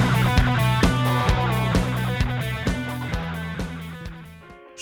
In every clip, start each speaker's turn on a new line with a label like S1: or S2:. S1: 频。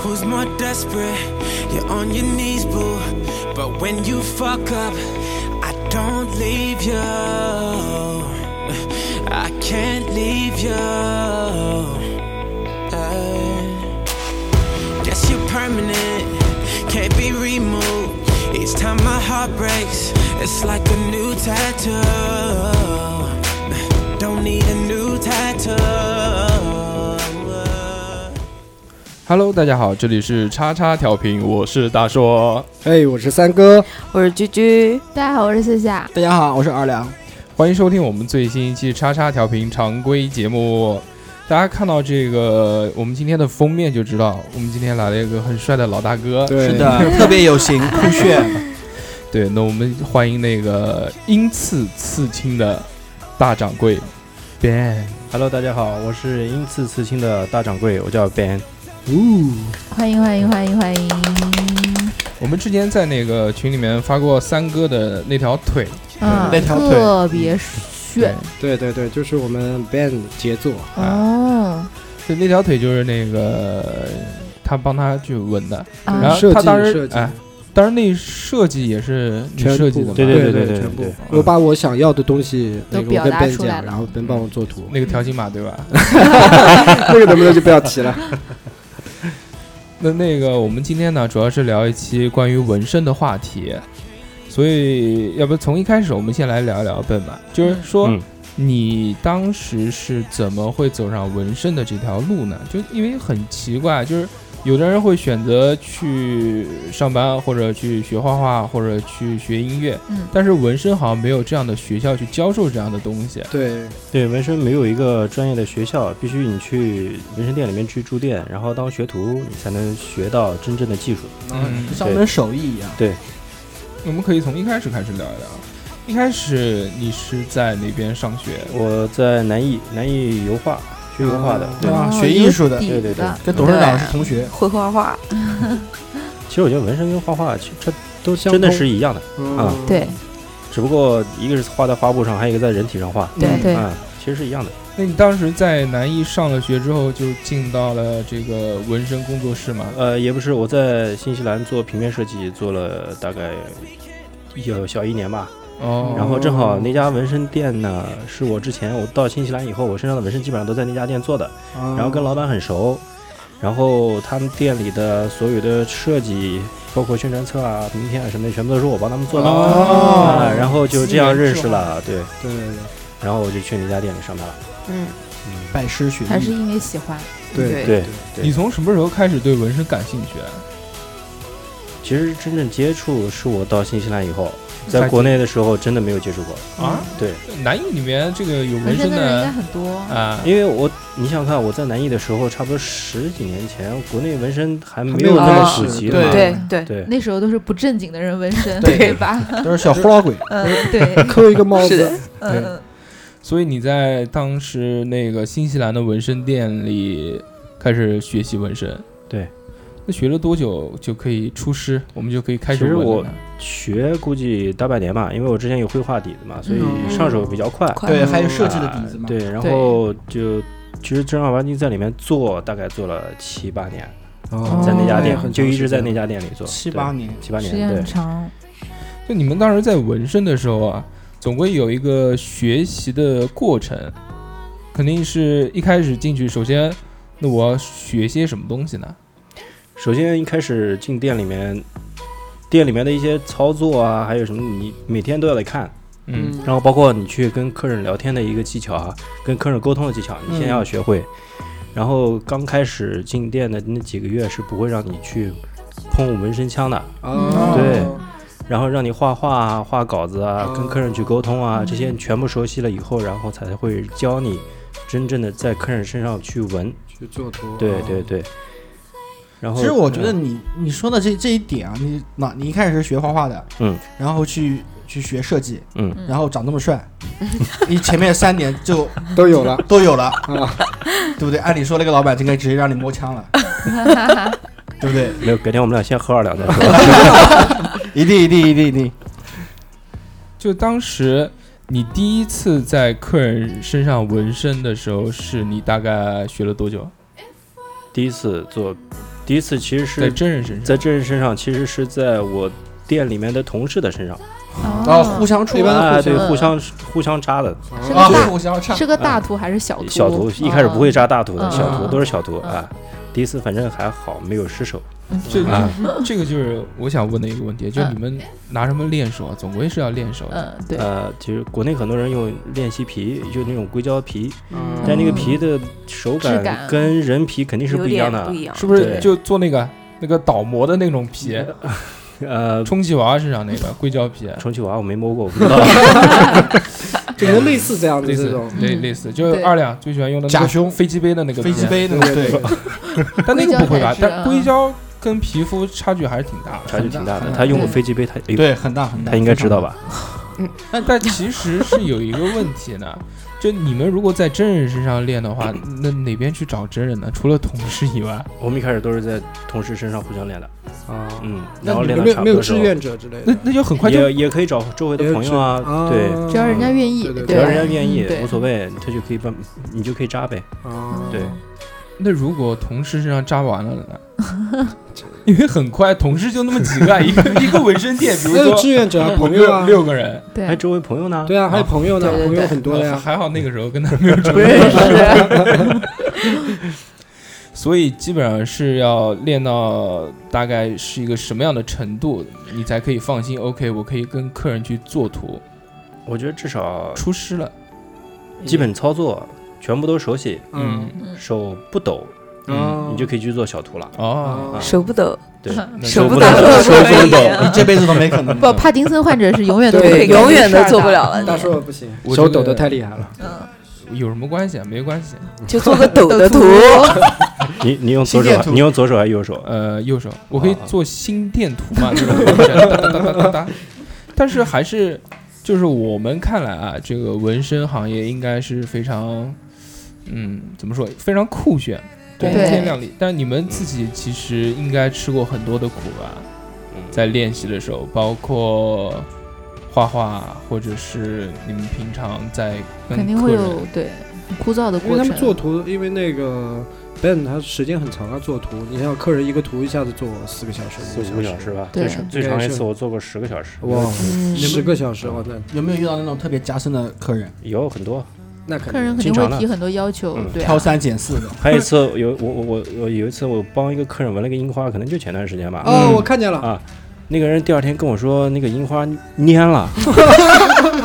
S2: Who's more desperate? You're on your knees, boo. But when you fuck up, I don't leave you. I can't leave you. Uh, Eh. guess you're permanent, can't be removed. Each time my heart breaks, it's like a new tattoo. Don't need a new tattoo.
S3: Hello，大家好，这里是叉叉调频，我是大硕。
S4: 嘿哎我是三哥，
S5: 我是居居，
S1: 大家好，我是夏夏。
S4: 大家好，我是二良。
S3: 欢迎收听我们最新一期《叉叉调频》常规节目。大家看到这个我们今天的封面就知道，我们今天来了一个很帅的老大哥。
S4: 对，
S6: 是，的， 特别有型，酷炫。
S3: 对，那我们欢迎那个英刺刺青的大掌柜 Ben。
S6: Hello，大家好，我是英刺刺青的大掌柜，我叫 Ben。
S1: 欢迎欢迎欢迎欢迎！
S3: 我们之前在那个群里面发过三哥的那条腿，
S1: 嗯，
S6: 那条腿
S1: 特别炫
S4: 对对对，就是我们 Ben 杰作，
S1: 哦
S3: 对，那条腿就是那个他帮他去纹的。然
S1: 啊！
S3: 后
S4: 设
S3: 他
S4: 计
S3: 当时
S4: 设计
S3: 哎，当然那设计也是你
S4: 全
S3: 设计的
S4: 部
S3: 嘛，
S6: 对
S4: 对
S6: 对对
S4: 全部
S6: 对对。
S4: 我把我想要的东西
S1: 都
S4: 那个我
S1: 表
S4: 跟
S1: 达
S4: Ben
S1: 出来
S4: 讲，
S1: 了
S4: 然后 Ben 帮我做图，
S3: 那个条形码对吧？
S4: 那个能不能就不要提了？
S3: 那那个，我们今天呢，主要是聊一期关于纹身的话题，所以要不从一开始，我们先来聊一聊笨吧，就是说、
S6: 嗯
S3: 你当时是怎么会走上纹身的这条路呢？就因为很奇怪，就是有的人会选择去上班，或者去学画画，或者去学音乐，
S1: 嗯
S3: 但是纹身好像没有这样的学校去教授这样的东西。
S4: 对，
S6: 对，纹身没有一个专业的学校，必须你去纹身店里面去驻店，然后当学徒，你才能学到真正的技术。
S3: 嗯
S6: 像
S4: 像
S6: 门
S4: 门手艺一样。
S3: 我们可以从一开始开始聊一聊。一开始你是在哪边上学？
S6: 我在南艺，南艺油画，学油画的。
S4: 啊
S6: 对，
S1: 哦
S7: 学艺术的
S1: 有底
S6: 对对对
S1: 子
S7: 跟董事长是同学，
S5: 会画画，
S6: 其实我觉得纹身跟画画，其实这都
S4: 相
S6: 真的
S4: 通
S6: 是一样的，啊
S4: 嗯，
S1: 对
S6: 只不过一个是画在花布上，还有一个在人体上画。
S4: 嗯
S1: 对对，
S6: 啊，其实是一样的。
S3: 那你当时在南艺上了学之后，就进到了这个纹身工作室嘛？
S6: 呃，也不是，我在新西兰做平面设计，做了大概有小一年吧。
S3: 哦，
S6: 然后正好那家纹身店呢，是我之前我到新西兰以后，我身上的纹身基本上都在那家店做的，
S4: 然
S6: 然后跟老板很熟，然后他们店里的所有的设计，包括宣传册啊、名片啊什么的，全部都是我帮他们做的，
S4: 哦
S6: 啊然后就这样认识了，对，
S4: 对对对
S6: 然后我就去那家店里上班了，
S5: 嗯，
S6: 嗯，
S7: 拜师学
S1: 还是
S7: 艺，
S1: 因为喜欢，
S4: 对
S6: 对，
S3: 你从什么时候开始对纹身感兴趣啊？
S6: 其实真正接触是我到新西兰以后，
S3: 在
S6: 在国内的时候真的没有接触过，
S3: 啊，
S6: 对，
S3: 南艺里面这个有
S1: 纹
S3: 纹
S1: 身
S3: 身
S1: 的人应该
S3: 的
S1: 很多。
S3: 啊，
S6: 因为我，你想想看，我在南艺的时候，差不多十几年前，国内纹身还没
S4: 没有
S6: 有那
S5: 那么
S6: 么
S5: 普
S6: 普
S4: 及
S6: 及
S4: 的
S6: 的
S7: 嘛
S6: 嘛。
S5: 对对，
S6: 对
S1: 那时候都是不正经的人纹身，
S7: 对
S1: 对吧？
S7: 都是小胡 老鬼。
S1: 嗯，对，
S4: 扣一个帽
S5: 是的
S4: 子，
S1: 嗯，嗯
S3: 所以你在当时那个新西兰的纹身店里开始学习纹身。
S6: 对，
S3: 那学了多久就可以出师？我们就可以开始
S6: 其实
S3: 纹了
S6: 我
S3: 呢
S6: 学估计大半年吧，因为我之前有绘画底子嘛，所以
S1: 嗯
S6: 上手比较快。
S5: 快
S7: 对，
S5: 乐
S7: 还有设计的底
S4: 嗯
S7: 子嘛。
S6: 对，然后就其实正儿八经在里面做，大概做了七八年，
S4: 哦
S6: 在那家
S1: 哦
S6: 店、
S4: 很
S6: 就一直在那
S4: 家。
S6: 家店里做，
S7: 七
S6: 对
S7: 八年，
S6: 七八
S1: 时间
S6: 年，对
S1: 很，长，
S3: 就你们当时在纹身的时候啊，总归有一个学习的过程，肯定是一开始进去，首先，那我要学些什么东西呢？
S6: 首先一开始进店里面，店里面的一些操作啊，还有什么你每天都要得看。
S3: 嗯，
S6: 然后
S7: 嗯
S6: 包括你去跟客人聊天的一个技巧啊，跟客人沟通的技巧，你先要学会。然后刚开始进店的那几个月是不会让你去碰纹身枪的，
S4: 啊，
S6: 对然后让你画画啊、画稿子啊、
S4: 哦
S6: 跟客人去沟通
S7: 嗯
S6: 啊，这些你全部熟悉了以后，然后才会教你真正的在客人身上去纹。
S4: 去做图，
S6: 对
S4: 啊
S6: 对，对。然后嗯
S7: 哦其实我觉得你你说的这这一点啊，你哪你一开始是学画画的，
S6: 嗯，
S7: 然后去去学设计，
S6: 嗯
S7: 然后长这 么帅，你前面三点就
S4: 都有了，
S7: 都有了，啊，对不对？按理说那个老板就应该直接让你摸 枪了，对不对？
S6: 没有，改天我们俩先喝二两再说。
S7: 一定一定一定一定，
S3: 就当时你第一次在客人身上纹身的时候，是你大概学了多久？
S6: 第一次做，第一次其实
S3: 在
S6: 是
S3: 真人身上？
S6: 在真人身上，其实是在我店里面的同事的身上，
S7: 然后哦互相触
S4: 一般
S7: 摸
S6: 啊，对，
S1: 嗯
S6: 互相互相扎的，
S1: 是
S7: 啊
S1: 个，
S4: 哦
S1: 大
S7: 互相插
S1: 是个大图还是小图？
S6: 小图一开始不会扎大图的，
S1: 嗯
S6: 小图
S1: 嗯
S6: 都是小图
S1: 嗯
S6: 啊。第一次反正还好，没有失手
S3: 这
S6: 啊嗯
S3: 个。这个就是我想问的一个问题，就你们拿什么练手啊？总归是要练手的。
S1: 嗯，对，
S6: 呃，其实国内很多人用练习皮，就那种硅胶皮，
S4: 嗯
S6: 但那个皮的手
S1: 质
S6: 感
S1: 感
S6: 跟人皮肯定是
S5: 有
S6: 不一
S5: 点
S6: 样的
S5: 不。一样
S3: 是。不是
S6: 对嗯
S3: 就做那个那个倒模的那种皮，
S6: 呃，
S3: 充气娃娃身上那个硅胶皮，
S6: 充气娃娃我没摸过，我不知道。
S4: 就可能类似这样
S3: 类
S4: 的这
S3: 似
S4: 种，
S3: 类
S1: 嗯
S3: 类似，就是
S1: 对
S3: 二两最喜欢用的那
S7: 假
S3: 个
S7: 胸
S3: 飞机杯的那个
S7: 飞机
S3: 皮
S7: 杯那个，对，
S3: 但那个不会
S1: 硅胶材？
S3: 吧
S1: 质
S3: 但
S1: 啊
S3: 硅胶跟皮肤差距还是挺大的。
S6: 差距挺大
S7: 很
S6: 的。
S7: 大
S6: 他用过飞机杯，他哎呦
S7: 对，很大很大，
S6: 他应该知道吧？
S3: 但但其实是有一个问题呢，就你们如果在真人身上练的话，那哪边去找真人呢？除了同事以外，
S6: 我们一开始都是在同事身上互相练的，
S4: 啊，
S6: 嗯，
S4: 那
S6: 然后
S4: 你
S6: 练
S4: 们
S6: 到
S4: 没有
S6: 差不
S4: 没有
S6: 多的时
S4: 志
S6: 候，
S4: 愿者之类
S3: 那
S4: 的？
S3: 那就很快就
S6: 也也可以找周围的朋友啊，对，
S1: 只要人家愿意
S4: 对，对
S1: 对
S6: 只要人家愿意
S1: 嗯，对
S6: 无所谓，他就可以帮，你就可以扎呗。
S4: 啊，
S6: 对，
S3: 那如果同事身上扎完了呢？因为很快，同事就那么几个，一个一个纹身店，比如
S4: 那有志
S3: 说
S4: 愿者啊，朋友
S3: 六
S4: 啊，
S3: 六个人，
S1: 对
S6: 哎还，周围朋友呢？
S4: 对啊，还有朋友呢，
S1: 对对
S4: 朋友
S1: 对
S4: 很多的呀，
S3: 还好那个时候跟他没 有成所以基本上是要练到大概是一个什么样的程度，你才可以放心？OK，我可以跟客人去做图，
S6: 我觉得至
S7: 嗯
S6: 少
S3: 出师了。
S6: 基本操作全部都熟悉，
S4: 嗯，啊
S6: 手不抖，
S3: 嗯
S6: 你就可以去做小图了。啊
S3: 哦，
S5: 手不抖，
S6: 对，
S1: 嗯
S3: 那
S5: 手
S3: 不
S5: 不
S3: 抖
S5: 抖，
S6: 手不能抖
S7: 你这辈子都没可 能。
S1: 不，帕金森患者是永远都不可以
S5: 对，
S1: 干
S5: 永远都
S1: 这个事儿
S5: 做
S1: 的
S5: 不了了，
S4: 大啊
S5: 你
S4: 硕不行，
S3: 我
S4: 手
S3: 觉
S4: 抖
S3: 得
S4: 得太厉害了，
S1: 嗯，
S3: 有什么关系啊？没关系。
S5: 就做个 抖的图，
S6: 你你 用左
S7: 心
S6: 手
S7: 电
S6: 还，
S7: 图
S6: 你用左手还是右手？
S3: 呃，右手，我可以
S6: 哦
S3: 做心电图嘛，那种纹身哒哒哒哒哒哒。但是还是，就是我们看来啊，这个纹身行业应该是非常，嗯，怎么说，非常酷炫，
S1: 对
S3: 光鲜亮丽。但你们自己其实应该吃过很多的苦吧，
S6: 嗯，
S3: 在练习的时候，包括画画，或者是你们平常在跟
S1: 肯定
S3: 客
S1: 会
S3: 人
S1: 有对很枯燥的
S4: 因为
S1: 过
S4: 他
S1: 程。
S4: 们
S1: 啊
S4: 做图，因为那个 Ben 他时间很长啊，做图，你想想客人一个图一下子做四个小时，
S6: 四五个小时，吧，
S1: 对
S6: 最长最长一次我做过十个小时，
S4: 哇，
S1: 嗯
S4: 十个小时哦哇，那
S7: 有没有遇到那种特别加深的客人，
S6: 有很多。
S4: 那肯
S1: 客
S4: 定
S1: 人肯定
S6: 经常
S1: 会
S6: 的
S1: 提很多要求
S6: 嗯，
S1: 对啊，
S7: 挑三拣四的？
S6: 还有一次， 有我我我我有一次我帮一个客人纹了个樱花，可能就前段时间吧。
S4: 哦，我看见了，
S6: 啊，那个人第二天跟我说那个樱花蔫了，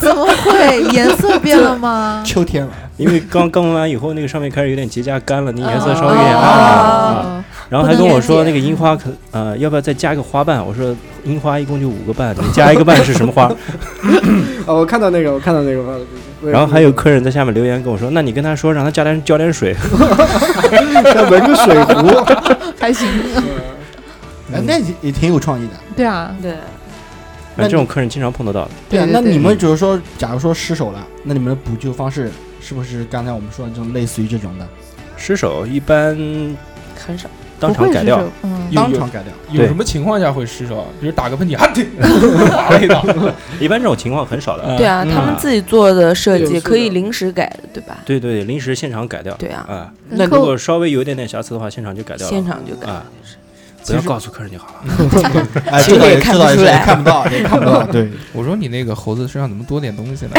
S1: 怎么会颜色变了吗？啊
S7: 秋天了，
S6: 因为刚刚纹完以后，那个上面开始有点结痂干了，那颜色稍微有点
S1: 啊
S6: 暗了。啊
S1: 啊
S6: 然后还跟我说
S1: 不能
S6: 那
S1: 理
S6: 个
S1: 解
S6: 樱花可呃，要不要再加一个花瓣？我说樱花一共就五个瓣，你加一个瓣是什么 花？
S4: 哦，我看到那个，我看到那个发的微博，
S6: 然后还有客人在下面留言跟我说，那你跟他说让他加点浇点 水。
S4: 再纹个水壶，
S1: 哦还行，
S7: 哎，那也也挺有创意的。
S1: 对啊，
S5: 对，
S7: 那
S6: 这
S7: 你
S6: 种客人经常碰得到的。
S7: 对啊，
S1: 对
S7: 那
S1: 对
S7: 你们就是说，假如说失手了，那你们的补救方式是不是刚才我们说的这种类似于这种的，
S6: 失手一般
S5: 很少。
S6: 当场改掉
S1: 不，会是这种，嗯，
S3: 有
S7: 当场改掉？
S3: 有
S6: 对
S3: 什么情况下会失手啊？比如打个喷嚏，啊，对，打了一道。
S6: 一般这种情况很少的。
S5: 对 啊，他们自己做的设计可以临时改的，对吧？
S6: 对对，临时现场改掉。
S5: 对啊，
S6: 啊，
S1: 嗯
S6: 那
S1: 扣
S6: 如果稍微有一点点瑕疵的话，现场就改掉
S5: 现
S6: 了。
S5: 场就改。
S6: 啊，
S3: 其
S6: 不要
S3: 实
S6: 告诉客人就好了。
S7: 哎，
S5: 其实
S7: 这倒
S5: 也
S7: 也
S5: 看
S7: 这
S5: 不
S7: 倒也
S5: 出
S7: 是也
S5: 来
S7: 看不到， 也看不到。对，
S3: 我说你那个猴子身上怎么多点东西 呢？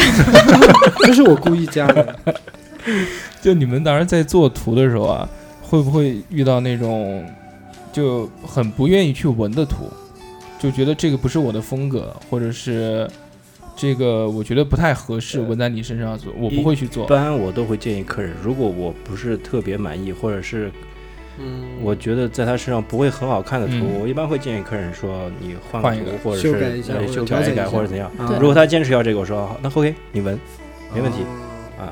S4: 这是我故意加的，
S3: 就你们当时在做图的时候啊，会不会遇到那种就很不愿意去纹的图，就觉得这个不是我的风格，或者是这个我觉得不太合适纹在你身上做，我不会去
S6: 一
S3: 做。
S6: 般我都会建议客人，如果我不是特别满意，或者是
S4: 嗯，
S6: 我觉得在他身上不会很好看的图，
S3: 嗯
S6: 我一般会建议客人说你换
S3: 换一
S6: 图
S3: 个，
S6: 或者
S4: 修
S6: 是
S4: 改一下
S6: 哎
S4: 或者
S6: 修
S4: 调
S6: 改
S4: 整
S6: 一下
S4: 一下
S6: 或者怎样。
S4: 啊
S1: 对
S6: 如果他坚持要这个，我说好，那 OK，你纹没问题啊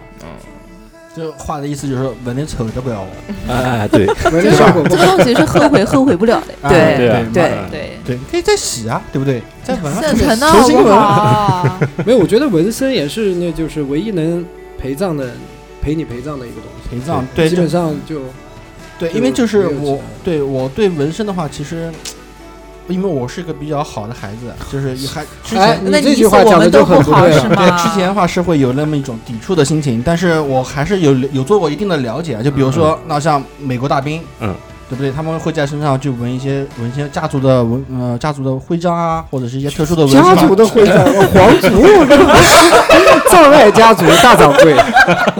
S7: 这话的意思就是纹的丑的不要纹，
S4: 嗯
S6: 啊， 对
S4: 纹
S1: 这
S4: 理
S1: 个
S4: 效果不
S1: 这
S4: 好
S1: 个东西是后悔后悔不了的。
S7: 啊
S5: 对
S6: 对啊
S5: 对
S7: 嘛
S1: 对，
S7: 对，你可以再洗啊，对不对？再纹啊，
S1: 现成的
S4: 重
S1: 好
S4: 新
S1: 不
S4: 纹
S1: 好？
S4: 没有，我觉得纹身也是，那就是唯一能陪葬的，陪你陪葬的一个东西。
S7: 陪葬对
S4: 基
S7: 就
S4: 本上就
S7: 对，
S4: 就
S7: 因为就是
S4: 没有其
S7: 我
S4: 他
S7: 对我对纹身的话，其实因为我是一个比较好的孩子，就是还之
S4: 哎
S7: 前
S4: 你
S1: 那
S4: 这
S1: 你
S4: 句
S1: 意思
S4: 话
S1: 我
S4: 讲得
S1: 们
S4: 就
S1: 都
S4: 很
S1: 不
S4: 不
S1: 好
S4: 对
S1: 是
S4: 了
S1: 吗？
S7: 对，之前的话是会有那么一种抵触的心情，但是我还是有有做过一定的了解，就比如说，那像美国大兵，
S6: 嗯，
S7: 对不对？他们会在身上去纹一些纹一些家族的纹呃家族的徽章啊，或者是一些特殊的纹身
S4: 家
S7: 啊。
S4: 族的徽 章，皇族，葬外家族大掌柜，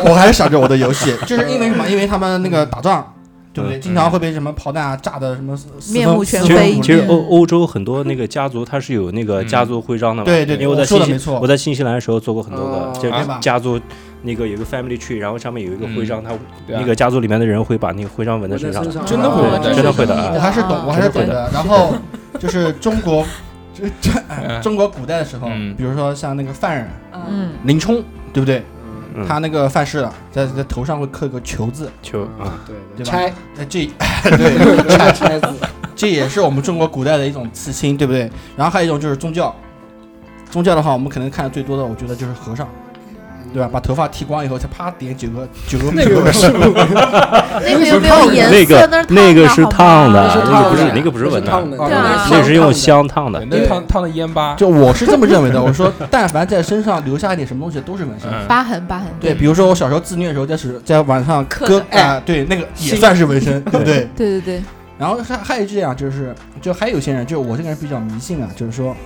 S7: 我还想着我的游戏，就是因为什么？因为他们那个打仗，对不对？
S6: 嗯
S7: 经常会被什么炮弹啊炸的什么四四
S1: 面
S7: 分
S1: 目全
S7: 四分
S1: 非
S7: 五
S6: 其实
S7: 裂
S6: 欧欧洲很多那个家族，它是有那个家族徽章的嘛。
S7: 嗯对对对
S6: 因为我在
S7: 我说
S6: 新
S7: 的
S6: 西
S7: 没错
S6: 我在新西兰的时候做过很多个
S4: 哦，
S6: 就
S7: 啊
S6: 是家族那个有个 family tree，然后上面有一个徽章，
S3: 嗯
S6: 它
S3: 对啊
S6: 那个家族里面的人会把那个徽章纹在
S4: 纹在
S6: 身上
S4: 身
S1: 嗯
S4: 上
S6: 的，
S7: 真的会
S6: 对
S7: 纹
S6: 对
S7: 在
S6: 真的
S7: 身
S6: 会的
S1: 上
S6: 啊
S7: 我还是
S1: 嗯
S7: 懂，我还是懂的。
S6: 嗯
S7: 然后就是中国，这这哎
S3: 嗯
S7: 中国古代的时候
S3: 嗯，
S7: 比如说像那个犯人
S5: 嗯，
S1: 嗯，
S7: 林冲，对不对？
S6: 嗯
S7: 他那个犯事了，在在头上会刻个球字，
S6: 球啊，
S4: 嗯对
S7: 对吧
S4: 拆
S7: 那这 对，
S4: 拆拆 字，
S7: 这也是我们中国古代的一种刺青，对不对？然后还有一种就是宗教，宗教的话，我们可能看的最多的，我觉得就是和尚。对吧？把头发剃光以后，才啪点九个 九个
S4: 那个 是不是
S1: 那个有没有颜
S6: 那
S1: 色？
S6: 个
S1: 是
S6: 那个是烫
S1: 烫
S6: 的，
S4: 是
S6: 那个不
S4: 烫
S6: 是
S4: 的
S6: 那个不是纹
S4: 烫
S6: 的，
S4: 的？
S7: 啊
S1: 啊
S6: 那个是用香烫的
S3: 对，。那烫烫的烟巴，
S7: 就我是这么认为的。我说， 但凡在身上留下一点什么东西，都是纹身。
S3: 嗯
S1: 疤痕，疤痕。
S7: 对，比如说我小时候自虐的时候，在手在晚上
S5: 刻
S7: 割
S5: 的
S7: 哎，对，那个也算是纹身，对不对？
S1: 对对对，
S7: 然后还还有这样，就是就还有些人，就是我这个人比较迷信啊，就是说，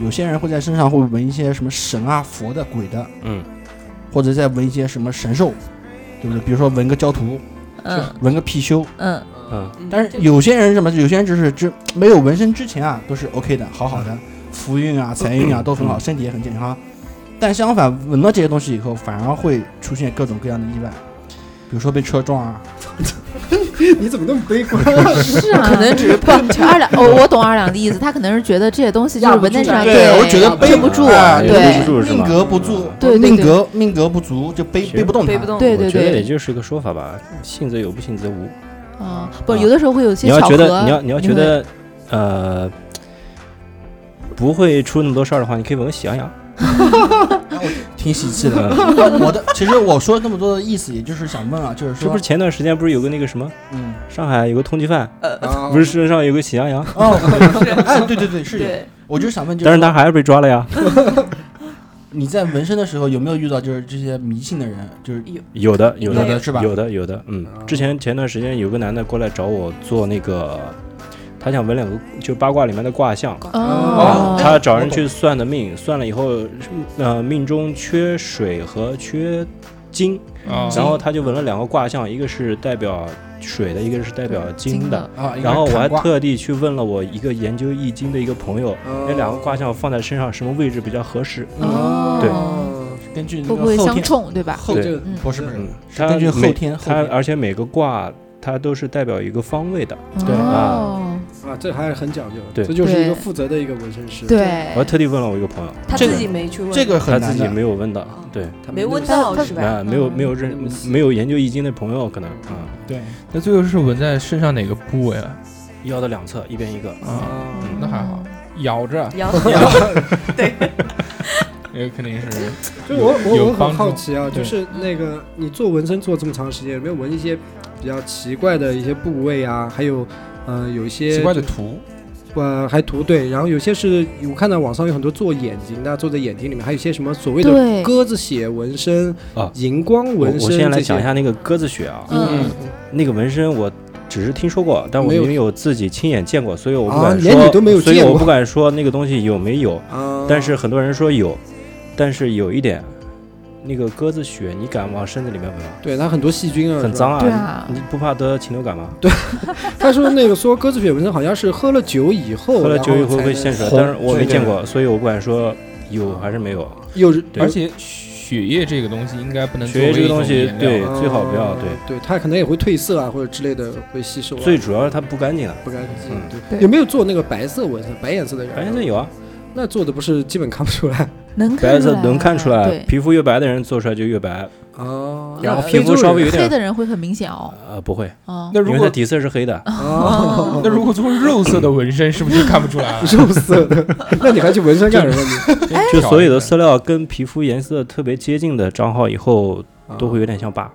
S7: 有些人会在身上会纹一些什么神啊、佛的、鬼的，
S6: 嗯，
S7: 或者再纹一些什么神兽，对不对？比如说纹个教徒，
S1: 嗯
S7: 纹个貔貅。
S1: 嗯，
S6: 嗯，
S7: 但是有些人是什么，有些人就是之没有纹身之前啊，都是 OK 的，好好的，福运啊、财运啊都很好，身体也很健康。但相反，纹了这些东西以后，反而会出现各种各样的意外，比如说被车撞啊，
S4: 你怎么那么悲观？
S1: 是啊，
S5: 可能只是
S1: 不二两。哦，我懂二两的意思，他可能是觉得这些东西就是纹在身上，
S4: 对
S7: 我觉得
S1: 压
S7: 背
S1: 不住，
S7: 哎
S6: 背不啊
S1: 对
S6: 住是
S7: 命
S6: 吗？
S7: 格不住，
S1: 对对
S7: 命
S1: 对
S7: 格命格不足就背
S6: 行
S7: 背不动它，
S5: 背不动。
S1: 对
S6: 我
S1: 对
S6: 觉得也
S1: 对，
S6: 就是个说法吧，信则有，不信则无。
S1: 啊，不，有的时候会有些
S6: 你要
S1: 巧合。嗯
S6: 觉得你要你要觉
S1: 会
S6: 得呃不会出那么多事儿的话，你可以纹个喜羊羊。
S7: 挺喜气 的。我的其实我说这么多的意思，也就是想问啊，就是
S6: 这
S7: 说
S6: 不是，前段时间不是有个那个什么
S7: 嗯，
S6: 上海有个通缉犯，
S5: 呃
S4: 啊
S6: 不是身上有个喜羊羊，
S7: 哦，哎，对对对，是有，
S5: 对，
S7: 我就是想问，就
S6: 但
S7: 是
S6: 是他还是被抓了呀。
S7: 你在纹身的时候有没有遇到就是这些迷信的人，就是
S6: 有的有
S7: 有的是吧
S6: 有的有的，嗯，之前前段时间有个男的过来找我做那个，他想纹两个就八卦里面的卦象。
S1: 哦，
S6: 他找人去算的命，算了以后，呃，命中缺水和缺金，
S3: 啊，
S6: 然后他就纹了两个卦象，一个是代表水的，一个是代表金
S1: 金
S6: 的
S1: 的。
S7: 啊，
S6: 然后我还
S7: 特。
S6: 特地去问了我一个研究易经的一个朋友，
S4: 哦
S6: 那两个卦象放在身上什么位置比较合适？
S4: 啊
S7: 啊
S1: 哦，
S6: 对
S7: 根据那
S1: 会
S7: 个
S1: 不会
S7: 后
S1: 相
S7: 天
S1: 冲，对吧？
S7: 后
S6: 对
S7: 这个
S1: 嗯
S7: 不是不是
S6: 嗯，
S7: 是
S6: 它
S7: 根据后
S6: 每
S7: 天后
S6: 它
S7: 天
S6: 而且每个卦它都是代表一个方位的。
S7: 对
S1: 哦，
S4: 啊，这还是很讲究的，
S6: 对
S4: 这就是一个
S1: 对
S4: 负责的一个纹身师。
S1: 对
S6: 我还，特地问了我一个朋友，
S5: 他
S7: 这个
S5: 自己没去问，
S7: 这个
S6: 他
S7: 很
S6: 自
S7: 难
S6: 己
S7: 的。
S6: 没有问到
S5: 哦，
S6: 对，
S4: 他
S5: 没
S4: 们
S5: 问
S4: 那个
S5: 到是吧？
S6: 啊，没有没有认
S4: 嗯
S6: 没有研究易经的朋友可能啊，
S7: 对，
S3: 那最后是纹在身上哪个部位了？
S6: 腰的两侧一边一个，
S3: 啊，
S4: 啊
S3: 那还好，咬
S6: 嗯
S3: 着，
S5: 羊
S3: 那个肯定是
S4: 就我
S3: 有
S4: 我我
S3: 帮
S4: 很
S3: 助
S4: 好奇啊，
S3: 对
S4: 就是那个你做纹身做这么长时间，有没有纹一些比较奇怪的一些部位啊？还有，呃，有一些
S3: 奇怪的图，
S4: 呃，还图对，然后有些是我看到网上有很多做眼睛的，做在眼睛里面，还有一些什么所谓的
S1: 对，
S4: 鸽子血纹身
S6: 啊、
S4: 荧光
S6: 我
S4: 纹
S6: 我
S4: 身
S6: 先来
S4: 这
S6: 讲一
S4: 些。
S6: 下那个鸽子血啊，
S1: 嗯，
S6: 那个纹身我只是听说过，但我
S4: 没有
S6: 因为有自己亲眼见过，所以我不
S4: 啊
S6: 敢说，
S4: 连你都没有
S6: 所以
S4: 见
S6: 我
S4: 过
S6: 不敢说那个东西有没有。
S4: 啊，
S6: 但是很多人说有，但是有一点，那个鸽子血你敢往身子里面闻吗？
S4: 对它很多细菌啊，
S6: 很脏
S4: 啊。
S1: 对
S6: 啊，
S1: 啊
S6: 你，你不怕得禽流感吗？
S4: 他说那个说鸽子血纹身好像是喝了酒以后，
S6: 喝了酒以后
S4: 然
S6: 会
S4: 才能
S6: 现出来，
S4: 红
S6: 但是我没
S4: 对对
S6: 见过，所以我不敢说有还是没有？
S4: 又是
S6: 对
S3: 而且血液这个东西应该不能作
S6: 血
S3: 为
S6: 液
S3: 一
S6: 这个东
S3: 种
S6: 西
S3: 颜
S6: 对
S3: 料。
S6: 最好不要
S4: 哦
S6: 对
S4: 对，它可能也会褪色啊，或者之类的会吸收啊。
S6: 最主要是它不干净啊。
S4: 不干净
S6: 嗯，
S4: 对。
S1: 对
S4: 有没有做那个白色纹身，白颜色的人？
S6: 白颜色有啊，
S4: 那做的不是基本看不出来
S1: 能
S6: 白颜
S1: 出
S6: 色
S1: 来
S6: 能看出来，
S1: 对，
S6: 皮肤越白的人做出来就越白，
S4: 哦
S6: 然后
S4: 那
S6: 皮肤
S4: 非洲
S6: 稍微有
S4: 人
S6: 点
S1: 黑的人会很明显哦，
S6: 呃，不会，
S1: 啊，
S7: 哦
S3: 那
S6: 因
S3: 如
S6: 为它
S3: 果
S6: 底色是黑的，
S4: 哦，
S3: 那如果做肉色的纹身，是不是就看不 出来了？哎
S4: 肉色的，那你还去纹身干什么？你
S6: 就所有的色料跟皮肤颜色特别接近的张号以后
S4: 嗯
S6: 都会有点像疤，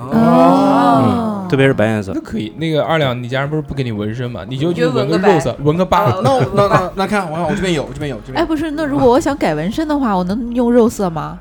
S1: 哦，
S6: 嗯特别是白颜色
S3: 那。可以，那个二两，你家人不是不给你纹身嘛？你就
S5: 你
S3: 去
S5: 就
S3: 纹
S5: 纹
S3: 个
S5: 个白
S3: 肉色，纹个疤。
S7: 那我那那那看，我看我这边有，我这边有，这边
S1: 哎，
S7: 有。
S1: 不是，那如果我想改纹身的话，我能用肉色吗？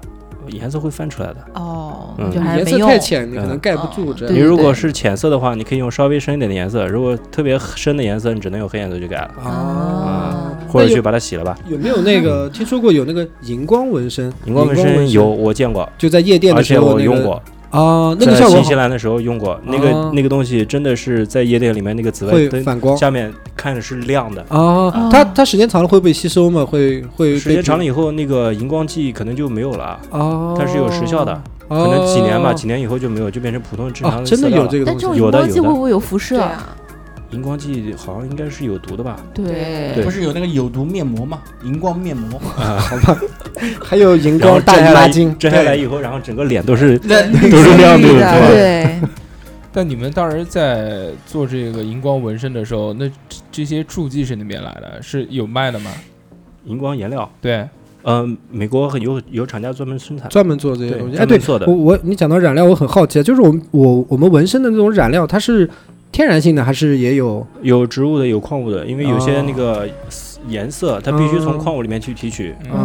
S6: 颜色会翻出来的。
S1: 哦，
S6: 嗯
S1: 那就还是
S4: 颜
S1: 没
S4: 色
S1: 用。
S4: 太浅，你可能盖不住
S1: 嗯
S4: 这
S1: 对
S6: 你
S4: 样。
S6: 如果是浅色的话，你可以用稍微深一点的颜色；如果特别深的颜色，你只能用黑颜色去改了，
S1: 啊，
S6: 或者去把它洗了吧。
S4: 有没有那个听说过有那个荧光纹身？
S6: 荧光纹身有，，我见过，
S4: 就在夜店
S6: 而
S4: 的时
S6: 且
S4: 候
S6: 我
S4: 那
S6: 用
S4: 个
S6: 过，
S4: 啊，那个
S6: 在
S4: 效果
S6: 新西兰的时候用过，那
S4: 哦
S6: 个那个东西真的是在夜店里面那个紫外
S4: 会
S6: 灯
S4: 反光
S6: 下面看着是亮的，
S4: 啊
S1: 哦，
S4: 它它时间长了会被吸收吗？会会
S6: 时间长了
S4: 也
S6: 以后，那个荧光剂可能就没有了啊，
S4: 哦，
S6: 它是有时效的，可
S4: 哦，可
S6: 能几年吧，几年以后就没有，就变成普通正
S4: 啊，
S6: 常哦的
S4: 真
S6: 色
S4: 的
S6: 料
S4: 有
S6: 了。
S4: 这个
S1: 但
S4: 东
S1: 这
S4: 西
S1: 种
S6: 有
S1: 荧
S6: 的
S1: 光
S6: 有
S1: 剂
S6: 的
S1: 会不会有辐射？
S5: 啊，
S6: 荧光剂好像应该是有毒的吧？
S1: 对
S6: 对
S7: 不是有那个有毒面膜嘛，荧光面膜，
S4: 还有荧
S6: 嗯然后
S4: 光大
S6: 摘
S4: 姨
S6: 下
S4: 妈
S6: 来，
S4: 巾，
S6: 摘下来以后，然后整个脸都是
S7: 那
S6: 都是亮度
S5: 的
S6: 对吧？
S1: 对，
S3: 但你们当时在做这个荧光纹身的时候，那这这些助剂是那边来的，是有卖的吗？
S6: 荧光颜料。
S3: 对，
S6: 嗯，美国很有有厂家专门生产，
S4: 专门做这些
S6: 对
S4: 东西。哎，
S6: 专
S4: 对
S6: 门，做的
S4: 我。我你讲到染料，我很好奇，啊就是我们我我们纹身的那种染料，它是天然性的还是也有？
S6: 有植物的，有矿物的，因为有些那个颜色，它必须从
S4: 嗯
S6: 矿物里面去提取。
S3: 嗯
S1: 哦，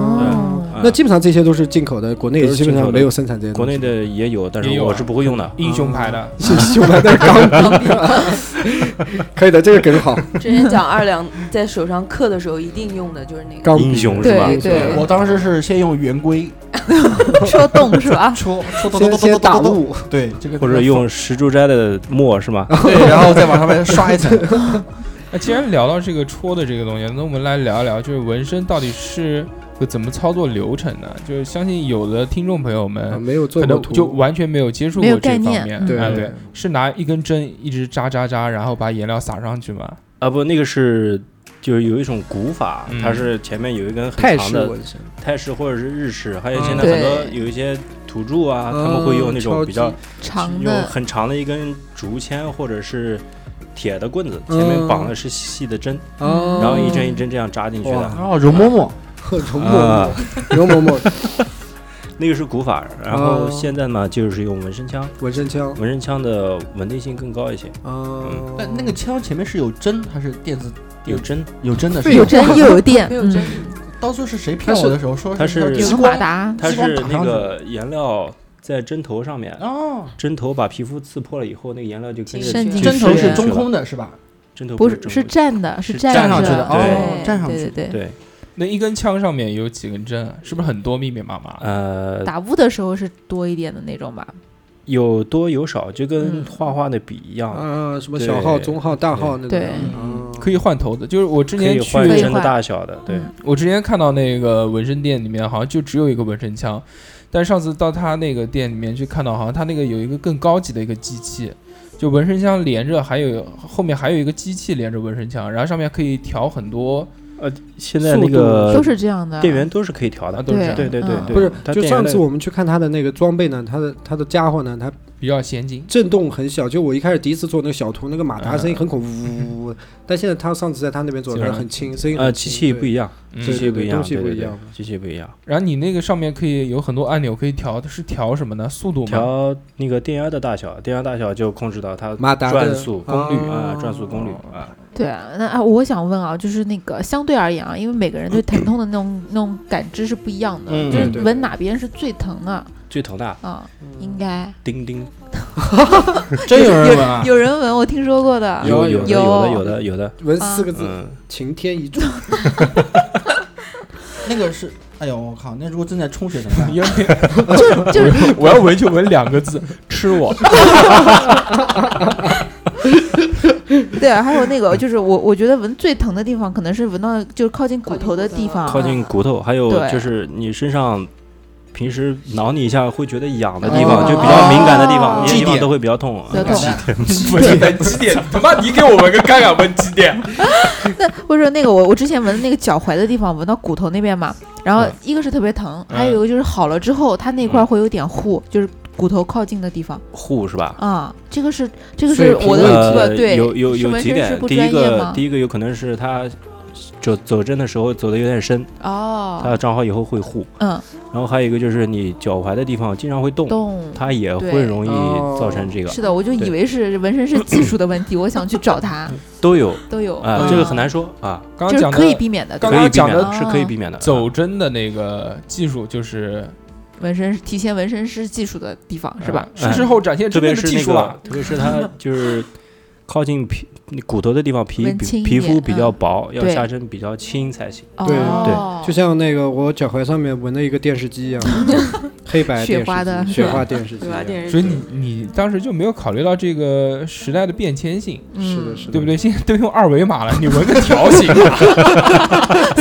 S6: 啊
S4: 那基本上这些都是进口的，国内也
S6: 都是
S4: 基本
S6: 进
S4: 上
S6: 口的
S4: 没有生产这些
S6: 国
S4: 东西。
S6: 内的也有，但
S3: 也
S6: 是
S3: 有啊
S6: 我是不会用的。
S3: 英雄牌的，
S4: 是修来的钢 笔，可以的，这个梗好，
S5: 之前讲二两在手上刻的时候一定用的就是那个，
S4: 钢笔
S6: 英雄是吧
S1: 对？对，
S7: 我当时是先用圆规
S1: 戳洞是 吧？
S7: 戳戳戳戳戳
S4: 先
S7: 戳戳
S4: 先打
S7: 戳，
S4: 雾，
S7: 对这个
S6: 或者用石竹斋的墨是吗？
S7: 对，然后再往上面刷一层。
S3: 那哎既然聊到这个戳的这个东西，那我们来聊一聊，就是纹身到底是个怎么操作流程呢？就是相信有的听众朋友
S4: 啊
S3: 们
S4: 没有
S3: 可
S4: 做过
S3: 能
S4: 图，
S3: 就完全没有接触
S1: 没
S3: 过
S1: 有
S3: 这
S1: 概
S3: 方
S1: 念
S3: 面，
S1: 嗯
S4: 对
S3: 啊对，是拿一根针一直扎扎扎，然后把颜料撒上去嘛？
S6: 啊不，那个是就是有一种古法
S3: 嗯，
S6: 它是前面有一根
S4: 泰
S6: 很长
S4: 式
S6: 的
S4: 纹身，
S7: 哦
S6: 泰式或者是日式，还有现在
S1: 嗯
S6: 很多
S1: 对
S6: 有一些土著啊，他们会用那种比较
S1: 长
S6: 用
S1: 的，
S6: 很长的一根竹签或者是铁的棍子，
S1: 嗯
S6: 前面绑的是细的针，
S4: 啊，
S6: 然后一针一针这样扎进去的
S4: 哇。
S7: 哦，容嬷嬷，
S4: 容嬷
S6: 啊
S4: 嬷，容嬷嬷
S6: 那个是古法，然
S4: 哦
S1: 嗯
S6: 后现在呢就是用纹身枪，
S4: 纹身枪
S6: 纹身枪的稳定性更高一些，
S4: 啊，
S7: 那那个枪前面是有针还是电子？
S6: 有针，
S1: 嗯
S7: 有针的是
S4: 对
S7: 吧
S1: 有针又有电，
S5: 没有针
S1: 嗯，
S7: 当初是谁骗我的时候说
S6: 它是
S7: 要
S1: 有
S7: 激
S1: 个
S7: 光
S1: 马达，
S6: 它
S7: 激光
S6: 是
S7: 打
S6: 那
S7: 上
S6: 个颜料在针头上面，
S1: 嗯
S7: 哦，
S6: 针头把皮肤刺破了以后，那个颜料就跟着
S5: 渗
S6: 去
S5: 进
S7: 针头
S6: 渗
S7: 是
S6: 进去
S7: 中
S6: 了
S7: 空，的是吧？
S6: 针头
S1: 不
S6: 是
S1: 是
S6: 中
S1: 是
S6: 空的
S1: 站的，是
S6: 是站
S7: 上去的
S1: 对
S7: 哦站上
S1: 对
S7: 去
S1: 对对。
S6: 对，
S3: 那一根枪上面有几根针啊？是不是很多密密麻麻？
S6: 呃，
S1: 打雾的时候是多一点的那种吧，
S6: 有多有少，就跟
S1: 嗯
S6: 画画的笔一样，
S4: 啊，什么小号、
S6: 对
S4: 中号、大号那种
S1: 对
S4: 嗯
S3: 可以换头的，就是我之
S6: 可
S3: 前
S6: 以
S3: 去
S6: 换
S1: 可以
S6: 针的
S1: 换
S6: 大小的，对，
S1: 嗯
S3: 我之前看到那个纹身店里面好像就只有一个纹身枪，但上次到他那个店里面去看到，好像他那个有一个更高级的一个机器，就纹身枪连着还有后面还有一个机器连着纹身枪，然后上面可以调很多
S6: 现在
S3: 速
S6: 那
S3: 度
S6: 个
S1: 都是这样的。
S6: 店员都是可以调
S3: 啊，
S6: 的，
S3: 都是这样，
S6: 对对对
S1: 嗯
S6: 对，
S4: 不是，
S6: 它
S4: 就
S6: 店员
S4: 上
S6: 的
S4: 次我们去看他的那个装备呢，他的他的家伙呢，他
S3: 比较先进。
S4: 震动很小，就我一开始第一次做那个小图，那个马
S6: 嗯
S4: 达声音很恐怖，呜呜呜但现在他上次在他那边做，
S3: 就是
S4: 他很轻，声音
S6: 呃
S4: 很
S6: 机
S4: 轻
S6: 器不一样，
S3: 嗯
S6: 机器不一样，
S4: 东西
S6: 对
S4: 不
S6: 对
S4: 一
S6: 对
S4: 样，
S6: 机器不一样，
S3: 然后你那个上面可以有很多按钮可以调，是调什么呢？速度吗？
S6: 调那个电压的大小，电压大小就控制到它
S4: 马达的
S6: 转速功率啊，转速功率啊，
S1: 对啊，那啊，我想问啊，就是那个相对而言啊，因为每个人对疼痛的那种那种感知是不一样的，
S6: 嗯
S1: 就
S6: 对
S1: 是
S4: 对
S1: 闻哪边是最疼的
S6: 最疼的
S1: 啊？应该
S6: 叮叮，
S7: 真
S6: 嗯
S7: 有人闻啊？
S1: 有人闻，我听说过的。
S6: 有
S4: 有
S6: 有的
S1: 有
S6: 有的有的有的，
S4: 闻
S1: 啊
S4: 四个字，
S6: 嗯，
S4: 晴天一柱，
S7: 那个是，哎呦我靠，那如果正在冲水怎么 办？
S3: 因为
S1: 就就是
S3: 我要纹就纹两个字，吃我。
S1: 对啊，还有那个就是我我觉得闻最疼的地方可能是闻到就是靠近骨头的地方，
S6: 靠近骨头，还有
S1: 啊对
S6: 就是你身上平时挠你一下会觉得痒的
S1: 哦
S6: 地方，就比较敏感的地
S1: 哦
S6: 方，那些地
S7: 祭
S6: 方
S7: 奠
S6: 都会比较痛。
S1: 比较痛。
S3: 不是在几点？他 妈，你给我闻个看看，闻几点？
S1: 那或者说那个我我之前闻那个脚踝的地方，闻到骨头那边嘛，然
S6: 嗯
S1: 后一个是特别疼，
S3: 嗯
S1: 还有一个就是好了之后，它那块儿会有点糊，就是骨头靠近的地方
S6: 护是吧？
S1: 啊。这个是这个
S4: 所以
S1: 是我
S4: 评论
S1: 的
S6: 呃
S1: 对，对，
S6: 有有
S1: 是
S6: 有
S1: 纹
S6: 几
S1: 身师
S6: 点，
S1: 不
S6: 第一
S1: 专业吗
S6: 个？第一个有可能是他走走针的时候走的有点深，
S1: 哦，
S6: 他长好以后会护。
S1: 嗯，
S6: 然后还有一个就是你脚踝的地方经常会动，
S1: 动。
S6: 它也会
S1: 对
S6: 容易
S4: 哦
S6: 造成这个
S1: 是的，我就以
S6: 对
S1: 为是纹身是技术的问题，我想去找他，
S6: 都有
S1: 都有嗯
S6: 啊，这个很难，说啊，
S3: 刚
S1: 就
S3: 刚
S1: 是
S3: 讲
S1: 可以
S3: 的
S1: 避免的。
S3: 刚
S6: 可以
S3: 刚
S6: 避
S3: 讲
S6: 免
S3: 的
S6: 的，是可以避免的。啊
S3: 走针的那个技术就是
S1: 纹身提前纹身师技术的地方是吧？
S3: 呃是事后展现
S6: 特
S3: 真
S6: 别
S3: 面的
S6: 是
S3: 技
S6: 那
S3: 术啊
S6: 个
S3: 了，，
S6: 特别是 它就是靠近皮骨头的地方，皮
S1: 纹
S6: 比
S1: 轻一
S6: 皮肤
S1: 点
S6: 比较
S1: 嗯
S6: 薄，要
S1: 对
S6: 下针比较轻才行。
S4: 对
S1: 哦
S4: 就像那个我脚踝上面纹了一个电视 机一样，黑白电
S1: 雪
S4: 视
S1: 花的
S4: 机雪花电 视机一样，
S5: 嗯
S3: 所以你你当时就没有考虑到这个时代的变迁性，
S4: 是的，
S1: 嗯
S4: 是的，
S3: 对不对？现在都用二维码了，你纹个条形，啊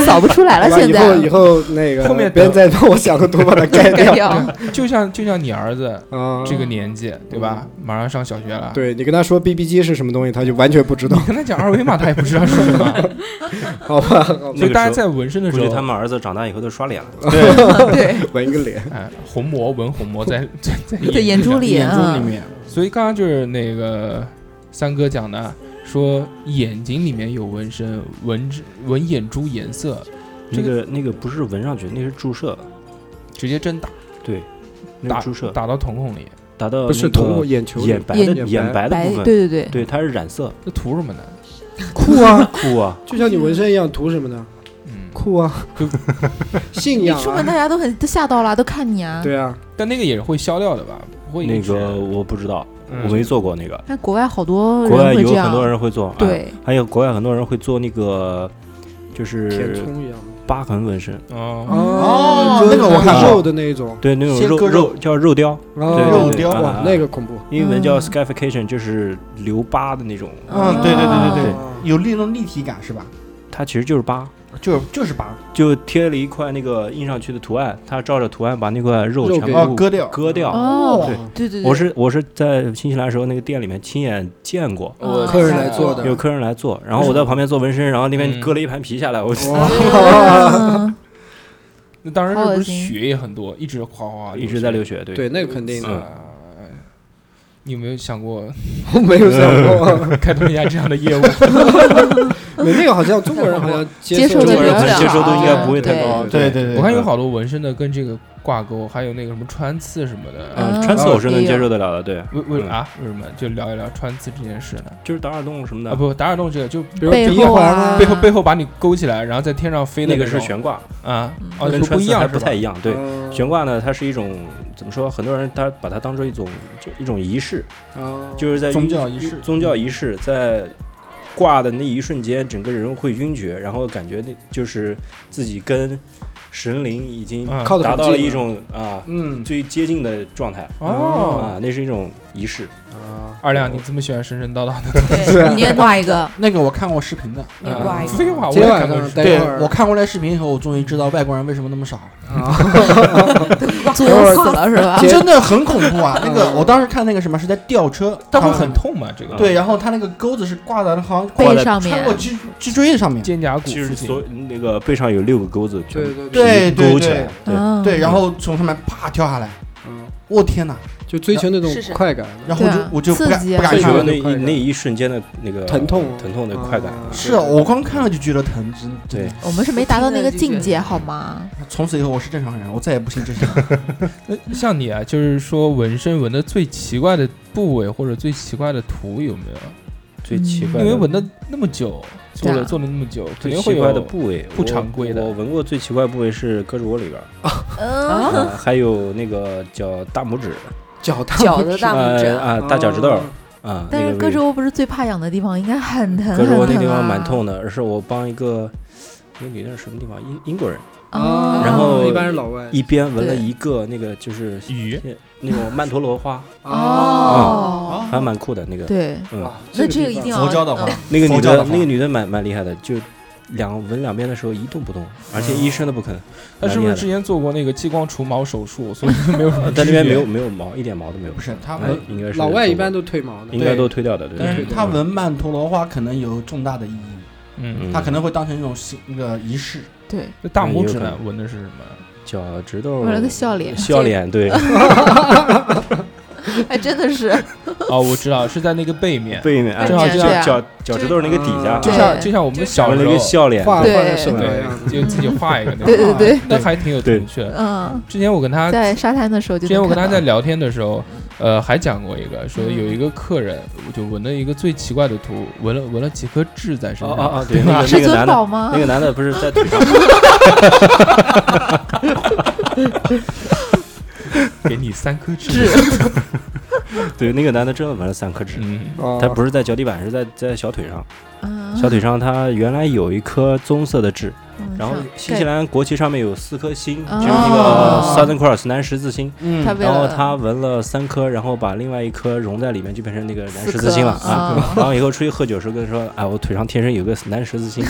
S1: 扫不出来
S4: 好
S1: 了，
S4: 吧？
S1: 现
S4: 以后以
S1: 在
S4: 后那个
S3: 后面
S4: 别人再帮我想个 图把它盖
S1: 改
S4: 掉
S1: 掉。
S3: 就像就像你儿子
S4: 啊。
S3: 这个年纪，对吧？马上上小学了，
S4: 对你跟他说 BB 机是什么东西，他就完全不知道
S3: 你，跟他讲二维码，他也不知道是什么。
S4: 好吧？好吧
S3: 哦所
S6: 那
S3: 以
S6: 个
S3: 大家
S6: 时
S3: 在纹身的
S6: 估
S3: 时
S6: 计
S3: 候，
S6: 他们儿子长大以后都刷脸了。
S1: 对
S4: 纹一个脸，
S3: 哎，虹膜纹虹膜在 在在
S1: 对，眼珠里，
S7: 眼珠里
S1: 嗯
S7: 面，
S3: 所以刚刚就是那个三哥讲的，说眼睛里面有纹身，纹之纹眼珠颜色，这
S6: 那个那个不是纹上去，那是注射，
S3: 直接针打
S6: 对，那
S3: 打
S6: 个注射
S3: 打到瞳孔里，
S6: 打到
S4: 不是
S6: 那个
S4: 瞳孔眼球
S6: 眼白的
S4: 眼
S6: 眼白的
S1: 白
S6: 部，分，
S1: 对对对，
S6: 对，它是染色，
S3: 这图什么呢？
S4: 酷 啊，
S6: 酷啊！
S4: 就像你纹身一样，图什么呢？
S3: 嗯，
S4: 酷啊
S3: 酷，
S4: 信
S1: 你
S4: 仰
S1: 出门
S4: 啊，
S1: 大家都很都吓到了，都看你啊。
S4: 对啊，
S3: 但那个也是会消掉的吧？不会一
S6: 那
S3: 直
S6: 个我不知道，
S3: 嗯
S6: 我没做过那个。
S1: 但国外好多
S6: 国外
S1: 人会
S6: 有
S1: 这
S6: 很多
S1: 样，
S6: 人会做，哎，
S1: 对，
S6: 还有国外很多人会做那个，
S4: 填
S6: 就是
S4: 充一样的。
S6: 疤痕纹身，
S3: 哦，
S4: 哦
S7: 那个我看过
S4: 肉的那种，
S6: 对，那种
S7: 先
S6: 肉
S7: 割肉
S6: 肉叫肉雕，对
S7: 肉
S4: 哦，
S7: 雕
S6: 啊
S4: 哇，那个恐怖，
S6: 英文叫
S1: 嗯
S6: scarification，就是留疤的那种，
S7: 嗯，对对对对对，
S4: 哦
S7: 有那种立体感是吧？
S6: 它其实就是疤，
S7: 就就是把
S6: 就贴了一块那个印上去的图案，它照着图案把那块肉
S4: 肉
S6: 全
S4: 给
S6: 部
S7: 哦割掉，
S6: 割掉。
S1: 哦，
S6: 对
S1: 对对对，
S6: 我是我是在新西兰时候那个店里面亲眼见过，
S1: 我
S4: 客人来做的
S6: 有客人来做，然后我在旁边做纹身，然后那边
S3: 嗯
S6: 割了一盘皮下来，我
S4: 哇，
S1: 嗯
S3: 那当然
S1: 好
S3: 是不
S1: 恶
S3: 是
S1: 心
S3: 血也很多，一直哗哗哗
S6: 一直在流
S3: 血。
S6: 血，对，
S4: 对，那个肯定的，
S3: 啊你有没有想过
S4: 我
S6: 嗯
S4: 没有想 过，
S3: 开通一下这样的业务？
S4: 没那个好像中国人好像
S1: 接受
S4: 受
S1: 的
S6: 中国
S1: 比
S6: 人
S1: 较
S6: 可能
S1: 少，
S6: 接受度应该不会太
S1: 对
S6: 高
S7: 对对对，
S3: 我看有好多纹身的跟这个挂钩，还有那个什么穿刺什么的。
S1: 嗯
S6: 嗯，穿刺我是
S1: 哦
S6: 能
S1: 也有
S6: 接受得了的，对，
S3: 为为
S6: 嗯
S3: 啊？为什么？就聊一聊穿刺这件事呢？
S6: 就是打耳洞什么
S3: 啊，
S6: 的，
S3: 不，打耳洞这个就
S5: 嗯
S4: 比如
S1: 背
S4: 鼻
S1: 后
S4: 环
S1: 啊
S3: 背后背后把你勾起来，然后在天上飞
S6: 那个
S3: 种
S6: 是悬挂，
S3: 啊，
S5: 嗯
S3: 哦，
S6: 跟
S3: 就不
S6: 穿
S3: 一
S6: 刺还
S3: 样，
S6: 不太一
S3: 样。
S6: 样，对。悬
S4: 悬
S6: 挂呢，它是一种怎么说？很多人他把它当做一种就一种仪式，
S4: 啊，
S6: 就是在
S7: 宗
S6: 晕
S7: 教仪式
S6: 宗教仪式在挂的那一瞬间，整个人会晕厥，然后感觉那就是自己跟神灵已经
S3: 嗯
S4: 靠得
S6: 达
S4: 很
S6: 到了
S4: 近
S6: 一
S4: 了
S6: 种啊
S3: 嗯，
S6: 最接近的状态
S3: 哦，
S6: 啊，那是一种仪式。
S4: 啊，
S3: 二亮，你这么喜欢神神叨叨的，
S4: 对
S1: 对， 你也挂一个，
S7: 那个我看过视频的，
S5: 你挂一
S3: 废
S5: 个，
S3: 话，我
S4: 今
S3: 也
S4: 天晚
S3: 看过
S4: 上
S3: 是。
S4: 待
S7: 对
S4: 会儿
S7: 我看过来视频以后，我终于知道外国人为什么那么傻，
S1: 作用死了是吧？
S4: 接
S7: 啊真的很恐怖 啊！那个
S1: 嗯
S7: 我当时看那个什么是在吊车，
S3: 但
S7: 好
S3: 会
S7: 像
S3: 很痛嘛？这个
S7: 对，然后他那个钩子是挂在好像挂
S1: 背
S7: 在
S1: 上
S7: 穿
S1: 面
S7: 过，脊脊椎的上面，
S3: 肩胛骨
S6: 就
S3: 附
S6: 是所
S3: 近，
S6: 那个背上有六个钩子，
S4: 对
S6: 全
S4: 对
S7: 对
S6: 全部
S7: 对
S6: 勾起
S7: 对
S6: 来。对，
S1: 嗯
S7: 对，然后从上面啪跳下来，
S4: 嗯，
S7: 我天哪！
S4: 就追求那种
S5: 是是
S4: 快感，
S7: 然后我就
S1: 对啊
S7: 我就不敢
S1: 刺激啊
S7: 不敢
S6: 追
S7: 看
S6: 求
S7: 了。
S6: 那一
S4: 快感
S6: 那一瞬间的那个
S4: 疼痛
S6: 疼痛的快感。
S4: 啊
S7: 是啊，我光看了就觉得疼，真真的。
S1: 我们是没达到那个境界好吗？
S7: 从此以后我是正常人，我再也不信正常人。
S3: 那像你啊，就是说纹身纹的最奇怪的部位或者最奇怪的图有没有？
S6: 最奇怪
S3: 因
S6: 的，
S3: 为纹的那么久，做
S1: 对
S3: 了
S1: 啊
S3: 做了那么久，肯
S6: 最
S3: 定会
S6: 奇
S3: 有
S6: 怪的部位
S3: 不常规的
S6: 我。我闻过最奇怪部位是胳肢窝里边儿，
S1: 嗯，
S6: 啊还有那个叫大拇指，
S4: 脚大
S5: 脚的大拇
S6: 呃
S5: 指，
S6: 啊，大脚
S4: 哦
S6: 趾头儿啊。
S1: 但是
S6: 那
S1: 胳
S6: 个位
S1: 肢
S6: 置
S1: 窝不是最怕痒的地方，应该很疼，
S6: 胳肢窝
S1: 很
S6: 那地
S1: 啊
S6: 方蛮痛的，而是我帮一个那女的是什么地方英英国人
S1: 啊，
S6: 然后
S4: 一般是老外
S6: 一边纹了
S1: 对
S6: 一个那个就是
S8: 鱼
S6: 那种曼陀罗花，
S4: 啊
S1: 哦，
S6: 还蛮酷的那个。
S1: 对，
S6: 嗯
S4: 哇，
S1: 那
S4: 这
S1: 这
S4: 个
S1: 个一定
S4: 要
S1: 要
S8: 佛教的话
S1: 嗯
S6: 那个
S8: 佛
S6: 女
S8: 教
S6: 的
S8: 的，话
S6: 那个女的蛮蛮厉害的，就两纹两边的时候一动不动，而且一声都不吭。
S3: 他是不是
S6: 蛮厉害的
S3: 之前做过那个激光除毛手术， 所以就没有什么
S6: 在那边
S3: 区
S6: 没
S3: 别
S6: 有没有毛，一点毛都没有
S7: 不。是他
S6: 哎
S7: 纹，
S6: 应该是
S4: 老外一般
S6: 都
S4: 都褪毛的
S6: 应，该都推掉的，对
S7: 但
S6: 对
S7: 是
S6: 对。
S7: 他纹曼陀罗花可能有重大的意义，
S3: 嗯，
S6: 嗯
S7: 他可能会当成一种形那个仪式。
S1: 对，
S3: 那大拇指
S6: 有可
S3: 呢
S6: 能
S3: 纹的是什么？
S6: 脚趾头
S1: 纹了个笑脸
S6: 笑脸对，
S1: 还真的是，
S3: 哦，我知道是在那个背面，
S6: 背 面哎
S3: 正好
S6: 就
S3: 这
S6: 像
S1: 样
S6: 脚脚趾头那个底下啊
S3: 就
S1: 对
S3: 像就像我们小
S6: 纹了
S3: 时
S6: 一
S3: 候
S6: 个笑脸，
S4: 画画
S1: 对
S4: 在手上的样子。
S3: 对，就自己画一个那
S1: 对
S3: 种，
S1: 对对，
S3: 那还挺有童趣的。
S1: 嗯，
S6: 啊
S3: 之前我跟他
S1: 在沙滩的时候就
S3: 之前我
S1: 能
S3: 跟他
S1: 看到
S3: 在聊天的时候，呃，还讲过一个，说有一个客人就纹了一个最奇怪的图，纹了纹了几颗痣在身
S6: 哦
S3: 上。
S6: 哦 哦，对，
S3: 吧
S6: 那个那
S1: 至
S6: 个
S1: 尊
S6: 男的
S1: 宝，吗
S6: 那？个男的不是在 腿上，
S3: 给你三颗痣。
S6: 对，那个男的真的纹了三颗痣，
S3: 嗯，
S4: 哦
S6: 他不是在脚底板，是在在小腿上，
S1: 嗯
S6: 小腿上他原来有一颗棕色的痣，
S1: 嗯
S6: 然后
S1: 上
S6: 新西兰国旗上面有四颗星，
S1: 哦
S6: 就是那个 Southern Cross 南十字星。
S1: 对他
S7: 嗯，
S1: 为
S6: 然后
S1: 了
S6: 他纹了三颗，然后把另外一颗融在里面，就变成那个南
S1: 四
S6: 十字星
S1: 颗
S6: 了啊
S1: 啊。
S6: 然后以后出去喝酒时候跟他说，哎，我腿上天生有个南十字星。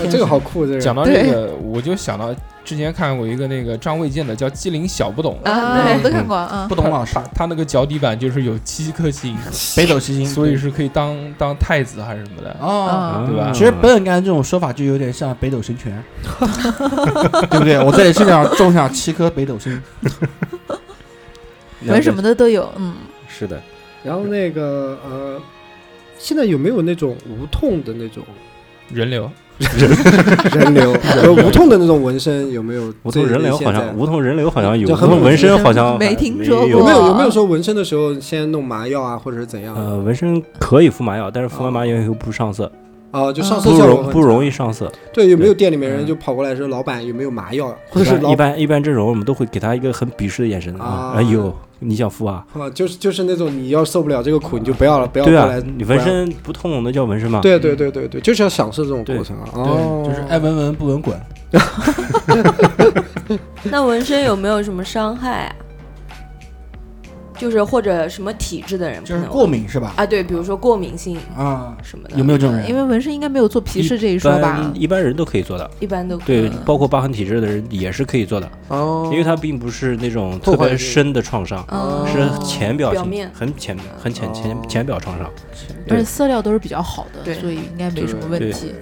S4: 哎这个好酷，这个
S3: 讲到这
S1: 对
S3: 个，我就想到之前看过一个那个张卫健的叫《机灵小不懂》，
S1: 啊，对，我都看过啊
S7: 不，懂 老师
S3: 他，他那个脚底板就是有七 颗星，
S7: 北斗七星，
S3: 所以是可以当当太子还是什么的。
S7: 哦。
S1: 啊
S3: 对
S6: 嗯
S3: 吧
S7: 其实本本干这种说法就有点像北斗神拳， 对不对？我在你身上种下七颗北斗星，
S1: 纹什么的都有，嗯，
S6: 是的，
S4: 然后那个呃，现在有没有那种无痛的那种
S3: 人流，
S4: 人流， 有无痛的那种纹身？有没有？
S6: 无痛人流好
S4: 这
S6: 像无痛人流好像有，
S4: 就
S6: 无
S4: 很
S6: 痛
S4: 普
S6: 纹
S4: 及
S6: 身好像
S1: 没
S6: 还
S1: 听说
S6: 有
S4: 有没有
S1: 过
S4: 有没有说纹身的时候先弄麻药啊，或者是怎样？
S6: 呃，纹身可以敷麻药，但是敷完麻药以后不上色，
S4: 啊，就上色
S6: 不
S4: 效
S6: 容
S4: 果
S6: 不容易。上色。
S4: 对，有没有店里面
S6: 嗯
S4: 人就跑过来说，老板有没有麻药，或者是老
S6: 一般一般这种我们都会给他一个很鄙视的眼神啊
S4: 啊，
S6: 哎呦，你想敷啊？
S4: 啊，就是就是那种你要受不了这个苦，你就不要了，不要过
S6: 对啊
S4: 来。，
S6: 你纹身不痛那叫纹身吗？
S4: 对对对对对，就是要享受这种
S6: 对
S4: 过程啊。哦
S7: 对，就是爱闻闻不闻滚。
S5: 那纹身有没有什么伤害啊？就是或者什么体质的人不
S7: 就是
S5: 能
S7: 过敏是吧？
S5: 啊？对，比如说过敏性
S7: 啊，
S5: 什么的，
S7: 有没有这种人？
S1: 因为纹身应该没有做皮试这一说吧
S6: 般？嗯一般人都可以做的，
S5: 一般都
S6: 对
S5: 嗯，
S6: 包括疤痕体质的人也是可以做的，
S4: 哦，
S6: 因为它并不是那种
S4: 破
S6: 特
S4: 坏
S6: 别
S4: 性
S6: 深的创伤，
S5: 哦
S6: 是浅表
S5: 表
S6: 性，
S5: 面
S6: 很浅很浅
S4: 哦
S6: 浅浅表创伤，
S1: 而且
S6: 对，
S1: 色料都是比较好的，
S5: 对
S1: 所以应该没什么问题。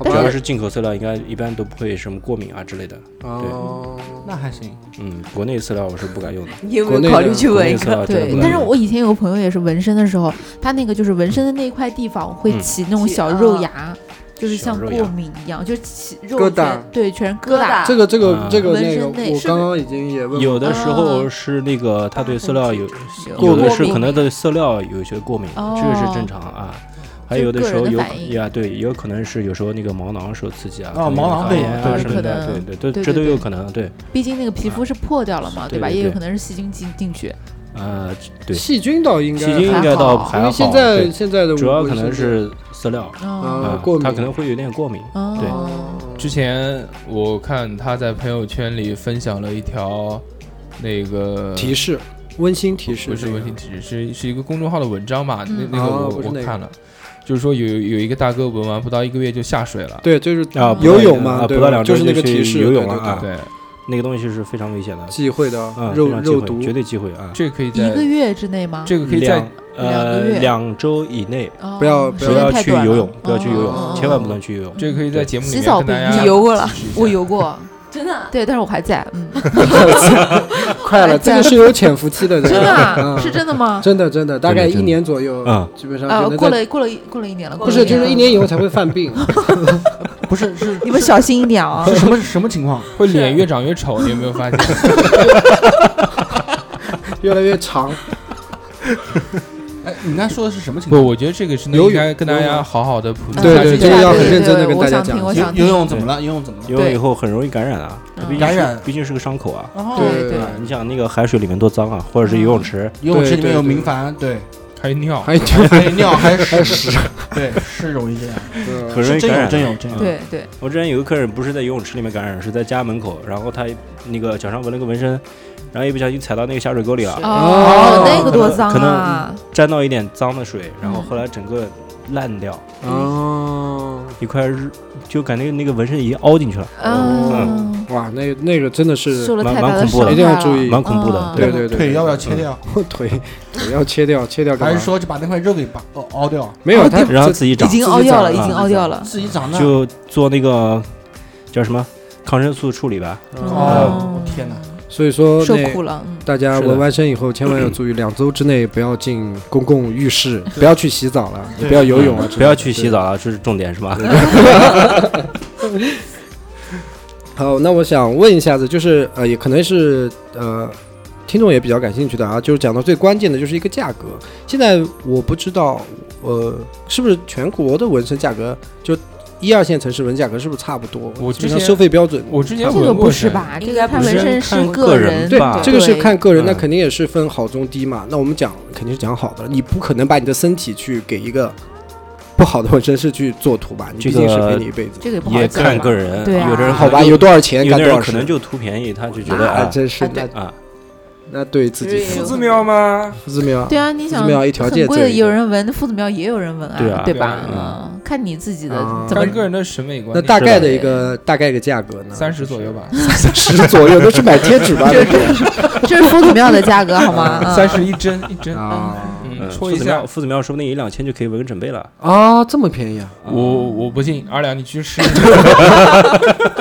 S4: 好
S6: 主
S4: 吧
S6: 要是进口饲料应该一般都不会什么过敏啊之类的，
S4: 哦，
S7: 那还行，
S6: 嗯，国内饲料我是不敢用的，
S5: 你有没
S4: 国内
S5: 有考
S4: 的
S5: 虑去
S6: 国
S5: 纹
S6: 内
S5: 一
S6: 饲
S5: 个？
S6: 料真的
S1: 对
S6: 不，
S1: 但
S6: 敢
S1: 是
S6: 用。
S1: 我以前有个朋友也是纹身的时候，他那个就是纹身的那一块地方会
S6: 嗯
S1: 起那种
S5: 起
S1: 小
S5: 啊
S1: 肉芽，就是
S6: 小
S1: 像
S6: 肉
S1: 过
S6: 芽
S1: 敏一样，就起肉
S4: 疙
S1: 全
S4: 瘩
S1: 对，全是疙
S5: 疙
S1: 瘩
S5: 瘩。
S4: 这个这个
S6: 啊
S4: 这个
S1: 纹
S4: 那个，
S1: 身类
S4: 我
S1: 是
S4: 刚刚已经也问
S6: 有
S4: 过
S6: 的时候是那个，他对饲料有，
S1: 过
S6: 有的是
S1: 敏
S6: 可能对饲料有一些过敏，
S1: 哦
S6: 这个是正常啊。还
S1: 就
S6: 有的
S1: 个
S6: 时
S1: 人
S6: 候
S1: 的
S6: 有
S1: 反
S6: 可
S1: 应
S6: 呀，对，也有可能是有时候那个毛囊受刺激啊，
S7: 哦
S6: 可能
S7: 毛囊
S6: 发
S7: 对
S6: 炎
S7: 哦
S6: 啊什么
S1: 可
S6: 的，
S1: 能
S6: 对对，都
S1: 对
S6: 这都
S1: 对
S6: 有
S1: 对
S6: 可能，对，
S1: 毕竟那个皮肤是破掉了嘛，
S6: 嗯对
S1: 吧？
S6: 对
S1: 也有
S6: 对
S1: 可能是细菌进进去。
S6: 呃，对，细
S4: 细菌倒应该
S6: 菌应
S4: 还
S6: 该倒
S1: 好
S6: 还
S4: 因为
S6: 好，
S4: 现在
S6: 对
S4: 现在的
S6: 主要可
S4: 纹
S6: 能
S4: 身
S6: 是饲料
S1: 嗯
S4: 啊
S6: 啊
S4: 过，敏
S6: 它可能会有点过敏，对
S1: 哦，
S3: 之前我看他在朋友圈里分享了一条那个
S4: 提示，温馨提示
S3: 不是
S4: 这个
S3: 微信体质，是是一个公众号的文章嘛？
S1: 嗯
S3: 那那个
S4: 哦
S3: 我
S4: 不是那
S3: 我
S4: 个
S3: 看了，就是说有有一个大哥纹完不到一个月就下水了。
S4: 对，就是
S6: 啊，不
S4: 游
S6: 到
S4: 泳
S6: 一
S4: 嘛
S6: 啊
S4: 对
S6: 不
S4: 吧
S6: 到两
S4: 就
S6: 周
S4: 是那个
S6: 去
S4: 提示
S6: 游
S4: 对
S6: 泳了
S4: 对
S6: 啊，
S3: 对，
S6: 那个东西是非常危险的，
S4: 忌讳的
S6: 啊，非
S4: 肉
S6: 常忌
S4: 肉
S6: 讳
S4: 毒
S6: 绝对忌讳啊，
S3: 这个可以
S1: 一
S3: 在
S1: 个月之内吗？
S3: 这个可以在
S6: 两呃
S1: 两个月
S6: 两周以内
S1: 哦
S4: 不要
S1: 时
S6: 不
S1: 间
S6: 要
S1: 太
S6: 去
S1: 短
S6: 游
S1: 了
S6: 泳，不要去游
S1: 哦
S6: 泳，千万不能去游泳。
S3: 这个可以在节目里
S1: 洗
S3: 面
S1: 澡
S3: 跟
S1: 不
S3: 大
S1: 一
S3: 家
S1: 样
S5: 你游过了
S3: 解释一下
S1: 我游过，
S5: 真的啊？
S1: 对，但是我还在，嗯，
S4: 快了，这个是有潜伏期的，这
S1: 真
S4: 个
S1: 的 啊
S4: 嗯
S1: 是真的吗？
S4: 真的真的，大概
S6: 真的
S4: 一年左右
S6: 嗯，
S4: 基本上
S1: 呃
S4: 就，能
S1: 过
S4: 在
S1: 了过了一过了一年了，
S4: 不
S5: 过
S4: 是
S5: 了
S4: 就是一
S1: 了
S4: 年以后才会犯 病，
S7: 不是是
S1: 你们小心一点啊
S7: 是什么什么情况？
S3: 会脸越长越丑，你有没 有发现？
S4: 越来越长。
S1: 哦
S7: 哎，你刚才说的是什么情
S3: 不，
S7: 况？
S3: 我觉得这个是应
S4: 游泳
S3: 该跟大
S4: 游
S3: 家
S4: 泳
S3: 好好的普及
S4: 对
S3: 一下
S4: 对
S3: 这
S4: 这
S3: 个
S4: 个
S1: 对
S4: 要很
S1: 对
S4: 认真地
S1: 对
S4: 跟
S1: 我
S4: 大家
S1: 想
S4: 讲
S1: 听我
S7: 游
S1: 想
S7: 游
S1: 听，
S7: 泳怎么了？游泳怎么了？
S6: 游泳以后很容易感染啊，
S1: 嗯
S6: 毕竟
S7: 感
S6: 是
S7: 染
S6: 毕竟是个伤口啊。
S7: 哦
S1: 对对
S6: 你想那个海水里面多脏啊，或者是游泳池，
S7: 游泳池里
S4: 对对
S7: 面有
S4: 对
S7: 明矾，对，
S3: 还尿，
S4: 还有就
S7: 还有尿还有屎，对，是容易这样，
S4: 嗯
S6: 很容易
S7: 是真
S6: 感染的。
S7: 有真有真有。
S1: 对对，
S6: 我之前有个客人不是在游泳池里面感染，是在家门口，然后他那个脚上纹了个纹身，然后一不小心踩到那个下水沟里了，
S1: 哦
S4: 哦，
S1: 那个多
S6: 可能
S1: 脏
S6: 可能
S1: 啊！
S6: 沾到一点脏的水，然后后来整个烂掉
S4: 哦，
S6: 一块肉，就感觉那个纹身已经凹进去了，
S1: 啊，
S4: 哇，那那个真的是
S1: 受了
S6: 蛮
S1: 太大
S6: 嗯蛮
S1: 的
S6: 恐怖
S1: 伤害
S6: 的
S1: 了，
S4: 一定要注意
S6: 蛮恐怖的。
S1: 嗯
S4: 对对对，
S7: 腿
S4: 对
S7: 要不要切掉？
S4: 腿腿要切掉，切掉干
S7: 还
S4: 嘛
S7: 是说就把那块肉给拔呃凹掉？
S4: 没有
S7: 凹
S4: 他
S7: 掉
S6: 然后
S4: 这
S6: 自己
S1: 已
S6: 长，
S1: 经
S7: 自己
S1: 凹掉
S7: 长
S1: 了，
S4: 嗯
S1: 已
S6: 了
S1: 经
S6: 自
S1: 凹
S6: 己
S1: 掉
S6: 长
S1: 了。
S7: 自己长的？
S6: 就做那个叫什么抗生素处理吧，
S4: 嗯
S7: 哦，天哪！
S4: 所以说
S1: 嗯受
S4: 那
S1: 苦了，嗯，
S4: 大家
S6: 是的
S4: 纹完身以后，千万要注意，两周之内不要进公共浴室，不要去洗澡了，也不要游泳啊
S6: 嗯，
S4: 之类的
S6: 不要去洗。澡啊，这是重点是吧？
S4: 对好，那我想问一下子，就是呃，也可能是呃，听众也比较感兴趣的啊，就是讲到最关键的就是一个价格。现在我不知道，呃，是不是全国的纹身价格就一二线城市纹价格是不是差不多？
S3: 我
S4: 基本
S3: 之
S4: 上
S3: 前
S4: 收费标准
S3: 我之前
S1: 这个
S3: 纹过
S1: 不是
S3: 身？
S1: 吧？这
S5: 应
S1: 个
S5: 该
S1: 看
S5: 不
S1: 纹
S5: 是
S1: 身
S6: 看
S1: 是
S6: 个人
S1: 人
S4: 对
S6: 吧，
S4: 这个是
S1: 对
S4: 看个人，那
S6: 嗯
S4: 肯定也是分好中低嘛。那我们讲肯定是讲好的，你不可能把你的身体去给一个不好的纹身师去做图吧？你
S6: 这
S4: 毕竟是
S6: 个
S4: 陪你一辈子。
S1: 这个也不好
S6: 也
S1: 讲
S6: 看
S1: 吧
S6: 个人，
S1: 对啊
S6: 有的人
S4: 好吧，
S6: 有
S4: 有多少钱
S6: 有
S4: 干
S6: 的
S4: 多
S6: 人
S4: 少
S6: 可
S4: 事
S6: 能就图便宜，他就觉得
S4: 啊，
S6: 啊
S4: 真是
S5: 啊对
S4: 那
S6: 啊，
S4: 那对自己
S5: 对
S4: 负
S3: 不自庙吗？
S4: 自庙，
S1: 对啊，你想
S4: 寺庙一条
S1: 很
S4: 戒
S1: 贵
S4: 指
S1: 的
S4: 一
S1: 有
S4: 个
S1: 人纹，父子庙也有人纹
S6: 对啊
S1: 对
S3: 对
S1: 吧
S3: 啊？
S1: 嗯，看你自己的
S4: 啊
S1: 怎么
S3: 看个人的审美观
S4: 那
S3: 念，
S4: 大概
S6: 是
S4: 的
S6: 的
S4: 一个大概一个价格呢？
S3: 三十 左右吧，
S4: 十左右，那是买贴纸 吧？那是
S1: 这是父子庙的价格好吗？嗯
S3: 三十一针一针，
S4: 啊
S3: 嗯，
S6: 嗯
S3: 戳
S6: 父
S3: 一
S6: 子
S3: 下
S6: 庙，。父子庙说不定一两千就可以纹个整背了。
S4: 啊，这么便宜啊！
S3: 我我不信，二两你去试，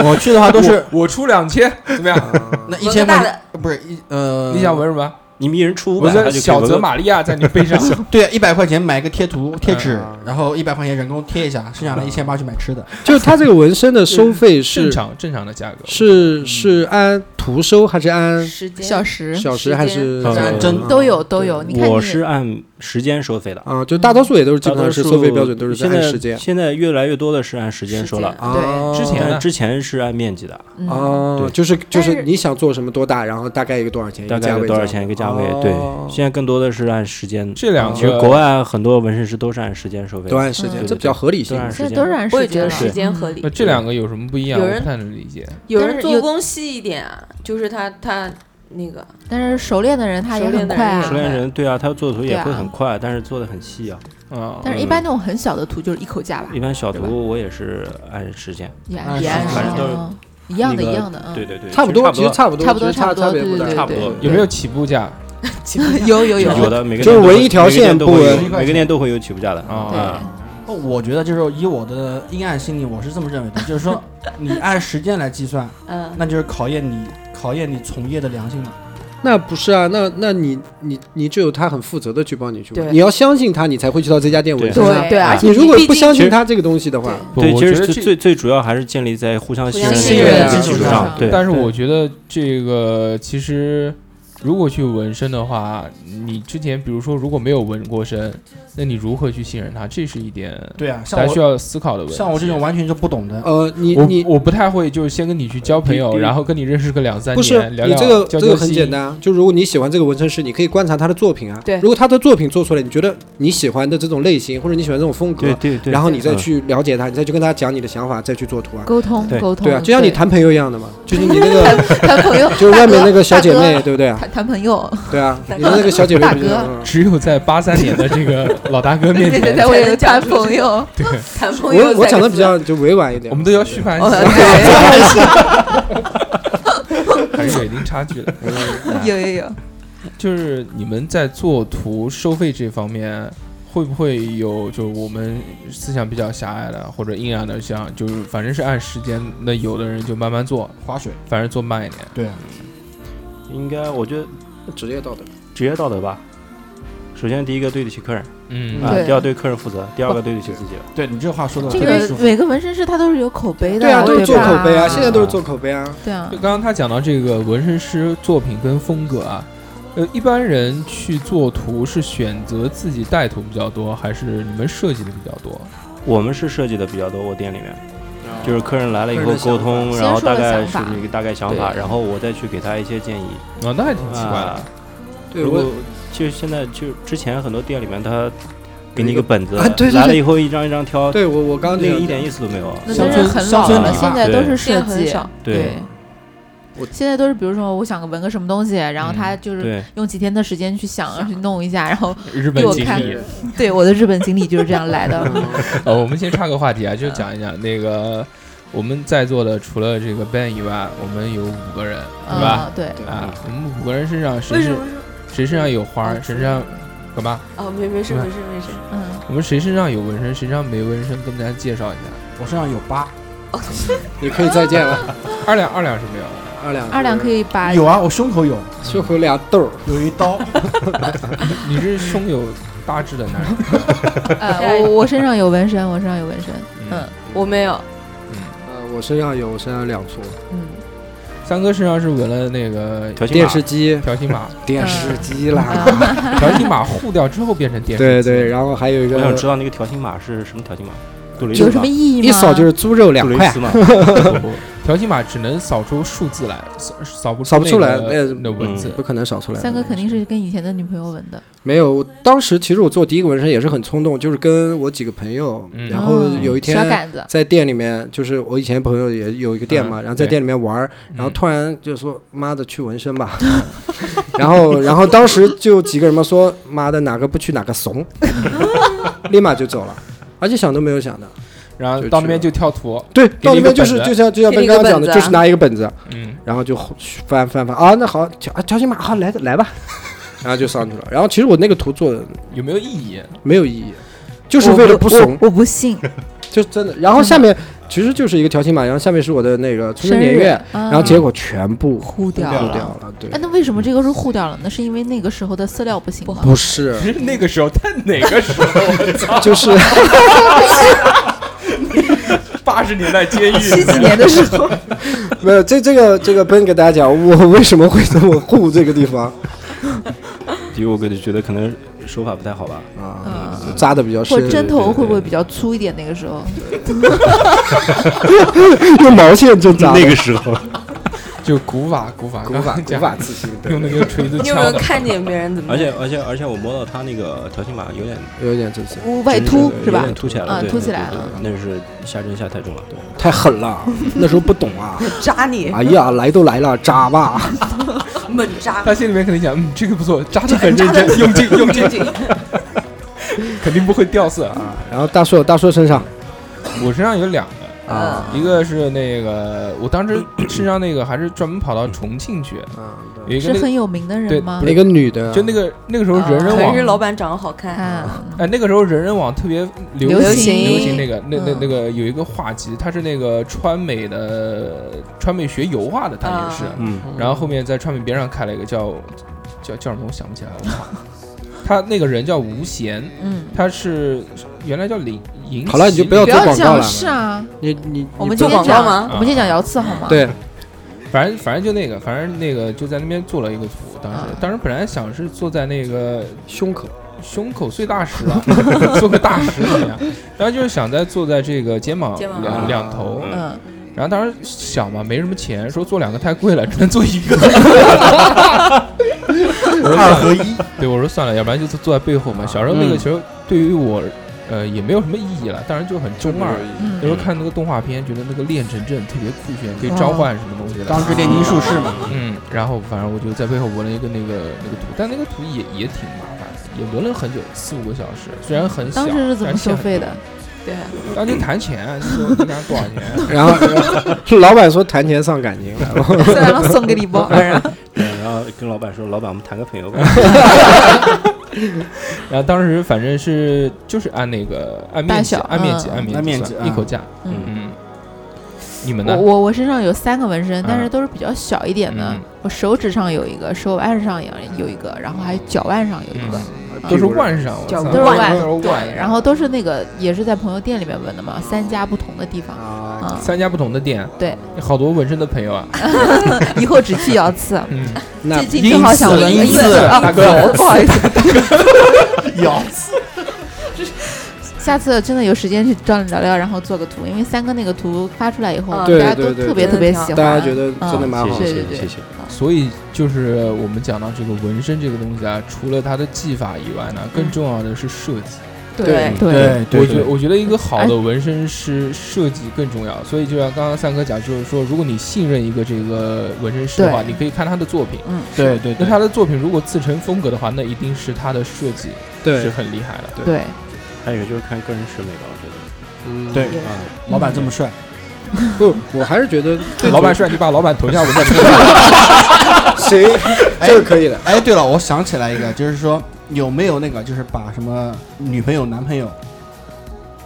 S7: 我去的话都是
S3: 我出两千，怎么样？
S4: 啊
S7: 那一
S5: 纹
S7: 千
S5: 个大
S7: 块，
S5: 的，
S7: 不是一呃，
S3: 你想纹什么？
S6: 你们一人出五
S3: 我
S6: 百，
S3: 说
S6: 他就可以
S3: 小
S6: 纹
S3: 泽
S6: 个
S3: 玛利亚在你背 上，
S7: 对，一百块钱买个贴图贴纸
S4: 嗯，
S7: 然后一百块钱人工贴一下，剩下的一千八去买吃的。
S4: 就是它这个纹身的收费
S3: 正
S4: 是
S3: 常正常的价格。
S4: 是是按图收还是按
S5: 时间
S1: 小时
S4: 小时还是嗯
S6: 时间
S4: 按
S7: 针
S1: 都有都有，你看
S6: 我
S1: 你
S6: 是按时间收费的，
S4: 啊，就大多数也都是基
S6: 大
S4: 本上
S6: 多
S4: 是
S6: 数
S4: 收费标准都是在
S6: 现
S4: 按
S6: 在
S4: 时间
S6: 现在越来越多的是按时间收了，
S1: 时间
S4: 啊
S3: 之前
S6: 但是之前是按面积的，
S1: 对，嗯
S4: 啊
S6: 对，
S4: 就是就
S1: 但是
S4: 是你想做什么多大，然后大概一个多少钱，一
S6: 大
S4: 个
S6: 概
S4: 价
S6: 有
S4: 位
S6: 多
S4: 这
S6: 少
S4: 样
S6: 钱一个价
S4: 哦
S6: 位？对，现在更多的是按时间。
S3: 这两
S6: 其实
S3: 个
S6: 国外很多纹身师都是按时间收费
S4: 都
S6: 的，
S4: 按时间，
S1: 嗯
S4: 这比较合理性
S6: 都。按时
S1: 现在
S6: 间。
S1: 都是按
S5: 我
S1: 时
S5: 也觉
S1: 间了，
S5: 得时间合
S1: 嗯。
S5: 理
S3: 那。这两个有什么不一样？
S5: 有
S3: 我
S5: 人
S3: 不太能理解。
S5: 有
S1: 但
S5: 人
S1: 是
S5: 做
S1: 有
S5: 工细一点啊，就是他他那个
S1: 嗯但是熟练的人他也
S5: 熟
S1: 很
S5: 练的
S1: 快
S5: 人
S1: 啊
S5: 也
S6: 熟。练人对啊，他做图也
S1: 对
S6: 会
S1: 啊
S6: 很快，但是做的很细啊。
S3: 啊，
S1: 但是一般那种很小的图就是一口价吧
S4: 嗯
S6: 一，般小
S1: 对吧
S6: 图我也是按时间。
S1: 也
S7: 按
S1: 按也按
S7: 时
S1: 时
S6: 反正
S1: 间
S6: 都是
S1: 啊，一样的，
S6: 那
S1: 一
S6: 个
S1: 样的，嗯，
S6: 对对对，
S4: 差不多，
S6: 其
S4: 其
S6: 实
S4: 实差不多，
S1: 差不多
S4: 其实差
S1: 差不多
S4: 别不大
S1: 对对对
S6: 差 不多
S3: 有没有起步价？
S1: 有有
S6: 有
S1: 有，
S6: 的每个
S4: 就是
S6: 店都
S4: 纹
S6: 会
S4: 一条
S6: 每个店
S4: 线
S6: 都
S4: 不
S6: 会有
S4: 纹
S6: 每个店都会有起步价的
S1: 啊
S3: 哦
S6: 嗯
S7: 哦我觉得就是以我的阴暗心理，我是这么认为的，就是说你按时间来计算，
S5: 嗯，
S7: 那就是考验你考验你从业的良心了。
S4: 那不是啊，那那你你你只有他很负责的去帮你去纹，
S5: 对
S4: 你要相信他，你才会去到这家店纹
S6: 对
S4: 身啊。
S5: 对
S1: 而
S5: 啊
S1: 且
S4: 你如果
S1: 毕
S4: 不
S1: 竟
S4: 相
S6: 其
S4: 信
S6: 实
S4: 他这个东西的话，
S5: 对
S6: 对，
S3: 我
S6: 其
S3: 觉得
S6: 实最最最主要还是建立在互相
S5: 互
S6: 信
S5: 相
S6: 任
S5: 信
S6: 任
S5: 任
S6: 的
S5: 的
S6: 基
S5: 基
S6: 础
S5: 础
S6: 上
S1: 上，
S6: 对，
S3: 但是
S1: 对
S3: 我觉得这个其实，如果去纹身的话，你之前比如说如果没有纹过身，那你如何去信任他？这是一点
S7: 对啊，像
S3: 咱需
S7: 我
S3: 要思考的问题。
S7: 像我这种完全就不懂的，
S4: 呃，你
S3: 我
S4: 你
S3: 我不太会，就是先跟你去交朋
S6: 比
S3: 友，
S6: 比
S3: 然后跟你认识个两三年，
S4: 不是
S3: 聊
S4: 你
S3: 聊
S4: 这个
S3: 交
S4: 这个
S3: 交
S4: 很
S3: 心
S4: 简单，啊，就如果你喜欢这个纹身师，你可以观察他的作品啊。
S5: 对
S4: 如果他的作品做出来，你觉得你喜欢的这种类型或者你喜欢这种风
S6: 对
S4: 格，
S6: 对对，
S4: 然后你再
S6: 嗯
S4: 去了解他，你再去跟他讲你的想法，再去做图啊。
S1: 沟通
S6: 对
S1: 沟通，
S4: 对啊，就像你谈朋友一样的嘛，就是你那个
S1: 谈朋友，
S4: 就是外面
S1: 大哥
S4: 那个小姐，
S1: 大
S4: 妹，
S1: 哥
S4: 对不对啊？
S1: 谈谈朋友，
S4: 对啊，
S5: 大
S4: 你的那个小姐妹
S1: 大
S4: 不是
S1: 哥
S4: 嗯
S3: 只有在八三年的这个老大哥面
S1: 对对
S3: 前，
S1: 对，我也
S5: 才能
S1: 谈
S5: 讲出
S1: 朋友，
S5: 谈朋友
S4: 我我讲的
S5: 三个
S4: 比
S5: 字
S4: 较就委婉一点，
S3: 我们都要续盘
S1: 哦
S3: 一下，
S1: 对，
S3: 还是有一定差距的。
S1: 有有有，
S3: 就是你们在做图收费这方面，会不会有就我们思想比较狭隘的或者阴暗的，像就是反正是按时间，那有的人就慢慢做，
S7: 划水。
S3: 反正做慢一点。
S7: 对啊，
S6: 应该我觉得
S4: 职业道德。
S6: 职业道德吧。首先，第一个对得起客人，
S3: 嗯
S6: 啊
S1: 对，
S6: 第二对客人负责，第二个对得起自己。
S7: 对你这话说的
S1: 这
S7: 特别
S1: 个
S7: 舒服。
S1: 每个纹身师他都是有口碑的，
S4: 对啊，都是做
S1: 吧
S4: 口碑啊，现在都是做口碑啊。
S1: 对啊
S3: 就，刚刚他讲到这个纹身师作品跟风格啊，呃，一般人去做图是选择自己带图比较多，还是你们设计的比较多？
S6: 我们是设计的比较多，我店里面就是客人来了以
S4: 客
S6: 后
S4: 人的想
S6: 沟
S4: 法
S6: 通，
S1: 先
S6: 然后
S1: 说
S6: 大
S1: 了
S6: 概
S1: 想
S6: 是
S1: 法
S6: 一个大概想法，
S3: 对
S6: 然后我再去给他一些建议。
S3: 啊、那还挺奇怪的。
S6: 啊
S4: 对
S6: 如
S4: 我
S6: 果就现在就之前很多店里面他给你一个本子，
S4: 啊对对对
S6: 来了以后一张一张挑，
S4: 对我我刚刚
S6: 那个
S4: 讲
S6: 一点意思都没有。
S1: 那
S7: 乡
S1: 真是
S7: 村
S1: 很
S7: 乡
S1: 老
S7: 村
S1: 了，
S7: 理发
S1: 现在都
S6: 对
S1: 是设
S5: 店很
S1: 计啊
S5: 少，
S6: 对
S4: 我嗯
S1: 现在都是，比如说，我想纹个什么东西，然后他就是
S6: 对，
S1: 用几天的时间去想，去弄一下，然后
S3: 日
S1: 给
S3: 本
S1: 我
S3: 经
S1: 看
S3: 历。。啊
S1: 对，我的日本经历就是这样来的。
S3: 呃，我们先岔个话题啊，就讲一讲那个我们在座的，除了这个 Ben 以外，我们有五个人，对
S1: 嗯，
S3: 吧？
S1: 对，
S3: 啊，我们五个人身上谁
S5: 为什
S3: 身
S5: 么嗯是？
S3: 谁身上有花儿，谁身上干嘛？
S5: 哦，没没事
S3: 对
S5: 没事没事。
S1: 嗯，
S3: 我们谁身上有纹身，谁身上没纹身，跟大家介绍一下。
S7: 我身上有疤，
S4: 你可以再见了，
S3: 二两，二两是没有的。
S4: 二两
S1: 二两可
S4: 以
S1: 以把
S7: 有啊，我胸口有，
S4: 胸口俩豆儿，
S7: 有一刀，
S3: 你是胸有大志的 男人，
S1: 呃，我我身上有纹身，我身上有纹身。嗯
S5: 我没有，
S4: 呃，我身上有，我身上两撮
S1: 嗯，
S3: 三哥身上是纹了那个
S6: 条形
S4: 电
S6: 码
S4: 视机，
S3: 条形 码，
S4: 电视机
S1: 嗯
S4: 啦，
S1: 啊
S3: 条形码糊掉之后变成电视。
S4: 对对，然后还有一
S6: 我想知
S4: 个
S6: 道那个条形码是什么条形码？杜蕾斯
S1: 有
S6: 吗？
S1: 什么意义吗？
S4: 一扫就是猪肉两
S6: 杜蕾
S4: 块
S6: 斯， 嘛，
S3: 条形码只能扫出数字来，扫扫不
S4: 扫不出来
S3: 那
S4: 那
S3: 个那文字。
S4: 不可能少出来。
S1: 三哥肯定是跟以前的女朋友纹的。
S4: 没有，我当时其实我做第一个纹身也是很冲动，就是跟我几个朋友，
S3: 嗯
S4: 然后
S1: 嗯
S4: 有一
S1: 小
S4: 天
S1: 杆子，
S4: 在店里面，就是我以前朋友也有一个店嘛，
S3: 嗯
S4: 然后在
S3: 对
S4: 店里面玩儿，然后
S3: 嗯
S4: 突然就说妈的去纹身吧， 然后然后当时就几个人嘛说妈的哪个不去哪个怂， 立马就走了。而且想都没有想的，
S3: 然后到那边就跳图，
S4: 对，到那
S3: 你一个
S4: 边就是
S3: 本子
S4: 就像就像
S5: 给你
S4: 刚
S5: 一个
S4: 刚讲的，
S5: 本子啊
S4: 就是拿一个本子，
S3: 嗯，
S4: 然后就翻翻翻啊，那好，条啊条形码好来来吧， 然后就上去了。然后其实我那个图做的
S3: 有没有意义？
S4: 没有意义，就是为了不
S1: 我
S4: 怂，
S1: 我 不信。
S4: 就真的。然后下面其实就是一个条形码，然后下面是我的那个出生
S1: 生
S4: 年
S1: 日，
S4: 月，
S1: 然
S4: 然后结果全部糊
S1: 糊掉
S4: 掉
S1: 了。
S4: 了。对
S1: 哎，，那为什么这个是糊掉了呢？是因为那个时候的色料不行吗？
S4: 不是，
S3: 是那个时候，他哪个时候？
S4: 就是
S3: 八十年代监狱
S1: 七几年的时 候，
S4: 没有这这个这个奔给大家讲，我为什么会这么护这个地方
S6: 第一我个就觉得可能手法不太好吧。
S4: 啊
S1: 嗯？
S4: 扎的比较
S1: 或
S4: 深
S1: 者，针头会不会
S6: 对对对
S1: 比较粗一点？那个时候，
S4: 用毛线针 扎的。
S6: 个时 候，
S3: 就古法，古法，
S4: 古法
S3: 刚刚
S4: 古
S3: 讲
S4: 法刺青，对
S3: 用那个锤子
S5: 你有
S3: 敲
S5: 没有
S3: 的。
S5: 看见别人怎么？
S6: 而且而且而且我摸到他那个条形码有点
S4: 有点这些，
S1: 屋外凸
S6: 有
S1: 是吧
S6: 点？凸起来了，
S1: 啊
S6: 对
S1: 凸起
S6: 对
S1: 来
S6: 对
S1: 了
S6: 对那是下针下太重了。对，
S4: 太狠了，那时候不懂啊。
S5: 扎你，
S4: 哎呀，来都来了，扎吧。
S5: 猛扎，
S3: 他心里面肯定想，嗯，这个不错，扎的很认真，用 劲用劲，肯定不会掉色啊。
S4: 然后大硕，大硕身上
S3: 我身上有两个，
S4: 啊
S1: 嗯
S3: 一个是那个，我当时身上那个还是专门跑到重庆去，
S4: 啊，
S3: 有一
S1: 是
S3: 个那个
S1: 很有名的
S3: 对
S1: 人吗
S3: 不？
S4: 那个女的，
S3: 就那个那个时候人人
S1: 啊
S5: 还
S3: 网
S5: 是老板长得好看，
S1: 看，
S3: 哎，那个时候人人网特别流
S1: 流
S3: 行
S1: 行
S3: 流行那个那那
S1: 嗯
S3: 那个有一个画集，它是那个川美的川美学油画的，它也是。
S5: 啊
S6: 嗯，
S3: 然后后面在川美边上开了一个叫叫叫什么，我想不起来了。我操他那个人叫吴贤，
S1: 嗯，
S3: 他是原来叫林银。
S4: 好了你就不要
S1: 不
S4: 做
S1: 要
S4: 广告
S1: 讲
S4: 了
S1: 是啊，
S4: 你你
S1: 我们
S4: 就
S1: 今
S5: 做广
S1: 天
S5: 告
S1: 讲
S5: 吗
S1: 我们今天讲姚刺好吗？，
S4: 对，
S3: 反正反正就那个，反正那个就在那边做了一个图。当时
S1: 啊
S3: 当时本来想是坐在那个
S4: 胸口
S3: 胸口碎大石啊，做个大石一样，然后就是想在坐在这个肩膀
S5: 肩膀
S3: 两
S4: 啊
S3: 两头，
S1: 嗯，
S3: 然后当时想嘛，没什么钱，说做两个太贵了，只能做一个。我说
S7: 二
S3: 算了，
S7: 合一，啊嗯
S3: 对我说算了，要不然就坐在背后嘛。小时候那个其实对于我，呃，也没有什么意义了，当然就很中二。
S1: 嗯
S3: 那时候看那个动画片，觉得那个炼成阵特别酷炫，可以召唤什么东西的。
S7: 当时炼金术士嘛，
S3: 嗯，然后反正我就在背后纹了一个那个那个图，但那个图也也挺麻烦的，也纹了很久，四五个小时，虽然很小。
S1: 当时是怎么
S3: 但
S1: 收
S3: 现
S1: 费的？
S5: 对，
S3: 在？ 当时谈钱，就说你拿多少钱？
S4: 然后然后老板说谈钱伤感 情，然后
S1: 虽然送给 你包，
S6: 对然后跟老板说，老板我们谈个朋友吧。
S3: 然后当时反正是就是按那个按面积
S1: 大小
S3: 按面积
S1: 嗯
S3: 按面
S7: 按面积
S3: 算
S7: 啊
S3: 一口价，
S1: 嗯
S3: 嗯，你们
S1: 我
S3: 呢？
S1: 我我身上有三个纹身，但是
S3: 嗯
S1: 都是比较小一点的
S3: 嗯。
S1: 我手指上有一个，手腕上有有一个，然后还有脚腕上有一个，
S3: 都是腕上，我
S5: 叫
S3: 操
S5: 腕
S1: 都是腕
S3: 都是腕
S1: 对， 然后都是那个也是在朋友店里面纹的嘛，三家不同的地方
S4: 啊，
S1: 啊。
S3: 三家不同的店，
S1: 对，
S3: 你好多纹身的朋友啊，
S1: 以后只去姚刺，
S3: 嗯，
S4: 那
S1: 最近正好想纹个
S7: 因
S1: 因
S7: 此
S1: 此啊，
S3: 大哥
S1: 不好意思，
S7: 咬
S1: 下次真的有时间去专门聊聊，然后做个图，因为三哥那个图发出来以后，
S5: 嗯
S1: 大
S4: 对
S1: 家都
S4: 对对
S1: 特别
S5: 对
S1: 特别
S5: 真的
S1: 喜
S5: 挺
S1: 欢，
S4: 大家觉得真的蛮好
S6: 谢
S4: 的。
S1: 啊对对
S6: 谢谢谢
S1: 对
S6: 谢谢。
S3: 所以就是我们讲到这个纹身这个东西啊，除了它的技法以外呢，更重要的是设计。
S1: 嗯
S5: 对
S7: 对对
S3: 我觉
S7: 对
S3: 我觉得一个好
S1: 哎
S3: 的纹身师设计更重要。所以就像刚刚三哥讲，就是说，如果你信任一个这个纹身师的话，
S1: 对
S3: 你可以看他的作品。
S1: 嗯，
S7: 对对
S3: 那
S7: 对，
S3: 他的作品如果自成风格的话，那一定是他的设计是
S4: 对，
S3: 很厉害的。对
S1: 对，
S6: 还有一个就是看个人审美吧，我
S4: 嗯
S7: 对
S6: 觉得啊，
S7: 老板这么帅，
S4: 不，我还是觉得最
S3: 老板
S4: 主
S3: 帅，你把老板头像纹在身上。
S4: 谁这个可以的，
S7: 哎，对了，我想起来一个，就是说有没有那个，就是把什么女朋友、男朋友，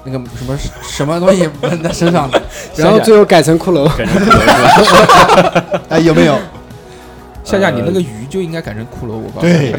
S7: 那个什么什么东西纹在身上的，
S4: 然后最后改成骷髅。
S6: 感觉可能是吧
S7: 哎，有没有？
S3: 夏夏，你那个鱼就应该改成骷髅，我告诉你。
S7: 对，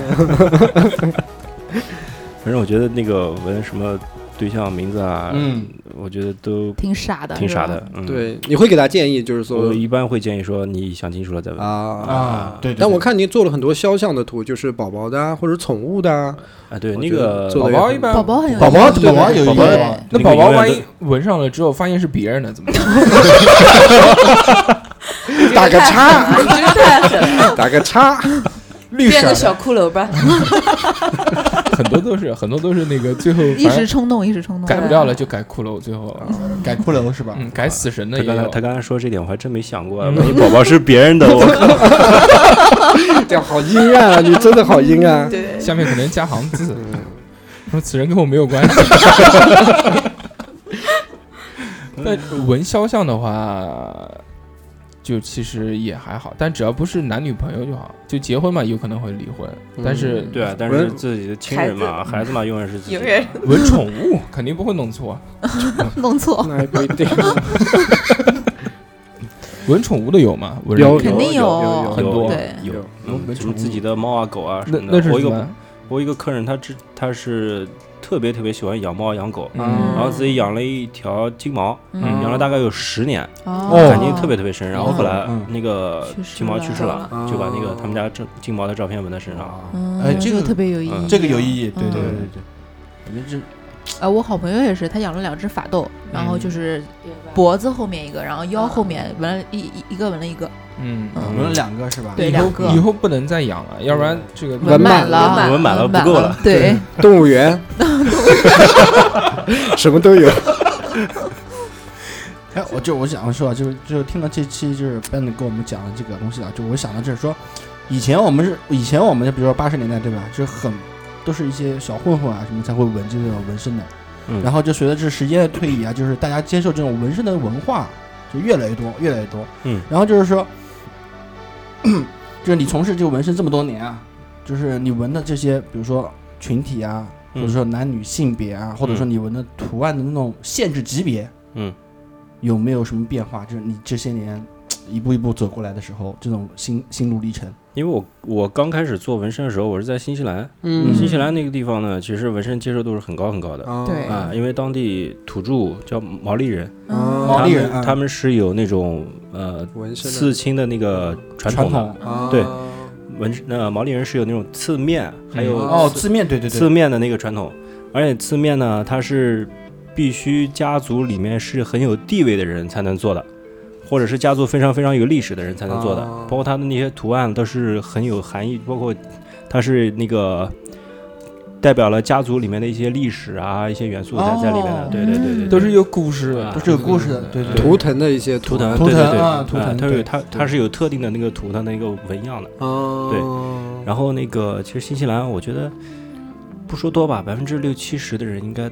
S6: 反正我觉得那个纹什么对象名字啊，
S7: 嗯，
S6: 我觉得都
S1: 挺傻的，
S6: 挺
S1: 是
S6: 傻
S1: 吧
S6: 的。。嗯，，
S4: 对，你会给他建议，就是说
S6: 我一般会建议说你想清楚了再纹。
S4: 啊。
S7: 啊，对。对
S4: 但我
S7: 对
S4: 看你做了很多肖像的图，就是宝宝的啊，或者宠物的啊。
S6: 啊，对，
S4: 我
S6: 那
S4: 觉得
S6: 个
S4: 做
S3: 宝
S4: 得
S3: 宝一般
S1: 宝宝很有
S7: 宝宝
S1: 意思
S7: 宝宝有
S6: 宝
S7: 一
S6: 宝
S7: 个，
S3: 那
S6: 那个
S3: 宝宝
S6: 永远
S3: 万
S6: 都
S3: 一纹上了之后发现是别人的，怎么办？
S4: 打个叉，
S5: 你这个太狠 了，
S4: 打个叉。
S3: 绿
S5: 变个
S3: 色的
S5: 小骷髅吧。
S3: 很多都是很 多都是那个最后
S1: 一
S3: 反
S1: 时
S3: 正
S1: 冲动，一时冲动，
S3: 改不掉了就改骷髅，最后
S7: 改骷髅是吧？
S3: 嗯改死神的
S6: 他
S3: 也
S6: 刚才
S3: 有
S6: 他。刚才说这点，我还真没想过，
S3: 嗯
S6: 万一宝宝是别 人的，我靠
S4: 这样好阴暗啊！你真的好阴暗。啊
S5: 对，
S3: 下面可能加行字，说此人跟我没有关系。那纹肖像的话，就其实也还好，但只要不是男女朋友就好。就结婚嘛，有可能会离婚，但是
S6: 对啊，但是自己的亲人嘛，孩子嘛，永远是自己的
S5: 永 远
S3: 纹宠物肯定不会弄错。啊
S1: 弄错，
S4: 那也不一定。
S3: 纹宠物的有吗？纹
S4: 有
S1: 肯定
S6: 有
S1: 有
S3: 很多
S1: 对
S6: 有
S4: 有
S6: 嗯，
S7: 有
S6: 什么自己的猫啊狗啊什
S3: 那
S6: 么的。
S3: 那是
S6: 我一
S3: 什
S6: 个
S3: 么？
S6: 我一个客人，他之他是特别特别喜欢养猫养狗，
S3: 嗯
S6: 然后自己养了一条金毛，
S1: 嗯
S6: 养了大概有十年，
S1: 哦
S6: 感嗯情特别特别深。然后后来
S7: 嗯
S6: 那个
S1: 去世
S6: 金毛
S1: 了
S6: 去世了
S4: 哦，
S6: 就把那个他们家这金毛的照片纹在身上。
S4: 啊
S1: 嗯
S7: 哎这个
S1: 特别有意义，
S6: 嗯
S7: 这个有意义，对
S1: 嗯
S7: 对对对对。我觉得这
S1: 啊，我好朋友也是，他养了两只法斗，然后
S3: 嗯
S1: 就是脖子后面一个，然后腰后面纹了一一一个纹了一个，
S3: 嗯，
S7: 我们两个是吧？
S1: 对
S3: 以后
S1: 两个
S3: 以后不能再养了，要不然这个
S4: 纹满
S1: 满
S4: 了
S1: 了，
S6: 纹满了
S1: 了，
S6: 不够
S1: 了
S6: 了，
S1: 对，
S4: 动物 园， 什么都有。
S7: 哎，我就我想说啊，就是就听到这期就是 Ben 跟我们讲的这个东西啊，就我想到就是说，以前我们是以前我们就比如说八十年代对吧，就是很都是一些小混混啊什么才会纹这种纹身的，
S6: 嗯
S7: 然后就随着这时间的推移啊，就是大家接受这种纹身的文化就越来越多，越来越多。
S6: 嗯，
S7: 然后就是说， 就是你从事这个纹身这么多年啊，就是你纹的这些，比如说群体啊，或
S6: 嗯
S7: 者说男女性别啊，或者说你纹的图案的那种限制级别，
S6: 嗯，
S7: 有没有什么变化？就是你这些年一步一步走过来的时候，这种心心路历程，
S6: 因为我我刚开始做纹身的时候，我是在新西兰，
S7: 嗯
S6: 新西兰那个地方呢，其实纹身接受度是很高很高的
S4: 啊
S1: 对
S6: 啊，因为当地土著叫毛利人，
S1: 嗯
S7: 毛
S6: 他
S7: 利人
S6: 们
S7: 啊
S6: 他们是有那种呃
S4: 纹身的
S6: 刺青的那个传
S7: 传
S6: 统
S7: 统
S6: 的
S4: 啊
S6: 对纹身，呃毛利人是有那种刺面，还有
S7: 哦，
S6: 刺
S7: 字面对对
S6: 刺
S7: 对，
S6: 面的那个传统，而且刺面呢，它是必须家族里面是很有地位的人才能做的。或者是家族非常非常有历史的人才能做的，
S4: 哦
S6: 包括它的那些图案都是很有含义，包括它是那个代表了家族里面的一些历史啊，一些元素在、在里面的
S7: 哦。
S6: 对对对对，
S3: 都是有故事的，
S6: 啊
S7: 都是有故事的，对对对
S4: 图腾的一些
S6: 图腾，
S7: 图
S6: 对对
S7: 腾
S6: 对
S7: 啊图腾
S6: 它
S7: 对
S6: 有它它是有特定的那个图腾的一个纹样的。对
S4: 哦，
S6: 然后那个其实新西兰，我觉得不说多吧，百分之六七十的人应该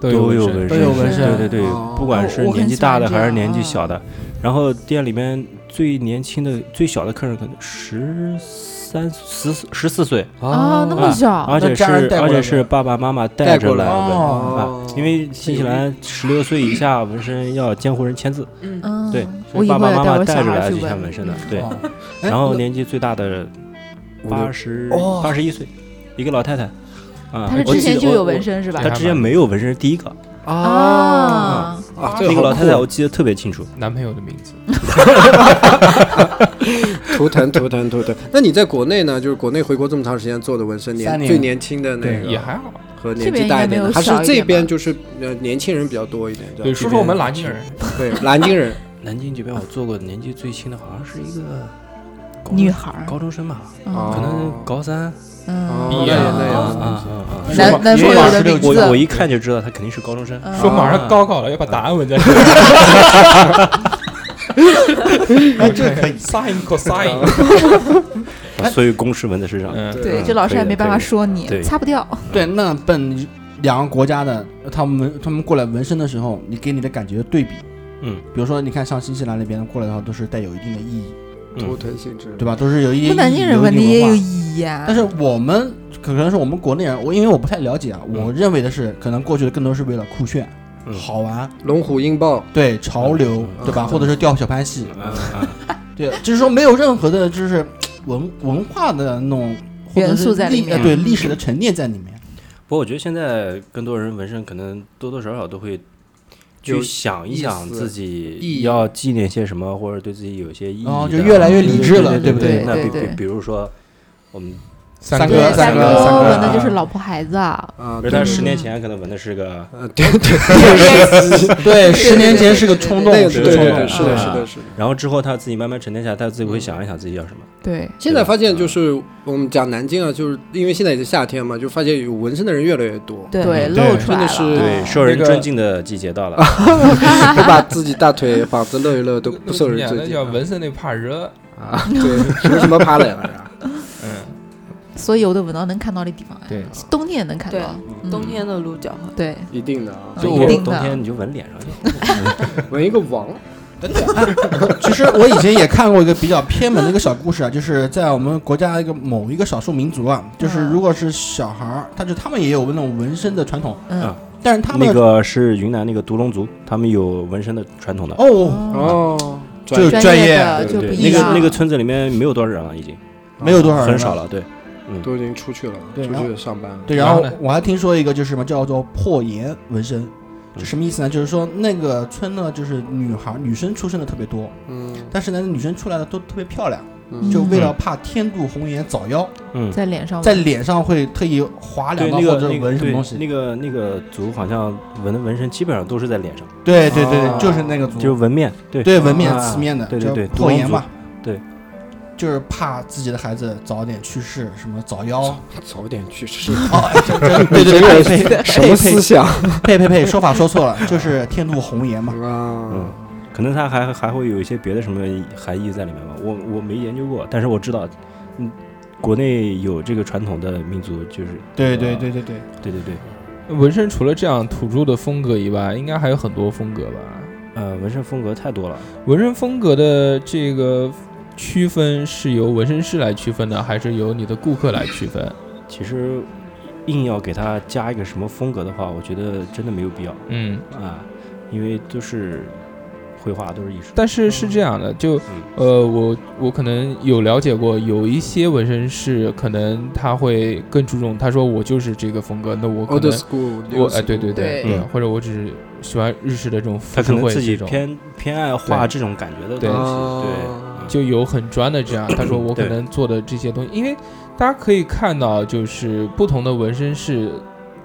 S3: 都
S6: 有
S3: 有
S6: 纹
S7: 都有纹身
S6: 对对对
S4: 哦，
S6: 不管是
S1: 我我很
S6: 年纪大的
S1: 喜欢这样
S6: 还是年纪小的。然后店里面最年轻的、最小的客人可能十三、十十四岁，
S4: 哦
S1: 啊，那么小，
S6: 而且是
S7: 家人带过
S6: 而
S7: 来
S6: 且
S7: 的
S6: 是爸爸妈妈带
S4: 带
S6: 着
S4: 过来
S6: 来纹
S7: 哦
S6: 啊，因为新西兰十六岁以下纹身要监护人签字，
S1: 嗯，
S6: 对，
S1: 我
S6: 所以
S1: 以
S6: 爸
S1: 后
S6: 爸
S1: 要
S6: 妈
S1: 带
S6: 妈
S1: 我小
S6: 带着
S1: 孩
S6: 来
S1: 去嗯
S6: 去看纹身的，对。
S7: 哦哎
S6: 然后
S7: 那
S6: 年纪最大的八十
S7: 哦
S6: 八十一岁，一个老太太啊，
S1: 他是
S6: 我
S1: 之
S6: 记
S1: 前
S6: 得
S1: 就
S6: 我
S1: 有
S6: 我
S1: 纹身是吧
S6: 她？之前没有纹身是第一个，
S4: 啊
S1: 啊，
S4: 啊，这
S6: 那
S4: 个好
S6: 个老
S4: 酷
S6: 太太我记得特别清楚。
S3: 男朋友的名字。
S4: 图腾图腾图腾。那你在国内呢？就是国内回国这么长时间做的纹身，
S7: 三
S4: 年
S7: 年
S4: 最年轻的那
S3: 也
S4: 个
S3: 还好，
S4: 和
S1: 这
S4: 年纪
S1: 边
S4: 大
S1: 应
S4: 一
S1: 该
S4: 点的，
S1: 没有
S4: 还是
S1: 少一
S4: 这
S1: 点
S4: 边
S1: 吧
S4: 就是呃年轻人比较多一点。
S3: 对，说说我们南京人，
S4: 对南京人，
S6: 南京这边我做过年纪最轻的，好像是一个高中
S1: 女孩儿，
S6: 高中生吧，
S4: 哦
S6: 可
S1: 嗯
S6: 能高三。
S1: 嗯，
S3: 毕业
S6: 啊
S3: 了
S6: 啊啊啊！
S1: 南南方
S6: 说吧因为
S1: 有
S6: 我
S1: 的名
S6: 我我
S1: 字，
S6: 一看就知道他肯定是高中生。
S1: 嗯
S3: 说马上高考了，要把答案问在
S7: 哎，这个可以，
S3: sin cosine，
S6: 所以公式文在身上。
S3: 嗯，
S1: 对，
S4: 啊
S1: 这老师
S6: 可
S1: 也
S6: 以的
S1: 没办
S6: 可
S1: 法
S6: 以的
S1: 说你，
S6: 对
S1: 擦不掉。
S7: 对，那本两个国家的他们他们过来纹身的时候，你给你的感觉对比，
S6: 嗯，
S7: 比如说你看像新西兰那边过来的话，都是带有一定的意义，
S6: 嗯
S4: 图腾性质
S7: 对吧？都是有一定
S1: 那南京人
S7: 文
S1: 纹的也有意义啊
S7: 但，是我们可能是我们国内人，我因为我不太了解啊，我认为的是，可能过去的更多是为了酷炫、
S6: 嗯
S7: 好玩，
S4: 龙虎鹰豹，
S7: 对潮流，
S6: 嗯
S7: 对吧？
S4: 嗯
S7: 或者是钓小拍戏，
S6: 嗯嗯
S7: 对，就是说没有任何的，就是文文化的那种或者是
S1: 元素在里
S7: 历
S1: 面
S7: 呃对历史的沉淀在里面。
S6: 不过我觉得现在更多人纹身，可能多多少少都会
S4: 有
S6: 去想一想
S4: 意思
S6: 自
S4: 意
S6: 己
S4: 义
S6: 要纪念些什么，或者对自己有些意义的。
S7: 哦就越来越理智了
S6: 对
S1: 对
S6: 对？那
S1: 对
S6: 比
S1: 对
S6: 比比如说，我们
S3: 三
S7: 哥
S1: 对，
S7: 三
S1: 三
S7: 哥三哥
S1: 纹的
S7: 啊
S1: 就是老婆孩子啊，
S4: 啊，
S6: 不是
S4: 对
S6: 他十年前可能纹的 是个
S4: 呃对对，
S7: 对，十年前是个冲动，
S4: 那个
S6: 是
S4: 是
S6: 的
S4: 对对
S7: 个冲
S6: 是
S4: 对是
S6: 的
S7: 动，
S4: 的是的是的。
S6: 然后之后他自己慢慢沉淀下来，他自己会想一想自己要什么。
S7: 嗯
S1: 对，
S4: 现在发现就是我们讲南京啊，就是因为现在也是夏天嘛，就发现有纹身的人越来越多，
S1: 对，
S7: 嗯
S1: 露出
S4: 真的
S1: 来了，
S4: 是
S6: 对，受人尊敬的季节到了。
S4: 都把自己大腿膀子露一露都不受人尊
S3: 那
S4: 敬
S3: 叫纹身那怕热，
S4: 啊，对，什么什么趴来了呀？
S3: 嗯，
S1: 所以我都闻到能看到的地方，哎
S3: 对，
S1: 冬天也能看
S5: 对
S1: 到，嗯
S5: 冬天的鹿角哈，
S1: 对，
S4: 一定的啊，
S3: 就
S1: 就
S3: 我
S1: 一
S6: 冬
S1: 定
S6: 冬
S1: 的
S6: 天你就纹脸上去。
S4: 纹一个王，
S7: 其实我以前也看过一个比较偏门的一个小故事啊，就是在我们国家一个某一个少数民族啊，就是
S1: 嗯
S7: 如果是小孩儿，他就他们也有那种纹身的传统，
S1: 嗯
S6: 啊，
S7: 但是他们
S6: 那个是云南那个独龙族，他们有纹身的传统的。
S7: 哦，
S4: 哦，
S7: 就
S4: 专业
S7: 是
S1: 专
S7: 业
S1: 的
S6: 对
S1: 就不
S6: 对，
S1: 一
S6: 那
S1: 样，
S6: 个那个村子里面没有多少人了，已经
S7: 没有多少人
S6: 很少了。对，
S4: 啊都已经出去了，
S7: 对
S4: 出
S7: 然后
S4: 去上班了。
S7: 对，
S3: 然
S7: 然
S3: 后
S7: 后
S3: 呢
S7: 我还听说一个就是什么叫做破岩纹身，就什么意思呢？就是说那个村呢，就是女孩女生出生的特别多，
S4: 嗯，
S7: 但是呢女生出来的都特别漂亮，
S4: 嗯
S7: 就为了
S6: 嗯
S7: 怕天妒红颜早夭，
S6: 嗯，
S1: 在脸上
S7: 在
S1: 纹
S7: 脸上会特意划
S6: 对
S7: 两刀
S6: 那
S7: 或
S6: 个
S7: 者
S6: 那个
S7: 纹什么
S6: 对
S7: 东西。
S6: 那个那个族好像纹的纹身基本上都是在脸上，
S7: 对对对
S6: 啊
S4: 哦
S7: 对，就是那个
S6: 就是
S7: 族，
S6: 纹面。对
S7: 嗯对纹面
S4: 啊
S7: 刺面的，
S6: 对对
S7: 叫
S6: 对
S7: 破岩
S6: 独龙
S7: 嘛
S6: 族，对，
S7: 就是怕自己的孩子早点去世，什么早夭。
S4: 早点去试。
S7: 哦，这这 对对对，呸呸
S4: 什么
S7: 呸
S4: 思想
S7: 呸呸呸，说法说错了，就是天妒红颜嘛。
S6: 嗯
S4: 啊？，
S6: 可能它还还会有一些别的什么含义在里面吧，我我没研究过，但是我知道，嗯，国内有这个传统的民族，就是
S7: 对对对对对，
S6: 对对对，
S3: 纹身除了这样土著的风格以外，应该还有很多风格吧？
S6: 呃，纹身风格太多了，
S3: 纹身风格的这个区分是由纹身师来区分的，还是由你的顾客来区分？
S6: 其实硬要给它加一个什么风格的话，我觉得真的没有必要
S3: 嗯，
S6: 啊，因为都是绘画，都是艺术。
S3: 但是是这样的，就
S6: 嗯
S3: 呃，我我可能有了解过，有一些纹身师可能他会更注重，他说我就是这个风格，那我可
S4: Old
S3: 能
S4: school，
S3: 我哎对
S1: 对
S3: 对对
S6: 嗯，
S3: 或者我只是喜欢日式的这种浮
S6: 他可
S3: 世
S6: 能
S3: 绘
S6: 自己
S3: 这种，
S6: 偏偏爱画
S3: 对
S6: 这种感觉的
S3: 对
S6: 东西，
S4: 哦
S6: 对，
S3: 就有很专的这样。他说我可
S6: 对
S3: 能做的这些东西，因为大家可以看到，就是不同的纹身是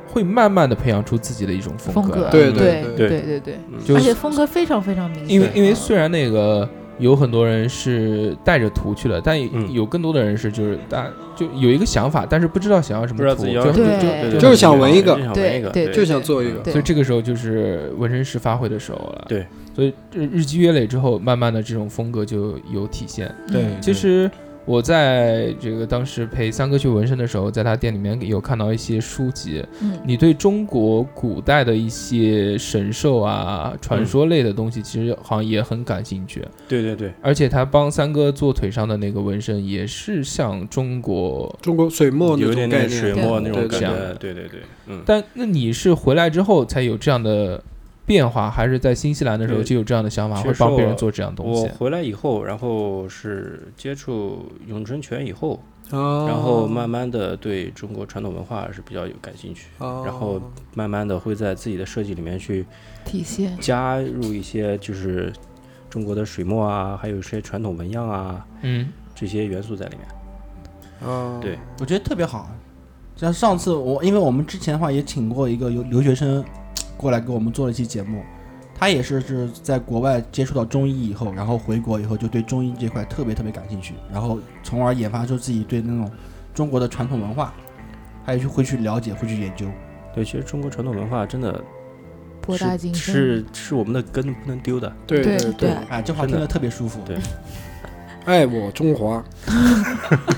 S3: 会慢慢的培养出自己的一种风
S1: 风
S3: 格
S1: 格，
S3: 来，
S4: 对
S1: 对
S4: 对
S6: 对
S1: 对对对，
S3: 就
S1: 而
S3: 是
S1: 且风格非常非常明显，
S3: 因为因为虽然那个有很多人是带着图去的，但也
S6: 嗯
S3: 有更多的人是就是大家就有一个想法，但是不知道想要什
S6: 不
S3: 么
S6: 知道
S3: 图，
S6: 自己
S3: 就
S6: 要
S1: 对
S6: 就
S4: 就是想纹一个
S6: 就想纹一
S1: 对
S6: 个，
S1: 对，
S4: 就想做一
S6: 嗯
S4: 个
S1: 对
S3: 所以这个时候就是纹身师发挥的时候了。
S6: 对，
S3: 所以这日积月累之后，慢慢的这种风格就有体现。
S7: 对
S3: 其
S6: 嗯
S3: 实我在这个当时陪三哥去纹身的时候，在他店里面有看到一些书籍，
S1: 嗯
S3: 你对中国古代的一些神兽啊、
S6: 嗯
S3: 传说类的东西，其实好像也很感兴趣。
S6: 对对对，
S3: 而且他帮三哥做腿上的那个纹身，也是像中国。
S4: 中国水墨那
S6: 有
S4: 种
S6: 点
S4: 概
S6: 那
S4: 念，
S6: 水
S1: 对
S6: 墨那种
S4: 对
S6: 感
S3: 这样
S6: 觉，对对对，嗯，
S3: 但那你是回来之后才有这样的变化，还是在新西兰的时候
S6: 对
S3: 就有这样的想法，
S6: 其
S3: 会
S6: 实
S3: 帮别人
S6: 我
S3: 做这样的东
S6: 我
S3: 西？
S6: 回来以后，然后是接触咏春拳以后，
S4: 哦
S6: 然后慢慢的对中国传统文化是比较有感兴趣，
S4: 哦
S6: 然后慢慢的会在自己的设计里面去
S1: 体现，
S6: 加入一些就是中国的水墨啊，还有一些传统纹样啊
S3: 嗯，
S6: 这些元素在里面。
S4: 哦
S6: 对
S7: 我觉得特别好。像上次我，因为我们之前的话也请过一个留留学生过来给我们做了一期节目，他也是是在国外接触到中医以后，然后回国以后就对中医这块特别特别感兴趣，然后从而研发出自己对那种中国的传统文化，还有去会去了解，会去研究。
S6: 对，其实中国传统文化真的
S1: 博大精深。
S6: 是是我们的根不能丢的。
S4: 对
S1: 对
S5: 对
S7: 哎，这话听着特别舒服。
S6: 对
S4: 爱我中华，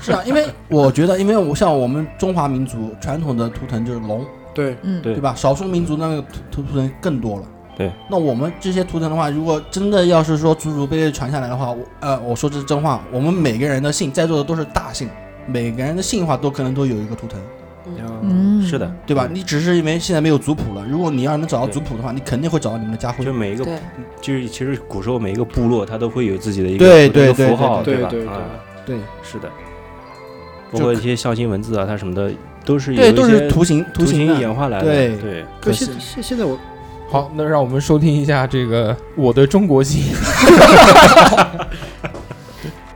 S7: 是啊，因为我觉得，因为我像我们中华民族传统的图腾就是龙，
S4: 对，
S1: 嗯，
S6: 对
S7: 对吧？少数民族那个图图图腾更多了。
S6: 对，
S7: 那我们这些图腾的话，如果真的要是说祖祖辈辈传下来的话，我呃，我说这是真话，我们每个人的姓，在座的都是大姓，每个人的姓的话，都可能都有一个图腾，
S4: 哦
S1: 嗯，
S6: 是的，，
S7: 对吧？你只是因为现在没有族谱了，如果你要是能找到
S6: 对
S7: 族谱的话，你肯定会找到你们的家
S6: 就
S7: 徽。
S6: 每一个
S5: 对，
S6: 就是其实古时候每一个部落，它都会有自己的一个
S7: 对
S6: 独特的
S7: 对对
S6: 符号，
S4: 对
S6: 吧？
S4: 对对
S6: 啊，
S7: 对
S6: 是的，
S7: 就
S6: 包括一些象形文字啊，它什么的都是有
S7: 对，
S6: 一
S7: 都
S6: 些
S7: 是图形
S6: 图形
S7: 形的
S6: 演化来的。
S7: 对
S6: 对，
S4: 可
S7: 可
S4: 现
S7: 惜
S4: 现现在我
S3: 好，那让我们收听一下这个我的中国 心。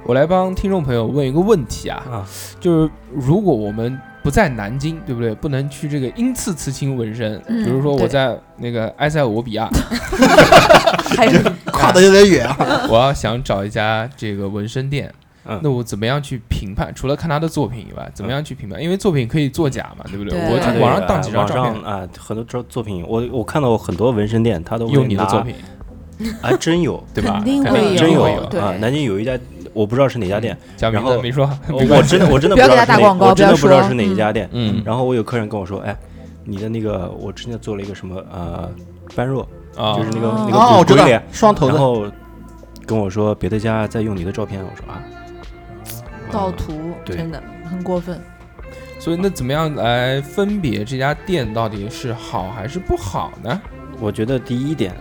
S3: 我来帮听众朋友问一个问题啊，
S6: 啊，
S3: 就是如果我们不在南京，对不对？不能去这个英次刺青纹身，
S1: 嗯
S3: 比如说我
S1: 对
S3: 在那个埃塞俄比亚，
S5: 还是
S7: 跨的有点远啊。
S3: 我要想找一家这个纹身店，
S6: 嗯
S3: 那我怎么样去评判？除了看他的作品以外，怎么样去评判？因为作品可以作假嘛，对不对？
S5: 对
S3: 我
S5: 它
S3: 就
S5: 对
S3: 网上当几张
S6: 网
S3: 照
S6: 上
S3: 片，
S6: 啊，很多照作品，我我看到很多纹身店，它都会
S3: 用你的
S6: 拿
S3: 作，品，
S6: 还真有，
S3: 对吧？
S1: 肯定
S3: 肯
S1: 会
S3: 定
S1: 有
S6: 真
S3: 真有
S1: 有 对
S6: 啊！南京有一家，我不知道是哪 家店，
S3: 讲名
S6: 然
S3: 字
S6: 后
S3: 没说，没
S6: 我
S3: 关系
S6: 真的我真的
S1: 不
S6: 知
S1: 要
S6: 道
S1: 给他
S6: 是
S1: 打
S6: 哪
S1: 广告
S6: 我真的
S1: 不要
S6: 不知道
S1: 说
S6: 是哪一家店。
S3: 嗯
S6: 然后我有客人跟我说，哎，你的那个我之前做了一个什么呃般若，
S3: 啊
S6: 就是那个
S1: 哦
S6: 那
S7: 哦，
S6: 个
S7: 我知
S6: 鬼
S7: 道
S6: 脸，，
S7: 双头
S6: 然
S7: 的，
S6: 后跟我说别的家在用你的照片，我说啊，
S1: 盗
S6: 嗯
S1: 图
S6: 对
S5: 真的
S1: 很过分。
S3: 所以那怎么样来分别这家店到底是好还是不好呢？
S6: 嗯我觉得第一点，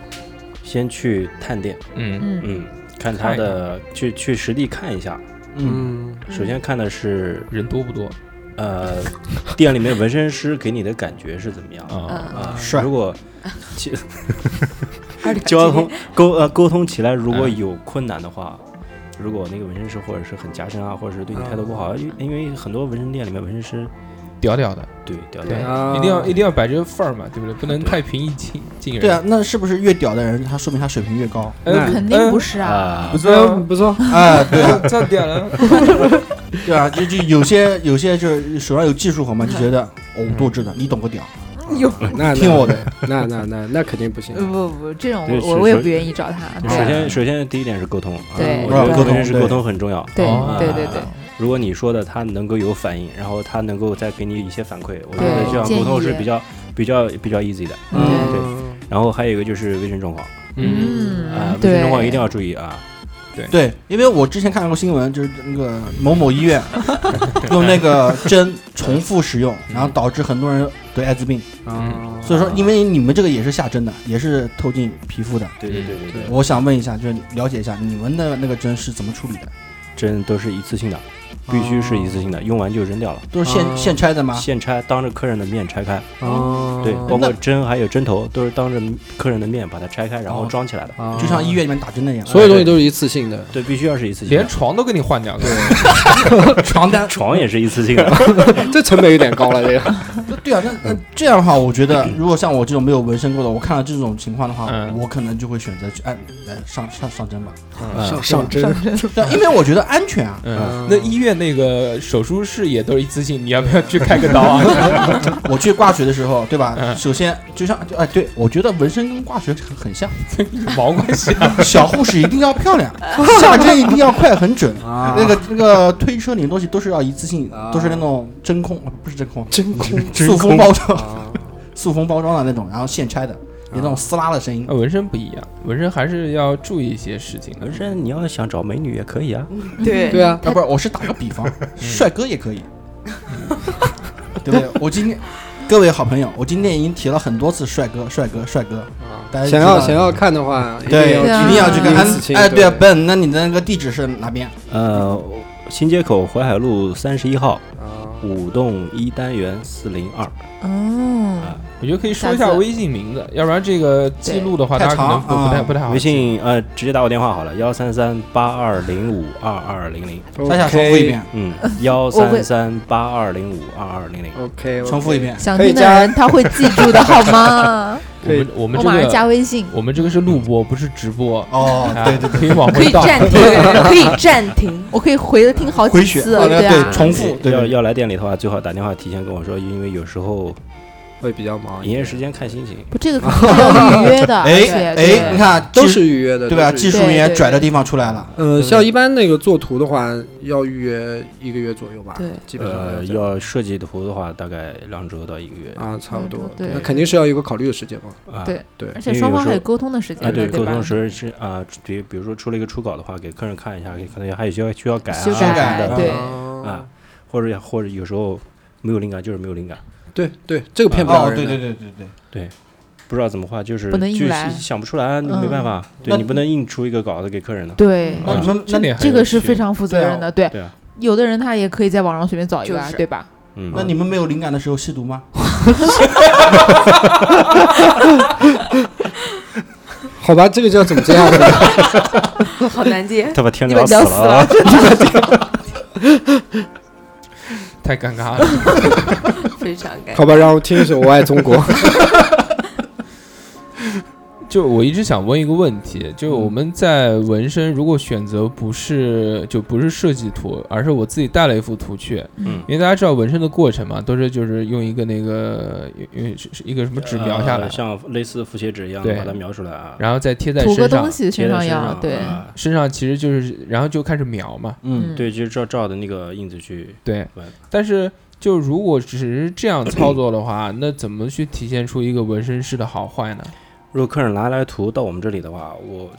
S6: 先去探店，
S3: 嗯
S1: 嗯
S6: 嗯，看
S3: 看
S6: 他
S3: 一看
S6: 的去去实地看一下。
S7: 嗯，
S6: 首先看的是
S3: 人多不多
S6: 呃，店里面纹身师给你的感觉是怎么样？
S3: 啊？
S5: 嗯，
S6: 啊
S7: 帅
S6: 如果
S5: 还是
S6: 交通沟呃沟通起来如果
S3: 嗯
S6: 有困难的话，如果那个纹身师或者是很夹生啊，或者是对你态度不好，因为因为很多纹身店里面纹身师
S3: 屌屌的，
S6: 对屌
S3: 对
S6: 屌，
S4: 啊，
S3: 一定要一定要摆这个范儿嘛，对不对？不能太平易近近人。
S7: 对啊，，那是不是越屌的人，他说明他水平越 高？
S3: 嗯，
S1: 肯定不
S3: 是，
S1: 是啊，
S6: 啊
S3: 不，
S4: 嗯
S3: 错，
S4: 不错，
S7: 哎，对啊，
S3: 这点了。
S7: 对啊，就就有些有些就是手上有技术活嘛，就觉得哦，
S6: 嗯
S7: 我多知道，你懂个屌，
S1: 有
S4: 那
S7: 听我的，
S4: 那那那那肯定
S5: 嗯
S4: 不行
S1: 不。呃不不，这种
S6: 对
S1: 我
S6: 是
S1: 我也
S6: 说
S1: 不愿意找他。
S6: 首
S1: 对
S6: 先首先第一点是沟通，啊
S1: 对
S6: 我觉得
S7: 对
S6: 沟通是
S7: 对
S6: 沟通很重要。
S1: 对
S3: 哦
S1: 对对对，
S6: 如果你说的他能够有反应，然后他能够再给你一些反馈，我觉
S1: 对
S6: 得这样
S1: 建
S6: 沟通是
S1: 议
S6: 比较比较比较 easy 的。
S4: 哦
S1: 嗯
S6: 对然后还有一个就是卫生状况
S3: 嗯，
S6: 啊，
S1: 嗯，
S6: 卫生
S1: 对
S6: 状，况一定要注意啊。
S7: 对，因为我之前看过新闻，就是那个某某医院用那个针重复使用，然后导致很多人得艾滋病。
S6: 嗯
S4: 啊，
S7: 所以说，因为你们这个也是下针的，也是透进皮肤的。
S6: 对对对对对，
S7: 我想问一下，就是了解一下你们的那个针是怎么处理的？
S6: 针都是一次性的，必须是一次性的，用完就扔掉了。
S7: 都是现
S4: 啊
S7: 现拆的吗？
S6: 现拆，当着客人的面拆开，
S4: 啊，
S6: 对，包括针还有针头都是当着客人的面把它拆开，然后
S7: 哦
S6: 装起来的。
S4: 啊
S7: 就像医院里面打针那样，哎
S4: 所有东西都是一次性的，
S6: 对，必须要是一次性
S3: 连
S6: 的，
S3: 床都给你换掉了，
S7: 床单
S6: 床也是一次性的。
S4: 这成本有点高了，这个。
S7: 对啊，那那这样的话，我觉得如果像我这种没有纹身过的，我看到这种情况的话，
S3: 嗯
S7: 我可能就会选择去按来上上上针吧。
S6: 嗯
S4: 上针，
S7: 对啊，因为我觉得安全啊。
S3: 嗯，那医院那个手术室也都是一次性，你要不要去开个刀 啊？
S7: 我去挂学的时候，对吧？
S3: 嗯
S7: 首先就像就哎，对我觉得纹身跟挂学很很像，
S3: 毛关系啊？
S7: 小护士一定要漂亮，下针一定要快很准。
S4: 啊
S7: 那个那个推车那种东西都是要一次性，
S4: 啊
S7: 都是那种真空，不是真空，
S4: 真空
S7: 塑封包装，
S4: 啊，
S7: 塑封包装的那种，然后现拆的，有那种撕拉的声音
S3: 啊。纹身不一样，纹身还是要注意一些事情的
S6: 纹。身你要想找美女也可以啊，
S5: 对
S4: 对啊，
S7: 啊，不是，我是打个比方，帅哥也可以，对不对？我今天，各位好朋友，我今天已经提了很多次帅哥，帅哥，帅哥，大家
S4: 想
S7: 知
S4: 要
S7: 道
S4: 想要看的话，
S7: 对，
S1: 对啊
S7: 一定要去跟
S4: 一
S7: 安
S4: 次性
S7: 哎，对啊
S4: 对
S7: ，Ben，那你的那个地址是哪边？
S6: 呃，新街口淮海路三十一号
S4: 啊
S6: 五栋一单元四零二，
S1: 哦，
S3: 我觉得可以说一
S1: 打
S3: 下
S1: 字
S3: 微信名字，要不然这个记录的话，
S7: 对
S3: 大家可能
S7: 太
S3: 不
S7: 长
S3: 不太
S7: 啊
S3: 不太好记。
S6: 微信呃，直接打我电话好了，幺三三八二零五二二零零，
S7: 夏夏重复一遍，
S6: 嗯，幺
S1: 我会
S6: 三三八二零五二二零零。
S4: OK，OK，
S7: 重复一遍。
S1: 想
S4: 可以
S1: 听的
S4: 加
S1: 人他会记住 的，好吗？
S3: 我们我们
S1: 我
S3: 这
S1: 马上加
S3: 个
S1: 微信。
S3: 我们这个是录播，不是直播。
S7: 哦，
S3: 啊
S7: 对对对，
S3: 可以往
S5: 可
S3: 回
S5: 以
S3: 倒。
S5: 暂停，可以暂停。
S1: 我可以回着听好
S7: 回
S1: 几
S7: 血，
S1: 次，
S7: 哦
S1: 啊，
S7: 对，重复，对
S6: 要
S7: 对，
S6: 要来店里的话，最好打电话提前跟我说，因为有时候
S4: 会比较忙一
S6: 营
S4: 点。
S6: 业时间看心情。
S1: 不，这个可能 是要预约的，而
S7: 哎
S1: 且对
S7: 哎，你看
S4: 都
S7: 技
S4: 是预约的，
S7: 对吧？啊
S4: 都是
S7: 技
S4: 预约
S7: 术
S1: 对
S7: 人员
S1: 对
S7: 拽的
S1: 对
S7: 地方出来了，
S4: 啊呃，像一般那个做图的话，要预约一个月左右吧，
S5: 对，
S4: 基本上
S6: 呃，
S4: 这样
S6: 要设计图的话，大概两周到一个月
S4: 啊，差不多
S1: 嗯，对
S4: 那肯定是要有一个考虑的时间嘛，
S6: 啊。
S1: 对
S4: 对
S1: 而且双方还有沟通的时间
S6: 啊，
S1: 的，
S6: 对，沟
S1: 吧？
S6: 通时是啊，比比如说出了一个初稿的话，给客人看一下，可能还有需要需要改啊
S1: 修
S6: 什么
S1: 改
S6: 的
S1: 对
S6: 啊，或者或者有时候没有灵感就是没有灵感，
S4: 对对，这个骗
S6: 啊
S4: 不了
S7: 哦，
S4: 人
S7: 对
S4: 的
S7: 对对对对，
S6: 不知道怎么画，就是
S1: 不能硬
S6: 就是
S1: 来
S6: 想不出来，你
S1: 嗯
S6: 没办法，
S7: 那
S6: 对你不能硬出一个稿子给客人的。
S1: 对，
S6: 啊
S7: 那你们
S3: 这
S7: 那
S3: 点很
S1: 这
S3: 有
S1: 个是
S3: 趣
S1: 非常负责任的，对
S6: 对啊，
S1: 有的人他也可以在网上随便找一个啊
S5: 就，是
S1: 对吧？
S6: 嗯，
S7: 那你们没有灵感的时候吸毒吗？
S4: 好吧，这个叫怎么这样呢？
S5: 好难接。
S6: 他把天
S1: 你
S6: 聊
S1: 把
S6: 死
S1: 聊死
S6: 了啊
S1: 了，！真
S3: 太尴尬了。
S5: 非常感谢。
S4: 好吧，让我听一首《我爱中国》。
S3: 就我一直想问一个问题，就
S6: 嗯
S3: 我们在纹身，如果选择不是就不是设计图，而是我自己带了一幅图去，
S6: 嗯
S3: 因为大家知道纹身的过程嘛，都是就是用一个那个用用是是一个什么纸描下来
S6: 呃，像类似复写纸一样
S3: 对
S6: 把它描出来啊，
S3: 然后再贴在
S1: 涂个
S3: 身上
S1: 东，西
S6: 贴
S1: 身
S6: 在身
S1: 要，
S6: 上
S1: 对，
S6: 啊
S3: 身上其实就是然后就开始描嘛，
S7: 嗯，
S1: 嗯
S6: 对，就是照照的那个印子去
S3: 对
S6: 纹。
S3: 但是就如果只是这样操作的话， 那怎么去体现出一个纹身师的好坏呢？
S6: 如果客人拿来图到我们这里的话，我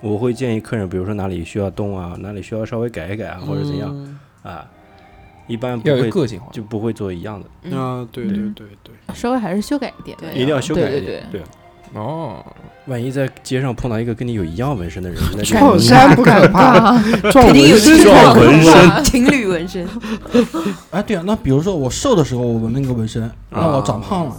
S6: 我会建议客人，比如说哪里需要动啊，哪里需要稍微改一改啊， 或者怎样、
S1: 嗯
S6: 啊，一般不
S3: 要有
S6: 会
S3: 个性化。
S6: 就不会做一样的，
S5: 嗯
S4: 啊，对对对对，
S1: 稍微还是修改一点，
S5: 对
S6: 一定要修改
S1: 对
S6: 一点。
S1: 对
S6: 对，
S3: 哦，
S6: 万一在街上碰到一个跟你有一样纹身的人，那就
S4: 撞衫哦不可 怕，
S1: 啊，
S4: 撞
S5: 肯定有
S4: 纹身
S5: 情
S4: 更
S5: 况
S4: 可怕
S6: 纹身，
S5: 情侣纹身，
S7: 哎，对啊，那比如说我瘦的时候我纹了一个纹身，那我长胖了，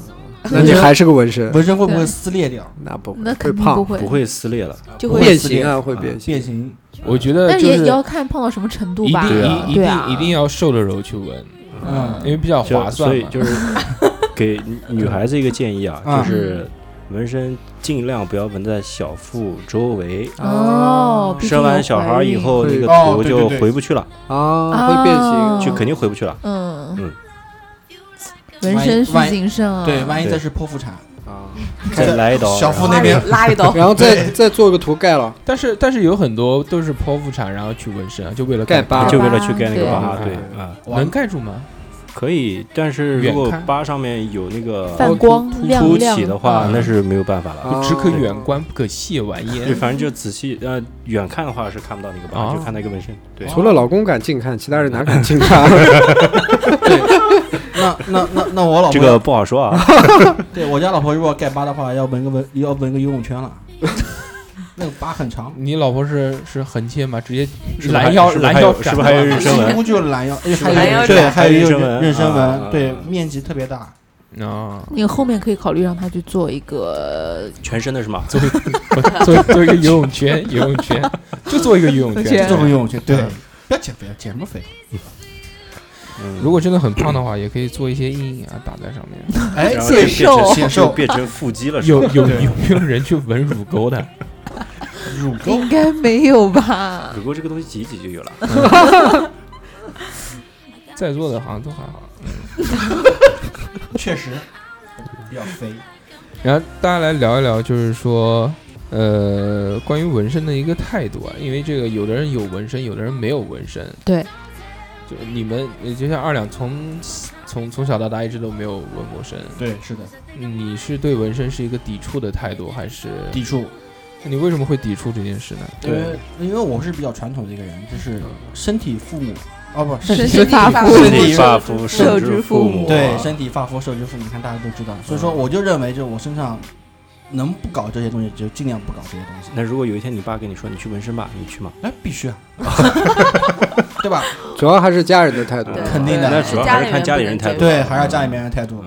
S4: 那你还是个纹身？
S7: 纹身会不
S1: 啊
S7: 会
S1: 对
S7: 撕裂掉？
S4: 那不
S1: 那
S4: 会
S1: 肯定
S4: 胖，
S1: 会，
S6: 不会撕裂了。
S5: 就
S7: 不
S5: 会
S4: 变
S7: 撕
S4: 形啊，
S7: 裂
S4: 会
S7: 啊
S4: 变
S7: 变
S4: 形。
S7: 形。
S3: 我觉得
S1: 但是
S3: 就
S1: 也也
S3: 是
S1: 要看胖到什么程度
S3: 一
S1: 吧，
S3: 定
S6: 啊
S3: 一一
S1: 对啊
S3: 定一定要瘦的时候去纹，
S7: 嗯
S3: 因为比较
S6: 就
S3: 划
S6: 所
S3: 算
S6: 以
S3: 嘛。
S6: 就是给女孩子一个建议啊，
S7: 啊
S6: 就是纹身尽量不要纹在小腹周围。
S1: 哦，毕竟
S6: 生完
S1: 有
S6: 小
S1: 怀
S6: 孩以
S1: 孕
S6: 后，那个
S7: 哦
S6: 图
S7: 对
S6: 就
S7: 对对
S6: 回不去了，
S4: 啊，会变
S1: 啊
S4: 形，
S6: 就肯定回不去了。
S1: 嗯
S6: 嗯，
S1: 纹
S7: 万一
S1: 身需
S7: 万一
S1: 谨慎啊，
S7: 对，万一
S6: 对
S7: 再是剖腹产，
S4: 啊，
S6: 再来一刀，
S7: 小腹
S6: 然后
S7: 那边
S5: 拉 一刀，
S4: 然后再再做个图盖了，
S3: 但是但是有很多都是剖腹产，然后去纹身啊，就为了
S4: 盖
S3: 疤
S4: 疤，
S6: 就为了去盖那个
S1: 对
S6: 疤，对
S4: 嗯
S6: 啊，
S3: 能盖住吗？
S6: 可以。但是如
S3: 远
S6: 果
S3: 看
S6: 疤上面有那个
S1: 泛
S6: 凸
S1: 光亮
S6: 凸
S1: 亮
S6: 起的话，
S1: 嗯
S6: 那是没有办法了。
S4: 啊
S3: 只可远观不可亵玩
S6: 对，
S3: 焉。
S6: 反正就仔细呃，远看的话是看不到那个疤，
S3: 啊
S6: 就看到一个纹身。对，
S4: 除了老公敢近看，其他人哪敢近看？
S7: 那那那那我老婆
S6: 这个不好说啊。
S7: 对我家老婆如果盖疤的话，要纹个纹要纹个游泳 圈了，那个疤很长，
S3: 你老婆是是横切吗？直接
S6: 是不是还
S3: 拦腰
S6: 是不是
S3: 拦
S6: 还有
S3: 腰
S6: 是
S3: 斩
S6: 不是还有妊娠
S7: 几
S6: 纹？
S7: 乎就是拦腰，哎
S6: 是不是
S7: 还
S5: 还
S7: 有
S5: 有
S7: 对，
S5: 染
S7: 还有一个
S6: 还有妊娠纹
S7: 妊娠
S6: 啊
S7: 纹，对，面积特别大，
S3: 啊？
S1: 你后面可以考虑让他去做一个
S6: 全身的 是吗？
S3: 做一个做做一个游泳圈，游泳圈就做一个游泳
S1: 对
S3: 圈
S7: 这。种游泳圈，对，不要减肥，减什么肥？
S6: 嗯
S3: 如果真的很胖的话，也可以做一些阴影啊，打在上面。
S7: 哎，
S6: 然后就
S7: 对
S6: 变
S1: 显
S6: 成
S1: 瘦
S7: 显
S6: 就
S7: 瘦，
S6: 变成腹肌了，是吧
S3: 有有有没有人去纹乳沟的？
S7: 乳沟
S1: 应该没有吧？
S6: 乳沟这个东西挤一挤就有了。
S3: 在座的好像都还好。
S7: 确实比较肥，
S3: 然后大家来聊一聊，就是说，呃，关于纹身的一个态度啊，因为这个有的人有纹身，有的人没有纹身。
S1: 对，
S3: 就你们，也就像二两从从从小到大一直都没有纹过身，
S7: 对，是的，
S3: 你是对纹身是一个抵触的态度，还是
S7: 抵触。
S3: 你为什么会抵触这件事呢？
S7: 因为因为我是比较传统的一个人，就是身体父母，哦，不，
S1: 身体
S7: 身
S1: 发肤
S7: 身
S6: 身
S7: 体
S6: 体发肤
S5: 受
S6: 之
S5: 之
S6: 父
S5: 父
S6: 母，啊
S5: 母
S7: 对，身体发肤受之父母，你看大家都知道，所以说我就认为，就我身上能不搞这些东西，就尽量不搞这些东西。
S6: 那如果有一天你爸跟你说你去纹身吧，你去吗？
S7: 哎，必须啊，对吧？
S4: 啊主要还是家人的态度。
S5: 对
S7: 肯定的
S6: 那主要还是看家里人态度。
S7: 对，还是要家里面人的态度。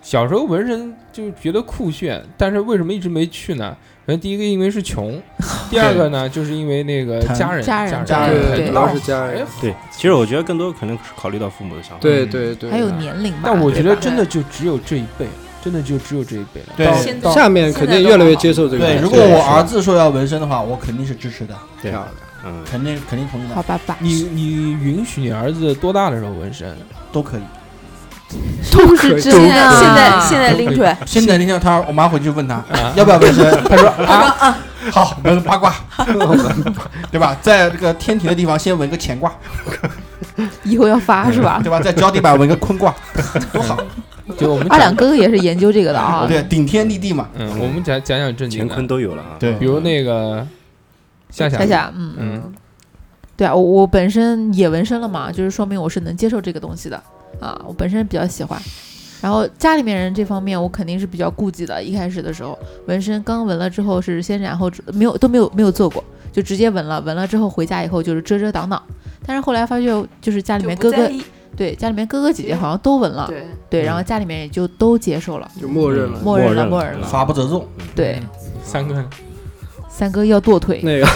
S3: 小时候纹身就觉得酷炫，但是为什么一直没去呢？可能第一个因为是穷，第二个呢就是因为那个
S7: 疼
S3: 家人
S1: 家人
S3: 人
S1: 家
S3: 家
S1: 人对
S3: 疼
S1: 对
S4: 主要是家人
S3: 哎
S6: 对，其实我觉得更多可能是考虑到父母的想法。嗯
S4: 对对对，啊
S1: 还有年龄吧。
S3: 但我觉得
S1: 对吧
S3: 真的就只有这一辈，真的就只有这一辈了。
S7: 对
S3: 到
S5: 现
S3: 到
S5: 在
S4: 下面肯定越来越接受这个东
S7: 对，
S4: 西。
S7: 如果我儿子说要纹身的话，我肯定是支持的，
S6: 对
S4: 漂，亮
S6: 嗯，
S7: 肯定肯定同意
S1: 好
S7: 的，
S1: 吧吧，
S3: 你你允许你儿子多大的时候纹身？
S7: 都可以。
S6: 啊
S1: 都是
S5: 现
S1: 真
S5: 在
S1: 的。
S5: 现在现在拎出来，
S7: 现在那天他我妈回去问他
S3: 啊
S7: 要不要 纹身，他说啊好纹八卦， 对吧？在这个天庭的地方先纹个乾卦，
S1: 以后要发啊是吧？
S7: 对吧？在脚底板纹个坤卦，多好。
S3: 就我们
S1: 二
S3: 讲
S1: 两，哥哥 也是研究这个的 啊。
S7: 对，顶天立地嘛。
S3: 嗯，我们讲讲讲正经
S6: 乾坤
S4: 嗯
S3: 的，
S6: 都有了啊。
S7: 对
S3: 比如那个夏夏，
S1: 夏夏，嗯
S3: 嗯，
S1: 对啊，我我本身也纹身了嘛，就是说明我是能接受这个东西的啊，我本身比较喜欢。然后家里面人这方面，我肯定是比较顾忌的。一开始的时候，纹身刚纹了之后是先染后遮没有都没有没有做过，就直接纹了。纹了之后回家以后就是遮遮挡挡。但是后来发现，就是家里
S5: 就
S1: 面
S5: 不
S1: 哥
S5: 在
S1: 哥
S5: 意。
S1: 对家里面哥哥姐姐好像都纹了，
S5: 对，
S1: 对，然后家里面也就都接受了，
S4: 就嗯默
S6: 嗯
S4: 认了
S1: 默认了默认
S6: 啊
S1: 了
S7: 法不责众，
S1: 对，
S3: 三个
S1: 三哥要剁腿，
S4: 那个。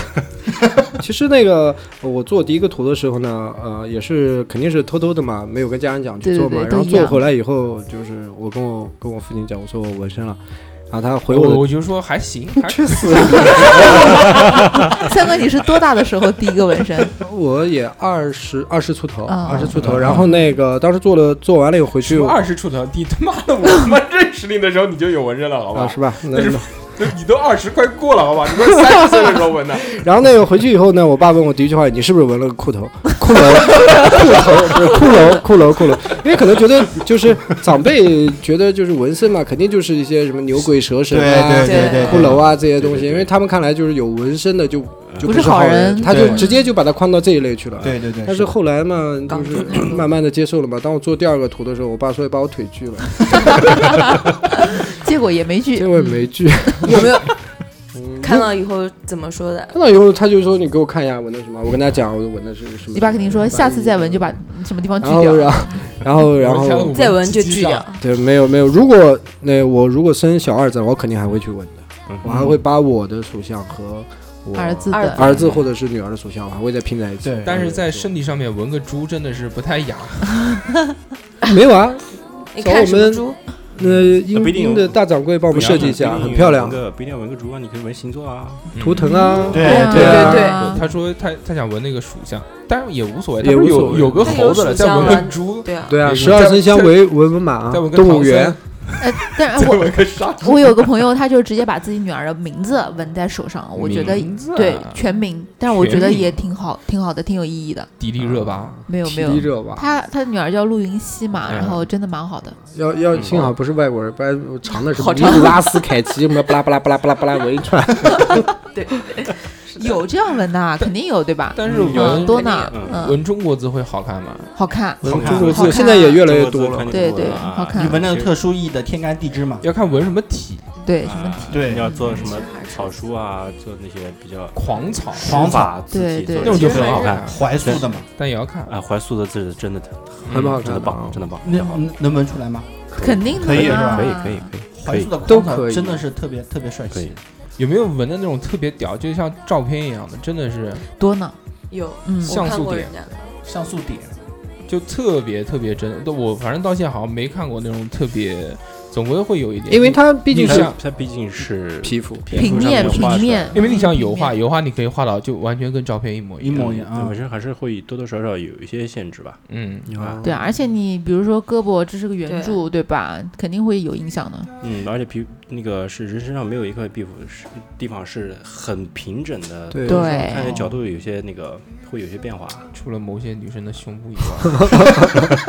S4: 其实那个呃我做第一个图的时候呢，呃，也是肯定是偷偷的嘛，没有跟家人讲去
S1: 对对
S4: 做嘛。
S1: 对
S4: 然后
S1: 都一
S4: 做
S1: 样
S4: 回来以后，就是我跟我跟我父亲讲，我说我纹身了，然后他回我
S3: 我
S4: 的
S3: 我就说 还行，还
S4: 哦去死！
S1: 三哥你是多大的时候第一个 纹身？
S4: 我也二十二十出头，
S1: 啊
S4: 二十出头。然后那个当时做了做完了以后回去
S3: 什么，二十出头，你他妈的我们认识你的时候你就有纹身了，好
S4: 啊
S3: 吧？
S4: 是吧？那
S3: 那是你都二十快过了，好吧？你都三十岁的时候 纹的，
S4: 然后那个回去以后呢，我爸问我第一句话：“你是不是纹了个裤头？ 骷髅，骷髅不是骷髅，骷髅，骷髅。”因为可能觉得就是长辈觉得就是纹身嘛，肯定就是一些什么牛鬼蛇神啊、
S7: 对对
S4: 骷髅啊这些东西，
S6: 对对对
S4: 因为他们看来就是有纹身的就就
S1: 不
S4: 是
S1: 是好
S4: 人，
S1: 人
S4: 他就
S7: 对
S4: 直接就把它框到这一类去了。。
S6: 啊
S7: 对对对。
S4: 但是后来嘛，就是 慢慢的接受了嘛。当我做第二个图的时候，我爸说要把我腿 锯了，
S1: 结果也没去，
S4: 结果也没锯。
S5: 有没有
S4: 嗯
S5: 看到以后怎么说的？
S4: 看到以后，他就说你给我看一下纹的什么，我跟他讲我纹的是什么。
S1: 你爸肯定说下次再纹就把什么地方锯
S4: 然后，
S1: 掉
S4: 然。后，然后，然
S3: 我下次
S4: 后，
S5: 再闻就
S3: 鸡
S5: 拒
S3: 鸡
S5: 掉
S3: 上。
S4: 对，没有没有。如果那我如果生小儿子，我肯定还会去纹的，
S6: 嗯
S4: 我还会把我的属相和我
S1: 儿子
S5: 儿
S1: 的
S5: 子
S4: 儿子或者是女儿的属相，我还会再拼在一起。
S7: 对
S3: 但是在身体上面纹个猪真的是不太雅。
S4: 没有啊，
S5: 你哎看什么猪？
S4: 那英
S6: 不一定
S4: 英的大掌柜帮我们设计一下，很漂亮
S6: 不一定，要纹个不一定要纹个猪啊，你可以纹星座啊。
S4: 图腾啊，
S2: 哎
S7: 对
S1: 啊
S3: 嗯
S4: 对啊
S5: 对
S1: 啊
S3: 他说他他想纹那个属相，但是也无所谓，
S4: 也
S3: 他不是
S4: 无所
S3: 有
S4: 谓
S3: 有个猴子了，
S5: 他
S3: 再
S5: 有
S3: 纹
S5: 属
S3: 个
S5: 相了
S3: 猪，
S5: 对啊，
S4: 对啊，
S3: 对
S4: 十二
S3: 再
S4: 生肖
S3: 再
S4: 为为文马啊
S3: 再纹，个
S4: 动
S3: 唐
S4: 物园
S3: 僧，
S1: 呃， 但是
S3: 再
S1: 我
S3: 纹个沙
S1: 我有个朋友，他就直接把自己女儿的名字纹在手上，我觉得
S3: 名字啊
S1: 对全名，但是我觉
S3: 全
S1: 得
S3: 名
S1: 也挺好，挺好的，挺有意义的。
S3: 迪丽热巴，
S1: 没有没
S4: 提
S1: 有，
S4: 着吧，
S1: 他他女儿叫陆云熙嘛，
S3: 嗯
S1: 然后真的蛮好的。
S4: 要要
S3: 嗯
S4: 幸好不是外国人，不然我长的是
S5: 好
S4: 尼
S5: 长
S4: 古拉斯凯奇什么巴拉巴拉巴拉巴拉巴拉纹一串，
S1: 有这样纹的，肯定有对吧？
S3: 但是
S1: 嗯，
S3: 纹
S1: 多呢，
S6: 嗯
S1: 嗯，
S3: 纹中国字会好看吗？
S1: 好看，
S4: 纹
S6: 好看
S4: 中国
S1: 好
S4: 字
S1: 看
S4: 现在也越来越多了。
S1: 对对，
S6: 啊
S1: 好看
S7: 你纹那个特殊意义的天干地支嘛？
S3: 要看纹什么体，
S1: 对什么
S3: 啊
S1: 体，
S7: 对
S6: 你啊要做什么草书啊，做那些比较
S3: 狂草
S7: 黄法
S6: 法字体
S1: 对对
S6: 做
S3: 那
S6: 的
S3: 种就
S6: 其实
S3: 很好
S6: 看
S3: 看，
S7: 怀素的嘛？
S3: 但也要看，嗯
S6: 啊，怀素的字真的
S4: 很好
S6: 真
S4: 看啊
S6: 的
S4: 的
S6: 棒，真的棒，
S7: 那能能纹出来吗？
S1: 肯定的啊
S7: 可以是吧
S4: 啊
S1: 嘛
S6: 可以可以可以可
S7: 怀素
S6: 以，
S7: 的
S4: 都
S7: 狂
S4: 可
S7: 草
S4: 以
S7: 真的是特别特别帅气。
S3: 有没有纹的那种特别屌，就像照片一样的，真的是
S1: 多呢，
S5: 有，
S1: 嗯，
S5: 我
S3: 像
S5: 看
S3: 素
S5: 过
S3: 点
S5: 人家的，
S7: 像素点，
S3: 就特别特别真。但我反正到现在好像没看过那种特别，总归会有一点，
S4: 因为它毕竟
S3: 你
S4: 是
S3: 像
S6: 它毕竟是
S4: 皮肤，
S1: 平面平面，
S3: 因为你想油
S1: 平面
S3: 画，油画你可以画到就完全跟照片一模
S7: 一
S3: 样。
S7: 模一样啊
S6: 本！身还是会多多少少有一些限制吧。
S3: 嗯，
S6: 啊
S1: 对啊，而且你比如说胳膊，这是个
S5: 对
S1: 圆
S5: 啊
S1: 柱，对吧？肯定会有影响的。
S6: 嗯，而且皮那个是人身上没有一块皮肤是地方是很平整的，
S4: 对
S1: 对
S6: 看起来
S7: 哦
S6: 角度有些那个会有些变化。
S3: 除了某些女生的胸 部以外，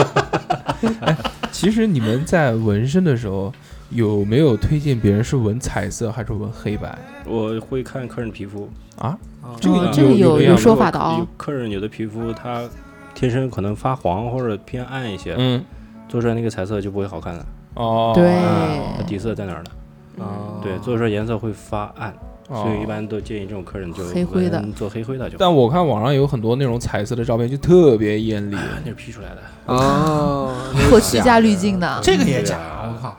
S3: 哎，其实你们在纹身的时候，有没有推荐别人是纹彩色还是纹黑白
S6: 我会看客人皮肤，
S3: 啊？
S4: 这
S1: 哦
S3: 个
S1: 这个
S3: 有有
S1: 有
S3: 这样
S1: 说法的哦
S6: 嗯有。客人有的皮肤他天生可能发黄或者偏暗一些，
S3: 嗯，
S6: 做出来那个彩色就不会好看了。
S3: 哦，
S1: 对
S6: 啊，它底色在哪儿呢？
S4: 啊
S3: 啊
S5: 嗯，
S4: 哦
S6: 对，做出来颜色会发暗，
S3: 哦
S6: 所以一。般都建议这种客人就
S1: 黑灰的
S6: 纹做黑灰的就好。
S3: 但我看网上有很多那种彩色的照片，就特别艳丽。
S6: 那是 P 啊出来的，
S4: 哦，
S1: 后期加滤镜的，嗯
S7: 这个也
S6: 对
S7: 假，
S6: 啊
S7: 我靠！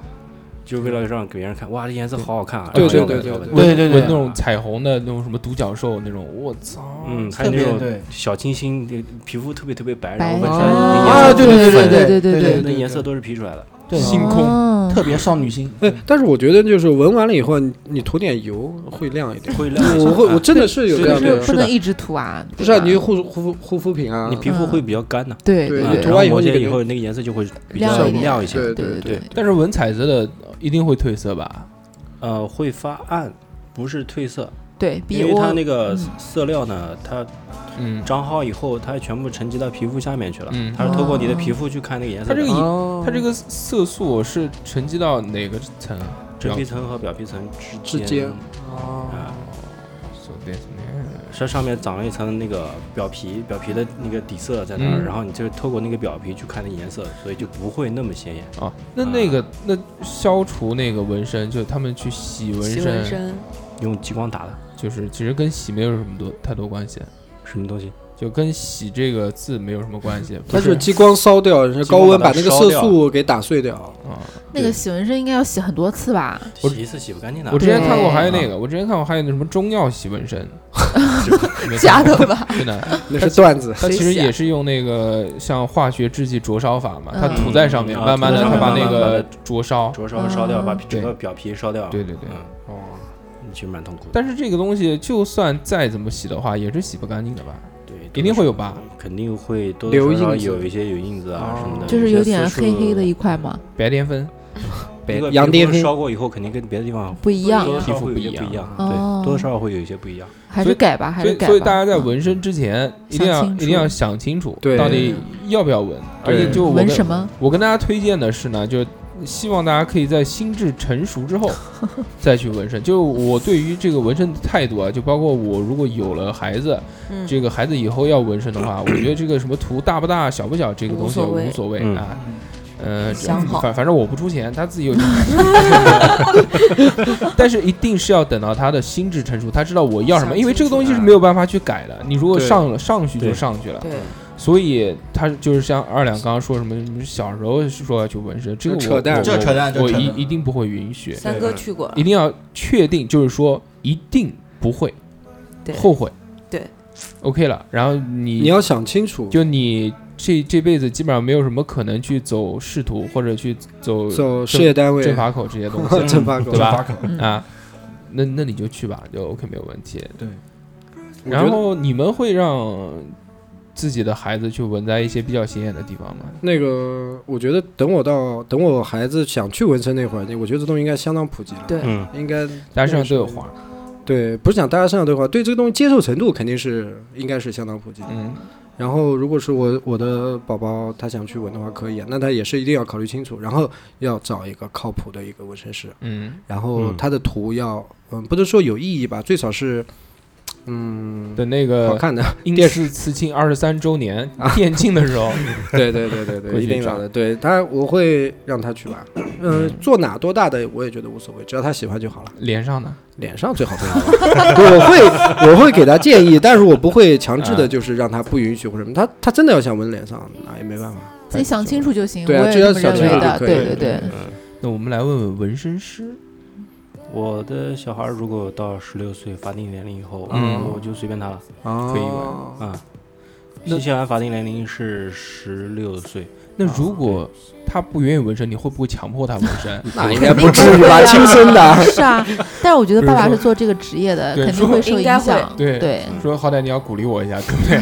S6: 就是为了让给别人看，哇，这颜色好好看啊！
S4: 对
S6: 然后
S4: 对
S6: 要给
S4: 对
S6: 他
S4: 对
S6: 们
S4: 对
S7: 对对
S3: 闻
S7: 对
S3: 那种彩虹的那种什么独角兽那种，我操，
S6: 嗯，还
S7: 特
S6: 有那
S7: 别
S6: 种
S7: 对
S6: 小清新，那皮肤特别特别白，
S1: 白哦
S6: 然后纹身
S3: 啊
S6: 那颜
S7: 啊，
S6: 色
S7: 对
S6: 都
S7: 对
S6: 是
S7: 对
S6: 粉
S7: 对对对对
S6: 那
S7: 对，
S6: 颜色都是 P 出来的。
S7: 对
S3: 星空
S1: 哦
S7: 特别少女心，
S4: 哎，但是我觉得就是闻完了以后，你你涂点油会亮一点。
S6: 会亮一 些
S4: 我会，
S6: 啊
S4: 我真的是有这
S1: 就
S4: 样
S1: 是
S4: 的，
S1: 不
S6: 是
S1: 能
S6: 的
S1: 一直涂啊，
S4: 不是啊，
S1: 对吧
S4: 你护护肤护肤品啊，
S6: 你皮
S1: 嗯
S6: 肤会比较干呐，
S1: 对
S4: 对
S6: 啊
S4: 你涂
S6: 然
S4: 完
S6: 后
S4: 以后
S6: 摩
S4: 你
S6: 肩
S4: 肯
S6: 以
S4: 定
S6: 后那个颜色就会比
S1: 亮
S6: 较
S1: 一点
S6: 亮一些，
S4: 对
S1: 对
S4: 对，
S1: 对，
S3: 但是文彩色的呃一定会褪色吧？
S6: 呃，会发暗，不是褪色，
S1: 对
S6: 因
S1: 比
S6: 为它
S1: 我
S6: 那个
S1: 嗯
S6: 色料呢，它
S3: 嗯，
S6: 张好以后，它全部沉积到皮肤下面去了
S3: 嗯，
S6: 它是透过你的皮肤去看那个颜色
S3: 它
S6: 的，啊
S3: 这个
S4: 哦
S3: 它这个色素是沉积到哪个层啊？
S6: 真皮层和表皮层之
S4: 之间
S6: 啊，
S3: So that's nice
S6: 它上面长了一层那个表皮，表皮的那个底色在那儿，
S3: 嗯
S6: 然后你就透过那个表皮去看那颜色，所以就不会那么鲜艳。
S3: 啊，那那个那消除那个纹身，就他们去洗纹
S5: 洗嗯纹身，
S6: 用激光打的
S3: 就是其实跟洗没有什么多太多关系，
S6: 什么东西？
S3: 就跟“洗”这个字没有什么关 系。不
S4: 它就是
S3: 是
S4: 激光烧掉，然后
S6: 激
S4: 高
S6: 光
S4: 温把
S6: 把它
S4: 那个
S6: 烧
S4: 色
S6: 掉
S4: 素给打碎掉。
S3: 啊，
S1: 那个洗纹身应该要洗很多次吧？
S3: 我
S6: 洗一次洗不干净的。
S3: 我之前看过，还有
S6: 对
S3: 那个，我之前看过还有那什么中药 洗 纹身，没看过
S1: 假的吧？
S3: 真的。
S4: 那是段子，
S3: 它其
S1: 谁
S3: 实
S1: 洗啊
S3: 也是用那个像化学制剂灼烧法嘛，它
S1: 嗯
S3: 涂在上面，
S6: 嗯
S3: 慢慢的
S1: 涂在
S3: 它
S1: 上面
S3: 把那
S6: 慢慢
S3: 个
S6: 慢慢
S3: 灼烧。
S6: 灼烧烧掉，
S1: 嗯
S6: 把整个表皮烧掉。
S3: 对对对，
S6: 嗯，
S3: 哦。
S6: 其实蛮痛苦的。
S3: 但是这个东西就算再怎么洗的话，也是洗不干净的吧？
S6: 对，
S3: 一定会有疤，
S6: 肯定会多
S4: 留
S6: 多少少
S4: 印子
S6: 有一些有印子
S3: 哦
S6: 啊什么的，
S1: 就是有点黑黑的
S6: 一
S1: 一块嘛，
S3: 白癜风。
S6: 些色素。一个
S4: 羊
S6: 皮肤
S4: 癫疯
S6: 烧过以后，肯定跟别的地方
S1: 不一样
S6: 多多
S3: 皮
S6: 少
S3: 肤
S6: 少会有
S3: 不
S6: 一些
S3: 一
S6: 不
S3: 样
S6: 一样，
S1: 哦
S6: 对，多多少少会有一些不一样。
S1: 还
S3: 所
S1: 是
S3: 以
S1: 改吧，还
S3: 所
S1: 是
S3: 以
S1: 改吧。
S3: 所以大家在
S1: 嗯
S3: 纹身之前，一定要
S1: 想清
S3: 一
S1: 楚
S3: 定要想清楚，
S4: 对
S3: 到底要不要纹。而
S4: 对
S3: 且就我
S1: 纹
S3: 跟
S1: 什么？
S3: 我跟大家推荐的是呢，就希望大家可以在心智成熟 之后再去纹身。就我对于这个纹身的态度啊，就包括我如果有了孩子，
S5: 嗯，
S3: 这个孩子以后要纹身 的话，我觉得这个什么图大不大、小不小这个东西
S5: 无所谓
S3: 无所谓
S6: 嗯
S3: 啊。呃，这
S5: 想好
S3: 反反正我不出钱，他自己 有钱。但是一定是要等到他的心智成熟，他知道我要什么，
S5: 想嗯
S3: 因为这个东西是没有办法去改的。你如果上了上去就上去了，
S5: 对，
S3: 所以他就是像二两刚刚说什么，你小时候说要去纹身，这个我
S4: 扯淡
S3: 我
S7: 这扯淡这
S3: 我
S7: 扯淡
S3: 一一定不会允许，
S5: 三哥去过了
S3: 一，定要确定，就是说一定不会
S5: 对
S3: 后悔，
S5: 对
S3: ，OK 了，然后你
S4: 你要想清楚，
S3: 就你这这辈子基本上没有什么可能去走仕途或者去走
S4: 走事业单位，
S3: 政法口这些东
S6: 嗯
S4: 政法口
S3: 对吧
S7: 发口
S3: 西
S1: 嗯
S3: 啊，那那你就去吧，就 OK 没有问题。
S7: 对，
S4: 我
S3: 然
S4: 觉得
S3: 后你们会让自己的孩子去纹在一些比较显眼的地方吗？
S4: 那个，我觉得等我到等我孩子想去纹身那会儿，我觉得这东西应该相当普及了。
S5: 对
S6: 嗯，
S4: 应该
S3: 大家身上都有花，
S4: 对，不是讲大家身上对话，对这个东西接受程度肯定是应该是相当普及的。
S3: 嗯，
S4: 然后，如果是我我的宝宝他想去纹的话，可以、啊，那他也是一定要考虑清楚，然后要找一个靠谱的一个纹身师，
S3: 嗯，
S4: 然后
S6: 嗯
S4: 他的图要嗯不能说有意义吧，最少是嗯
S3: 等那
S4: 好
S3: 个
S4: 看的。啊
S3: 英式刺青二十三 周年店庆的时候，
S4: 对对对对
S3: 过
S4: 对，
S3: 去
S4: 一定要
S3: 找
S4: 的。对他，我会让他去吧。嗯，做哪多大的我也觉得无所谓，只要他喜欢就好了。
S3: 脸 上呢？
S4: 脸上最好不要。我会我会给他建议，但是我不会强制的，就是让他不允许或者什么。他他真的要想纹脸上，那也没办法。
S1: 自己想清楚就行。
S4: 对啊
S1: 我也
S4: 只要
S1: 这么
S4: 想
S1: 认
S6: 清
S1: 为
S6: 楚
S1: 的，
S4: 就
S1: 对
S4: 可以
S1: 对对，
S3: 那我们来问问纹身师，
S6: 我的小孩如果到十六岁法定年龄以后，
S3: 嗯
S6: 我就随便他了
S4: 啊
S3: 可以
S4: 纹。
S6: 啊。
S3: 那
S6: 新西兰法定年龄是十六岁，
S3: 那
S4: 啊
S3: 如果他不愿意纹身，你会不会强迫他纹 身？
S4: 那应该
S1: 肯定
S4: 不至于
S1: 会
S4: 吧，
S1: 啊
S4: 亲生 的。
S1: 是啊，但是我觉得爸爸
S3: 比如
S1: 是
S3: 说
S1: 做这个职业的，
S3: 对
S1: 肯定会受
S5: 应
S1: 影
S5: 该会
S1: 响。
S3: 对
S1: 对，
S3: 说好歹你要鼓励我一下，对不对？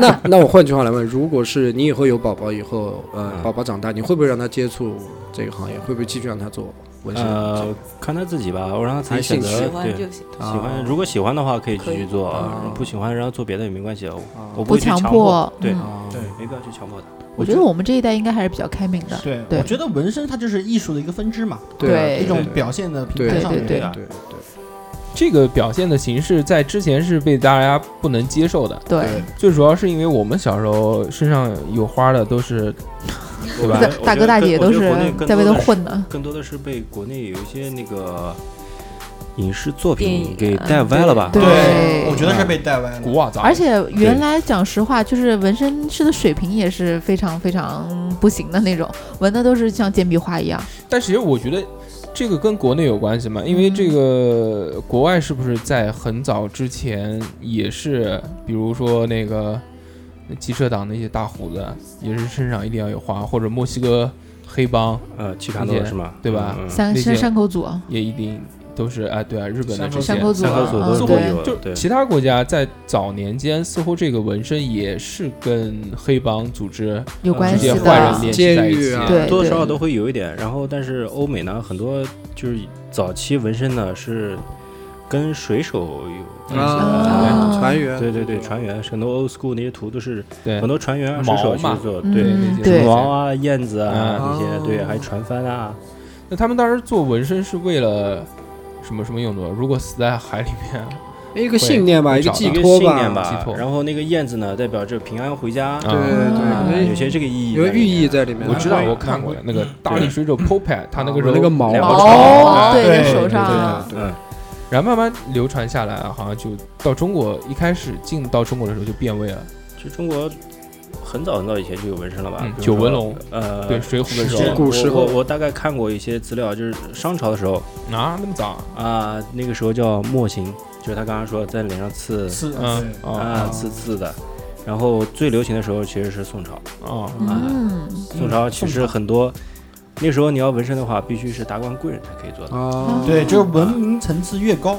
S4: 那那我换句话来问，如果是你以后有宝宝以后，呃，
S6: 嗯
S4: 宝宝长大，你会不会让他接触这个行业？会不会继续让他做纹身？
S6: 呃，看他自己吧，我让他自己
S4: 还
S6: 选
S4: 兴趣
S5: 喜
S6: 择。
S5: 欢
S6: 对，
S5: 就行。
S6: 喜欢，如果喜欢的话可以继
S5: 可以嗯
S6: 续做，
S4: 啊
S6: 不喜欢然后做别的也没关系，啊我我
S1: 不
S6: 会去强
S1: 迫。
S6: 对
S1: 嗯
S7: 对
S6: 没必要去强迫他。
S1: 我觉得我们这一代应该还是比较开明的。
S7: 对，
S1: 对
S7: 我觉得纹身它就是艺术的一个分支嘛，
S4: 对啊
S7: 一种
S6: 对
S7: 表现的平
S4: 对
S7: 台
S4: 对
S7: 上面。
S1: 对
S6: 啊
S4: 对对
S3: 这个表现的形式在之前是被大家不能接受的，
S1: 对，
S3: 最主要是因为我们小时候身上有花的都是， 对吧
S1: 大？大哥大姐都是在外头
S6: 头
S1: 混的。
S6: 更多的是被国内有一些那个影视作
S5: 电影
S6: 品给
S5: 啊
S6: 带歪了吧？
S1: 对
S7: 我觉得是被带歪了。
S3: 古瓦杂，
S1: 而且原来讲实话，就是纹身师的水平也是非常非常不行的那种，纹的都是像简笔画一样。
S3: 但其实我觉得这个跟国内有关系吗？因为这个国外是不是在很早之前也是，比如说那个机车党那些大胡子，也是身上一定要有花，或者墨西哥黑帮
S6: 呃，齐卡诺是吗？
S3: 对吧
S6: 嗯
S1: 三
S3: 那
S1: 是
S3: 些
S1: 山口组啊，
S3: 也一定都是啊，对啊，日本的这些
S1: 山口组
S6: 三
S1: 啊
S6: 合组都
S1: 嗯
S6: 是会
S1: 对
S6: 有
S3: 就
S6: 对
S3: 其他国家在早年间，似乎这个纹身也是跟黑帮组织
S1: 有关
S3: 直
S1: 系
S3: 接
S1: 的
S3: 坏人联系在一
S4: 监狱
S3: 起，
S4: 啊
S1: 对
S6: 多多少少都会有一点。然后，但是欧美呢，很多就是早期纹身呢是跟水手有关系的。
S1: 啊
S4: 船员，
S6: 对对对，船员很多 old school 那些图都是
S3: 对
S6: 很多船员啊水
S3: 毛
S6: 手
S3: 嘛
S6: 去做，
S1: 嗯
S6: 对，
S3: 那些
S1: 对
S3: 东西
S6: 毛啊、燕子啊
S4: 嗯
S6: 那些，对，
S4: 哦
S6: 还有船帆啊，
S3: 那他们当时做纹身是为了什么什么用途？如果死在海里面
S4: 哎一个信念吧，
S3: 会
S4: 一个
S3: 找
S4: 寄
S3: 到
S6: 一个
S4: 托
S6: 信念
S3: 寄托
S6: 然后那个燕子呢，代表着平安回家，
S4: 对
S3: 啊
S4: 对对，
S1: 啊
S4: 可能
S6: 有些这个意义在
S4: 有
S6: 里面，
S4: 寓意在里面。
S3: 我知道，
S7: 嗯
S3: 我看过那个大力水手 Popeye，他那个
S4: 那
S3: 时
S4: 个
S3: 候，
S4: 毛
S6: 两个
S1: 毛
S3: 啊
S1: 对在
S7: 对
S1: 手
S7: 对
S1: 上
S7: 对
S1: 啊，
S6: 嗯，
S3: 然后慢慢流传下来啊，好像就到中国一开始进到中国的时候就变味了，
S6: 就中国很早很早以前就有纹身了吧？
S3: 嗯
S6: 比如说
S3: 九纹龙
S6: 呃，
S3: 对《水浒》的时
S4: 是
S3: 候
S4: 古时候
S6: 我我我大概看过一些资料，就是商朝的时候
S3: 啊，那么早啊
S6: 啊、那个时候叫墨刑，就是他刚刚说在脸上刺
S7: 是
S3: 嗯
S6: 啊、
S3: 啊
S6: 刺刺的。然后最流行的时候其实是宋朝，
S3: 啊
S1: 嗯，
S6: 宋朝其实很多，那时候你要纹身的话，必须是达官贵人才可以做到，
S4: 啊，
S7: 对，就是文明层次越高，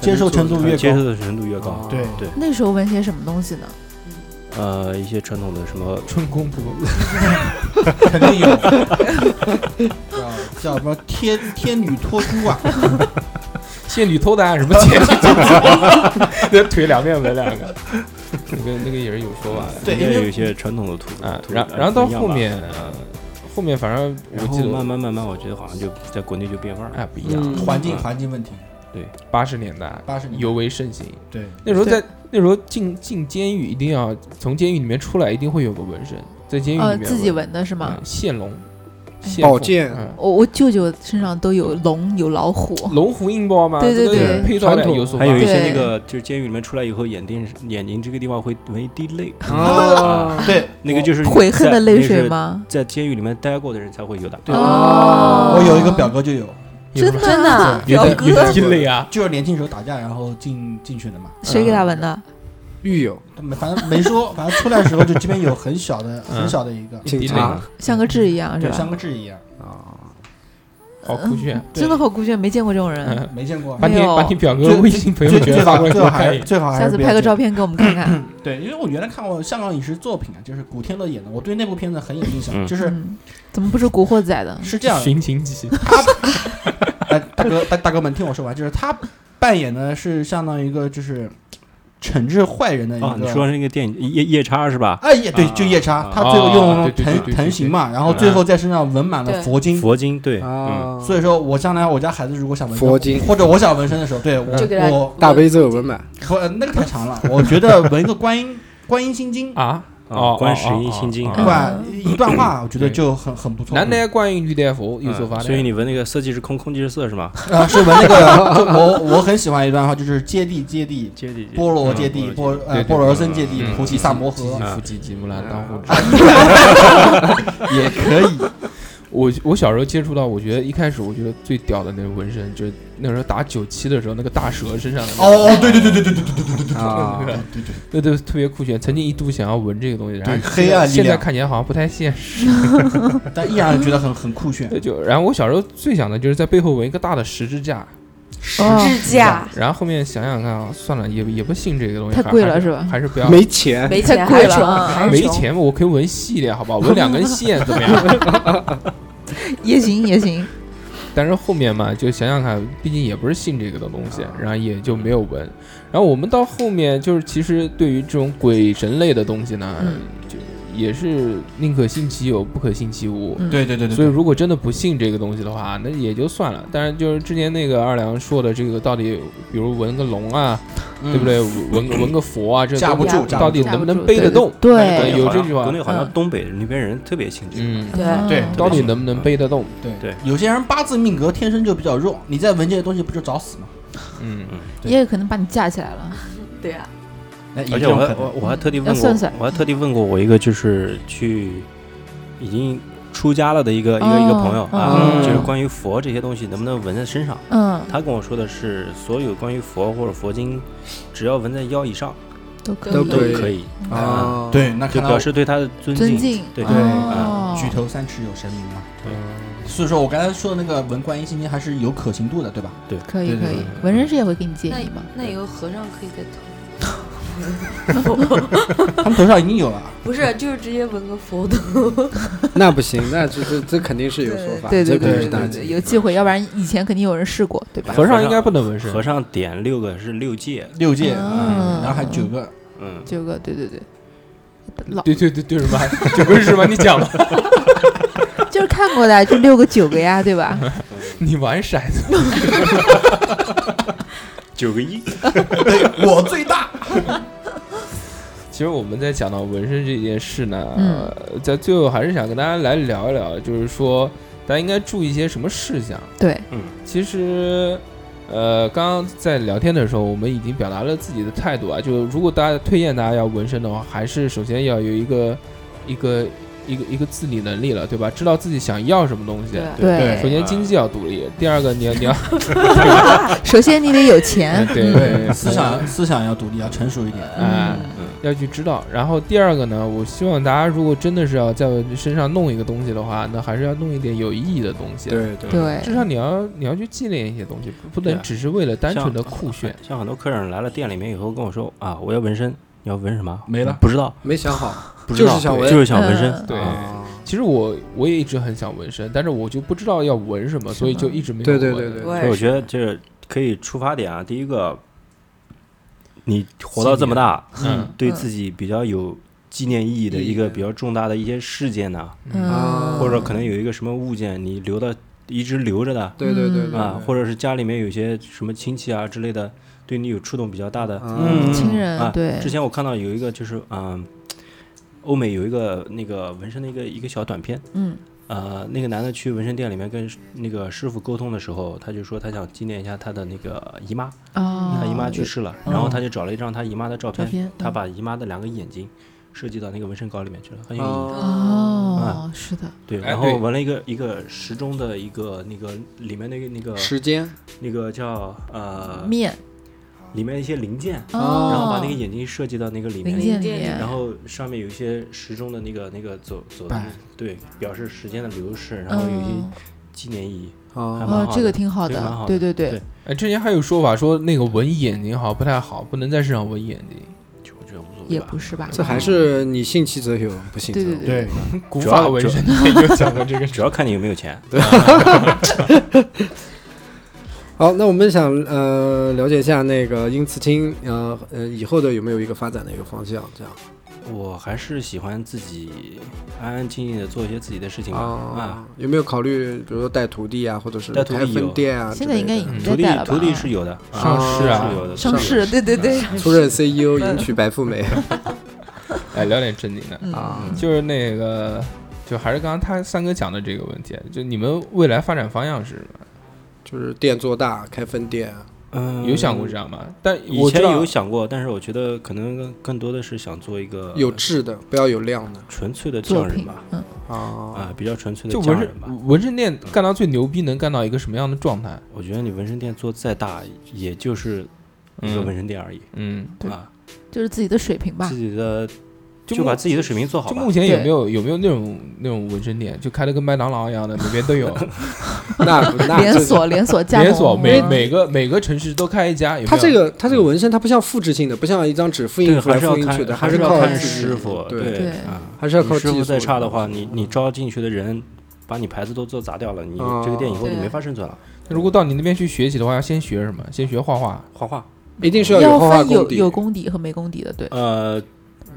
S7: 接受程度越高哦
S6: 接受的程度越高。
S7: 对
S6: 对，
S1: 那时候纹些什么东西呢？
S6: 呃，一些传统的什么
S3: 春宫图，
S7: 肯定有，啊叫叫什么天天女托孤啊，
S3: 仙女偷蛋什么仙女，那腿两面纹两个，那个那个也是有说法的。
S7: 对
S6: 也
S7: 因为
S6: 有一些传统的图
S3: 啊，
S6: 图
S3: 然
S6: 呃
S3: 然后到
S6: 不一样吧
S3: 后面，
S6: 呃
S3: 后面反正我
S6: 然后
S3: 记
S6: 慢
S3: 得，
S6: 慢慢慢，我觉得好像就在国内就变味儿了。
S3: 哎，不一样。
S7: 环境环境问题，
S3: 八十年代
S7: 八十年代
S3: 尤为盛行，
S7: 对，
S3: 那时候在那时候进进监狱一定要从监狱里面出来，一定会有个纹身，在监狱里
S1: 呃，
S3: 面
S1: 自己纹的是吗
S3: 嗯？现龙、现
S4: 宝
S3: 凤
S4: 剑
S3: 嗯
S1: 我我舅舅身上都有龙，有老虎，
S3: 龙虎硬豹嘛，
S1: 对对
S3: 这个
S1: 对
S3: 配套
S4: 传
S3: 的
S4: 统
S3: 有所
S6: 还有一
S3: 发
S6: 些
S1: 对
S6: 那个，就是监狱里面出来以后，眼睛眼睛这个地方会为滴泪，
S4: 啊，
S7: 对
S6: 那个就是
S1: 悔恨的
S6: 在
S1: 泪
S6: 那是
S1: 水吗？
S6: 在监狱里面待过的人才会有的。
S7: 对
S1: 哦
S7: 我有一个表哥就有，
S3: 有什么
S5: 真的，啊
S3: 有
S5: 表
S3: 点有
S5: 哥
S3: 点鸡肋啊，
S7: 就是年轻时候打架然后进进去的嘛，
S1: 谁给他纹的？
S4: 狱友
S7: 他们反正没说，反正出来的时候就这边有很小的很小的一个，
S4: 警
S3: 一滴
S4: 察
S3: 泪，
S1: 像个痣一样是
S7: 就
S1: 吧嗯
S7: 像？个痣一样，
S4: 啊，
S3: 好酷炫！
S7: 对
S1: 真的好酷炫，没见过这种人。
S3: 嗯嗯
S7: 没见过
S3: 把。你
S1: 没有
S3: 把你表
S7: 最
S3: 哥微信朋友
S7: 最最
S3: 圈发
S7: 好
S3: 过来，
S7: 最
S3: 我
S7: 好
S3: 看一
S7: 还是
S3: 眼。
S7: 最好还是
S1: 下次
S7: 不
S1: 拍
S7: 要
S1: 个
S7: 见
S1: 照片给我们看看。
S7: 对，因为我原来看过香港影视作品啊，就是古天乐演的，我对那部片子很有印象。
S6: 嗯
S7: 就是
S1: 嗯，怎么不是古惑仔的？
S7: 是这 样的，
S3: 寻秦记，
S7: 哎，大哥大大哥们听我说完，就是他扮演的是相当于一个就是惩治坏人的一个。
S6: 啊，你说那个电影夜夜叉是吧？
S7: 哎，夜对，
S6: 啊
S7: 就夜叉
S6: 啊，
S7: 他最后
S3: 啊
S7: 用
S3: 对对对对对
S7: 藤
S3: 对
S7: 藤行嘛，然后最后在身上纹满了
S5: 对
S7: 佛经。
S6: 佛经对，嗯，
S4: 啊，
S7: 所以说我将来我家孩子如果想纹身
S4: 佛经
S7: 或者我想纹身的时候，对我
S5: 就给他
S7: 我
S4: 大悲咒文满，
S7: 不呃那个太长了，我觉得纹一个观音观音心经，
S3: 啊
S6: 啊
S3: 哦，
S6: 观世音心经
S3: 哦哦
S7: 对
S3: 哦哦
S7: 吧？一段话我觉得就很很不错。
S3: 南 来观音女大佛，有所
S6: 嗯
S3: 发展。
S6: 所以你闻那个色即是空，空即是色是 吗？
S7: 啊，是纹那个，就我我很喜欢一段话，就是接地接地，
S6: 嗯接地
S7: 波罗揭谛，波
S3: 对
S7: 呃
S3: 对
S7: 波罗僧揭谛，
S3: 嗯
S7: 菩提萨摩
S3: 唧
S7: 诃，
S3: 唧复唧唧，木兰当户织。
S7: 也可以。
S3: 我我小时候接触到，我觉得一开始我觉得最屌的那个纹身，就是那时候打九七的时候，那个大蛇身上的那个，
S7: 哦，对对对对对对对对对对
S4: 啊
S7: 对对对
S3: 那都特别酷炫。曾经一度想要纹这个东西，然后
S7: 对，
S3: 现
S7: 黑暗力
S3: 现在
S7: 量，
S3: 看起来好像不太现 实。
S7: 但依然觉得很很酷炫。
S3: 就然后我小时候最想的就是在背后纹一个大的十字架，
S1: 哦，
S5: 支架，
S3: 然后后面想想看啊，算了，也也不信这个东西，
S1: 太
S3: 还
S1: 贵了
S3: 还
S1: 是吧
S3: 还是不要。
S4: 没钱，
S5: 没
S1: 太
S5: 钱
S1: 贵
S5: 还
S1: 了
S5: 穷，
S1: 啊
S5: 还是
S3: 没
S5: 穷。
S3: 钱嘛，我可以纹细一点，好吧，纹两根线怎么样？
S1: 也行也行。
S3: 但是后面嘛，就想想看，毕竟也不是信这个的东西，然后也就没有闻。然后我们到后面就是，其实对于这种鬼神类的东西呢，
S1: 嗯
S3: 就也是宁可信其有，不可信其无。
S1: 嗯
S7: 对对对对，
S3: 所以，如果真的不信这个东西的话，那也就算了。但是，就是之前那个二良说的，这个到底，比如纹个龙啊，
S7: 嗯
S3: 对不对？纹个纹个佛啊，这
S7: 架不
S3: 都
S7: 住架不
S3: 到底
S1: 住
S3: 能
S1: 架不
S3: 不能
S1: 住
S3: 背得
S1: 对
S3: 动？
S6: 国内
S1: 对，
S3: 有
S6: 好像
S3: 这句话
S6: 国内好像
S1: 嗯
S6: 东北那边人特别信这个。
S3: 嗯，
S1: 啊
S7: 对
S3: 到底能不
S6: 嗯
S3: 能背得动？
S7: 对
S6: 对
S7: 有些人八字命格天生就比较弱，你再纹这些东西不就找死吗？
S3: 嗯，
S7: 对
S1: 也有可能把你架起来了。
S5: 对啊，
S7: 哎有
S6: 而
S7: 这
S6: 且我
S7: 种可
S6: 还
S7: 能
S6: 我我还特地
S1: 要
S6: 问过
S1: 算算，
S6: 我还特地问过我一个就是去已经出家了的一个一个一个朋友
S1: 哦
S6: 啊，
S4: 嗯
S6: 就是关于佛这些东西能不能纹在身上。
S1: 嗯，
S6: 他跟我说的是，所有关于佛或者佛经，只要纹在腰以上
S1: 都可以，
S4: 都
S6: 都
S4: 可以
S6: 可以，
S4: 啊，
S7: 对，那
S6: 就
S7: 看
S6: 表嗯
S7: 到
S6: 示对他的尊
S1: 尊敬，
S6: 对啊
S7: 对啊
S1: 哦
S7: 举头三尺有神明嘛。对，所以说我刚才说的那个文观音心经还是有可行度的，对吧？
S1: 可以
S7: 对对
S1: 可
S7: 对
S1: 以
S7: 对，
S1: 纹身师也会给你建
S5: 那
S1: 议吗？
S5: 那以后和尚可以在头
S7: 他们头上已经有了，
S5: 不是，就是直接纹个佛头。
S4: 那不行，那这这这肯定是有说法，
S1: 对对
S4: 这肯定
S1: 对
S4: 是大
S1: 对
S4: 忌
S1: 对，。有忌讳，要不然以前肯定有人试过，对吧？
S3: 和尚应该不能纹身，
S6: 和尚点六个是六戒，
S7: 六戒，
S1: 嗯
S7: 然后还九个，
S6: 嗯，
S1: 九个，对对对，老
S3: 对对对对什么？九个是什么？你讲吧。
S1: 就是看过的，就六个九个呀，对吧？
S3: 你玩骰子，
S6: 九个一，
S7: 我最大。
S3: 其实我们在讲到纹身这件事呢，
S1: 嗯
S3: 在最后还是想跟大家来聊一聊，就是说大家应该注意一些什么事项。
S1: 对，
S3: 其实，呃，刚刚在聊天的时候，我们已经表达了自己的态度啊。就如果大家推荐大家要纹身的话，还是首先要有一个一个一个一个自理能力了，对吧？知道自己想要什么东西。
S7: 对
S3: 首先经济要独立，第二个你要你要
S1: 首先你得有钱，
S6: 嗯
S3: 对对
S7: 思想思想要独立，要成熟一点。
S3: 哎
S1: 嗯，
S3: 要去知道。然后第二个呢，我希望大家如果真的是要在身上弄一个东西的话，那还是要弄一点有意义的东西。，
S4: 对对，
S1: 对
S6: 嗯
S3: 至少你要你要去纪念一些东西，不不
S6: 对
S3: 能
S6: 啊
S3: 只是为了单纯的 酷炫。
S6: 像很多客人来了店里面以后跟我说啊，我要纹身，你要纹什么？
S7: 没了
S6: 不知道，
S4: 没想好，
S6: 不知道，
S4: 就是想
S6: 对
S4: 纹
S6: 就是想纹身，
S1: 嗯
S3: 对
S6: 啊
S3: 其实我我也一直很想纹身，但是我就不知道要纹什么，所以就一直没有
S4: 对
S3: 纹。
S4: 对对对，
S5: 我
S6: 所以
S5: 也
S6: 我
S5: 是，
S6: 觉得这可以出发点啊，第一个，你活到这么大，
S3: 嗯
S6: 对
S1: 嗯
S6: 自己比较有纪念意义的
S4: 意义
S6: 一个
S4: 的
S6: 比较重大的一些事件呢、
S1: 嗯，
S6: 啊或者可能有一个什么物件你留的一直留着的啊、
S4: 对对对对
S1: 嗯
S6: 或者是家里面有些什么亲戚啊之类的，对你有触动比较大的。
S4: 嗯
S1: 亲
S6: 啊
S1: 人，对
S6: 之，前我看到有一个就是嗯、欧美有一个那个纹身的一个一个小短片，
S1: 嗯
S6: 呃，那个男的去纹身店里面跟那个师傅沟通的时候，他就说他想纪念一下他的那个姨妈，
S1: 啊，
S6: 他姨妈去世了，然后他就找了一张他姨妈的照
S1: 照
S6: 片，
S1: 片，
S6: 他
S1: 嗯
S6: 把姨妈的两个眼睛设计到那个纹身稿里面去了，很有意义。
S4: 啊
S1: 哦，
S6: 啊
S1: 是的，
S6: 对，
S3: 哎
S6: 然后
S3: 对
S6: 纹了一个一个时钟的一个那个里面那个那个
S4: 时间
S6: 那个叫呃
S1: 面，
S6: 里面一些零件，
S1: 哦，
S6: 然后把那个眼睛设计到那个里
S1: 零
S6: 面，
S1: 件里
S5: 零件
S1: 面，
S6: 然后上面有一些时钟的那个那个走走的
S7: 摆
S6: 对，表示时间的流逝，然后有一些
S1: 嗯
S6: 纪念意义。还
S4: 啊，
S6: 蛮
S1: 哦，
S6: 好
S1: 这个
S6: 的
S1: 挺好
S6: 这个蛮
S1: 的
S6: 好，
S1: 对对
S6: 对
S1: 对，
S3: 哎，之前还有说法说那个纹眼睛好像不太好，不能在身上纹眼睛，
S6: 就我觉得无所谓
S1: 也
S6: 吧
S1: 不是吧？嗯
S4: 这还是你信其则有，不信则
S1: 对
S4: 无
S1: 对对对，
S3: 古
S6: 主要
S3: 法纹
S6: 主
S3: 身 有讲过这个事。
S6: 主 要看你有没有钱。
S4: 好，那我们想呃了解一下那个英刺青，呃呃以后的有没有一个发展的一个方向？这样
S6: 我还是喜欢自己安安静静的做一些自己的事情吧。
S3: 哦
S6: 啊，
S4: 啊，有没有考虑比如说带徒弟啊，或者是
S6: 带徒弟
S4: 开
S6: 有
S4: 分店啊之类
S1: 现
S4: 的？
S1: 在应该已经
S3: 嗯
S1: 在
S6: 徒弟
S1: 带了吧？
S6: 徒弟是有的，
S4: 啊
S3: 上市啊
S6: 是有的，
S1: 上市，对对对，
S4: 出任 CEO，迎
S1: 嗯
S4: 娶白富美
S3: 哎，聊点正经的，
S1: 嗯
S4: 啊，
S3: 就是那个，就还是刚刚他三哥讲的这个问题，就你们未来发展方向是什么？
S4: 就是店做大，开分店。啊
S6: 嗯，
S3: 有想过这样吗？但
S6: 以
S3: 我知
S6: 前
S3: 道
S6: 有想过，但是我觉得可能更更多的是想做一个
S4: 有质的，不要有量的
S6: 纯粹的
S1: 作
S6: 匠人
S1: 品
S6: 吧，，
S1: 嗯，
S4: 啊
S6: 啊，比较纯粹
S3: 就
S6: 的
S3: 纹
S6: 匠人吧。
S3: 身纹身店干到最牛逼，能干到一个什么样的状态？
S6: 我觉得你纹身店做再大，也就是一个纹
S3: 嗯
S6: 身店而已
S3: 嗯，
S1: 对
S6: 啊，
S1: 就是自己的水平吧
S6: 自。己的
S3: 就
S6: 就把
S3: 目
S6: 自己的水平做好
S3: 就
S6: 吧
S3: 目。前有
S1: 对
S3: 没有有没有那种那种纹身店，就开的跟麦当劳一样的，每边都有
S4: 那 不那
S1: 连
S4: 这
S1: 锁连锁 加盟，
S3: 连锁，每
S1: 嗯
S3: 每个每个城市都开一家。有没有
S4: 它这个它这个纹身，它不像复制性的，不像一张纸复
S6: 对，
S4: 印出来
S6: 还是要
S4: 复印去
S6: 看，
S4: 的，
S6: 还
S4: 是
S6: 要
S4: 靠
S6: 看
S4: 自己
S6: 师傅，
S4: 对，
S1: 对
S6: 啊。
S4: 还是要
S6: 你
S4: 靠
S6: 师
S4: 技术
S6: 傅再差的话，你你招进去的人，把你牌子都做砸掉了，你这个店以后就
S5: 对
S6: 没法生存了。
S3: 如果到你那边去学习的话，要先学什么？先学画画。
S6: 画画，
S4: 一定是有
S1: 要
S4: 画画
S1: 分
S4: 功
S1: 有
S4: 底，
S1: 有功底和没功底的，对，
S6: 呃，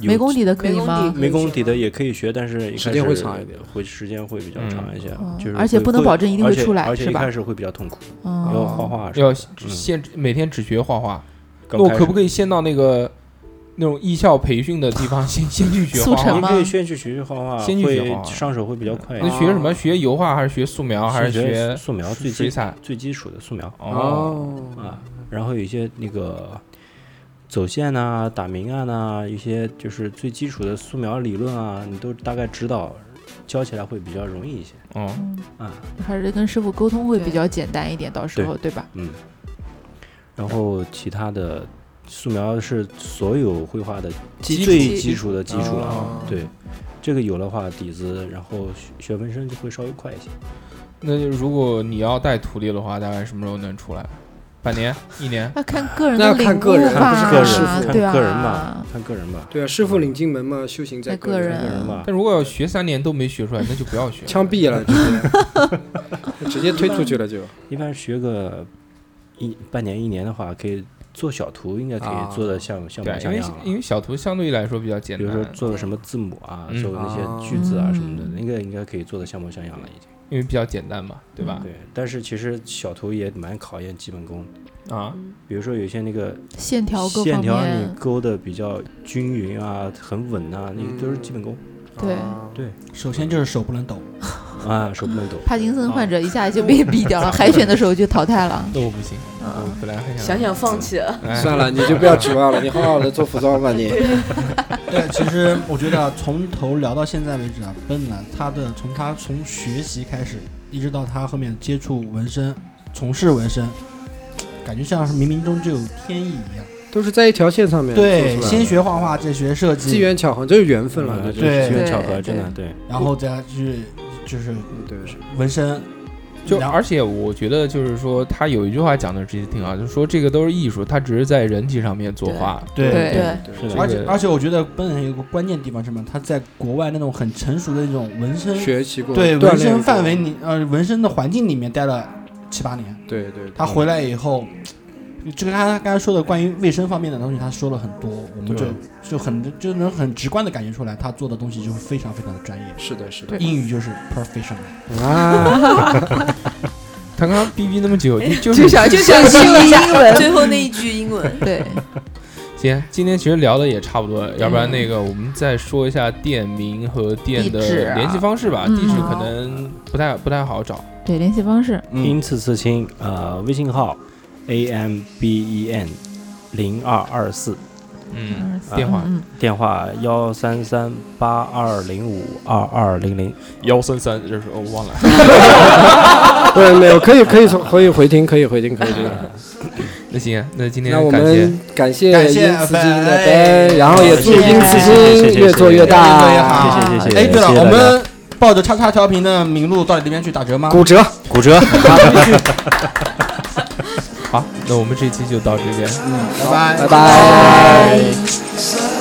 S6: 有
S1: 没功底的可以啊吗？
S6: 没功底的也可以学，但是一
S4: 时
S6: 开
S4: 间
S6: 始
S4: 会长一点，
S6: 会时间会比较长一些
S1: 嗯，
S6: 就是
S1: 而且
S6: 会
S1: 不能保证一定会
S6: 而且
S1: 出来
S6: 而且
S1: 是
S6: 一
S1: 吧
S6: 开始会比较痛苦，
S1: 嗯，
S6: 要画画什么
S3: 要
S6: 的，嗯
S3: 先每天只学画画，那
S6: 刚
S3: 我
S6: 开
S3: 可
S6: 始
S3: 不可以先到那个那种艺校培训的地方，先先去学
S1: 速
S3: 画
S1: 成
S6: 你
S3: 画？
S1: 吗
S6: 可以先去学学画画，
S3: 先去学画画
S6: 会上手会比较快一
S3: 那
S6: 点。
S3: 学什么？学油画还是学素描还是学
S6: 哦素描最
S3: 水
S6: 基
S3: 彩？
S6: 最基础的素描
S3: 哦，
S6: 啊，然后有一些那个走线啊呐、打明暗呐、一些就是最基础的素描理论啊，你都大概知道，教起来会比较容易一些
S3: 哦，
S1: 嗯，
S6: 啊。
S1: 还是跟师傅沟通会比
S5: 对
S1: 较简单一点，到时候对吧？
S6: 嗯，然后其他的素描是所有绘画的
S4: 基础
S6: 最基础的基础了。
S4: 啊
S6: 对，这个有的话底子，然后学学纹身就会稍微快一些。
S3: 那就如果你要带徒弟的话，大概什么时候能出来？半年、一年？
S1: 那看个人
S4: 那
S1: 的
S4: 要
S1: 领
S4: 看
S1: 悟
S4: 个人啊
S1: 吧，
S4: 不是
S6: 看个人，
S1: 对啊吧？
S6: 看个人吧，看个人吧，
S4: 对啊，师傅领进门嘛，修行在
S1: 在
S4: 个
S1: 个
S6: 看个人吧。
S3: 但如果要学三年都没学出来，那就不 要学了。
S4: 枪毙了，直接 直接推出去了就。
S6: 一般学个一半年一年的话，可以做小图，应该可
S4: 啊
S6: 以做的像像模
S3: 对，因
S6: 像
S3: 为
S6: 样了。
S3: 因为小图相对来说比较简
S6: 比如说
S3: 单，
S6: 做个什么字母啊，
S3: 嗯
S6: 做个那
S4: 啊
S1: 哦
S6: 些句子啊什么的，那个应该可以做的像模像样了，已经。
S3: 因为比较简单嘛，对吧？
S6: 对，但是其实小图也蛮考验基本功的。
S3: 啊，
S6: 比如说有些那个
S1: 线条各
S6: 线
S1: 方
S6: 条你
S1: 面，
S6: 勾的比较均匀啊，很稳啊，那
S3: 嗯
S6: 个都是基本功
S1: 对
S4: 啊
S6: 对
S7: 首先就是手不能抖，
S6: 啊，手不能抖。
S1: 帕金森患者一下就被毙掉了，海选的时候就淘汰了。
S3: 那我不行，
S1: 嗯
S3: 我，本来还
S5: 想想放弃了，
S3: 哎
S4: 算了，你就不要指望了，你好好的做服装吧你。
S7: 对，其实我觉得啊从头聊到现在为止啊，笨了他的从他从学习开始，一直到他后面接触纹身、从事纹身，感觉像是冥冥中就有天意一样。
S4: 都是在一条线上面做出来的。
S7: 对，先学画画，再学设
S4: 机
S7: 计，
S4: 缘巧合，这是缘分了，
S6: 啊
S4: 这就是
S6: 这
S7: 对
S6: 机缘巧合，
S1: 对
S6: 真的对。
S7: 然后再去就是
S4: 对。
S7: 纹身，
S3: 就
S7: 然后
S3: 而且我觉得就是说，他有一句话讲的其实挺好，就是说这个都是艺术，他只是在人体上面作画。
S7: 对
S1: 对对
S6: 是的
S7: 而且
S3: 这个
S7: 而且我觉得笨有个关键地方是什么？他在国外那种很成熟的那种纹身，
S4: 学习过，
S7: 对
S4: 锻炼
S7: 纹身
S4: 过
S7: 范围里呃纹身的环境里面待了七八年。
S4: 对对，对
S7: 他回来以后，这个他刚才说的关于卫生方面的东西，他说了很多，我们就
S4: 对
S7: 就很就能很直观的感觉出来，他做的东西就是非常非常的专业。
S4: 是的，是的
S7: 英语就是 professional，
S4: 啊，
S3: 他刚刚逼逼那么久，
S1: 就
S3: 就
S1: 是想
S5: 就想秀一下最后那一句英文。
S1: 对，
S3: 行。今天其实聊的也差不多
S1: 嗯
S3: 了，要不然那个我们再说一下店名和店的
S1: 地址啊
S3: 联系方式吧，
S1: 嗯
S3: 地址可能不太不太好找。
S1: 对，联系方式，
S6: 因此刺青，呃，微信号 a m b e n 零二二四，
S3: 嗯，
S1: 嗯
S3: 电话
S1: 嗯，
S6: 电话幺三三八二零五二二零零。
S3: 幺三三，这是我忘了。
S4: 对，没有，可以可以从可以回听，可以回听，可以听。
S7: 嗯
S3: 那行，那今天
S4: 那我
S3: 感谢
S4: 们感谢
S7: 感
S4: 英
S7: 谢哎
S4: 刺金的
S7: 拜
S4: 杯，然后也祝
S1: 谢谢
S4: 英
S7: 哎
S4: 刺
S6: 谢谢谢
S4: 金
S6: 谢
S4: 越做越
S7: 越做越好
S4: 大，
S6: 谢谢谢谢。
S7: 哎，对了，
S6: 谢谢
S7: 我
S6: 大家
S7: 们抱着叉叉调频的名录到里边去打折吗？
S4: 骨折。
S6: 骨 折。
S3: 好，那我们这期就到这边。
S7: 拜
S4: 拜
S7: 拜
S4: 拜。
S5: So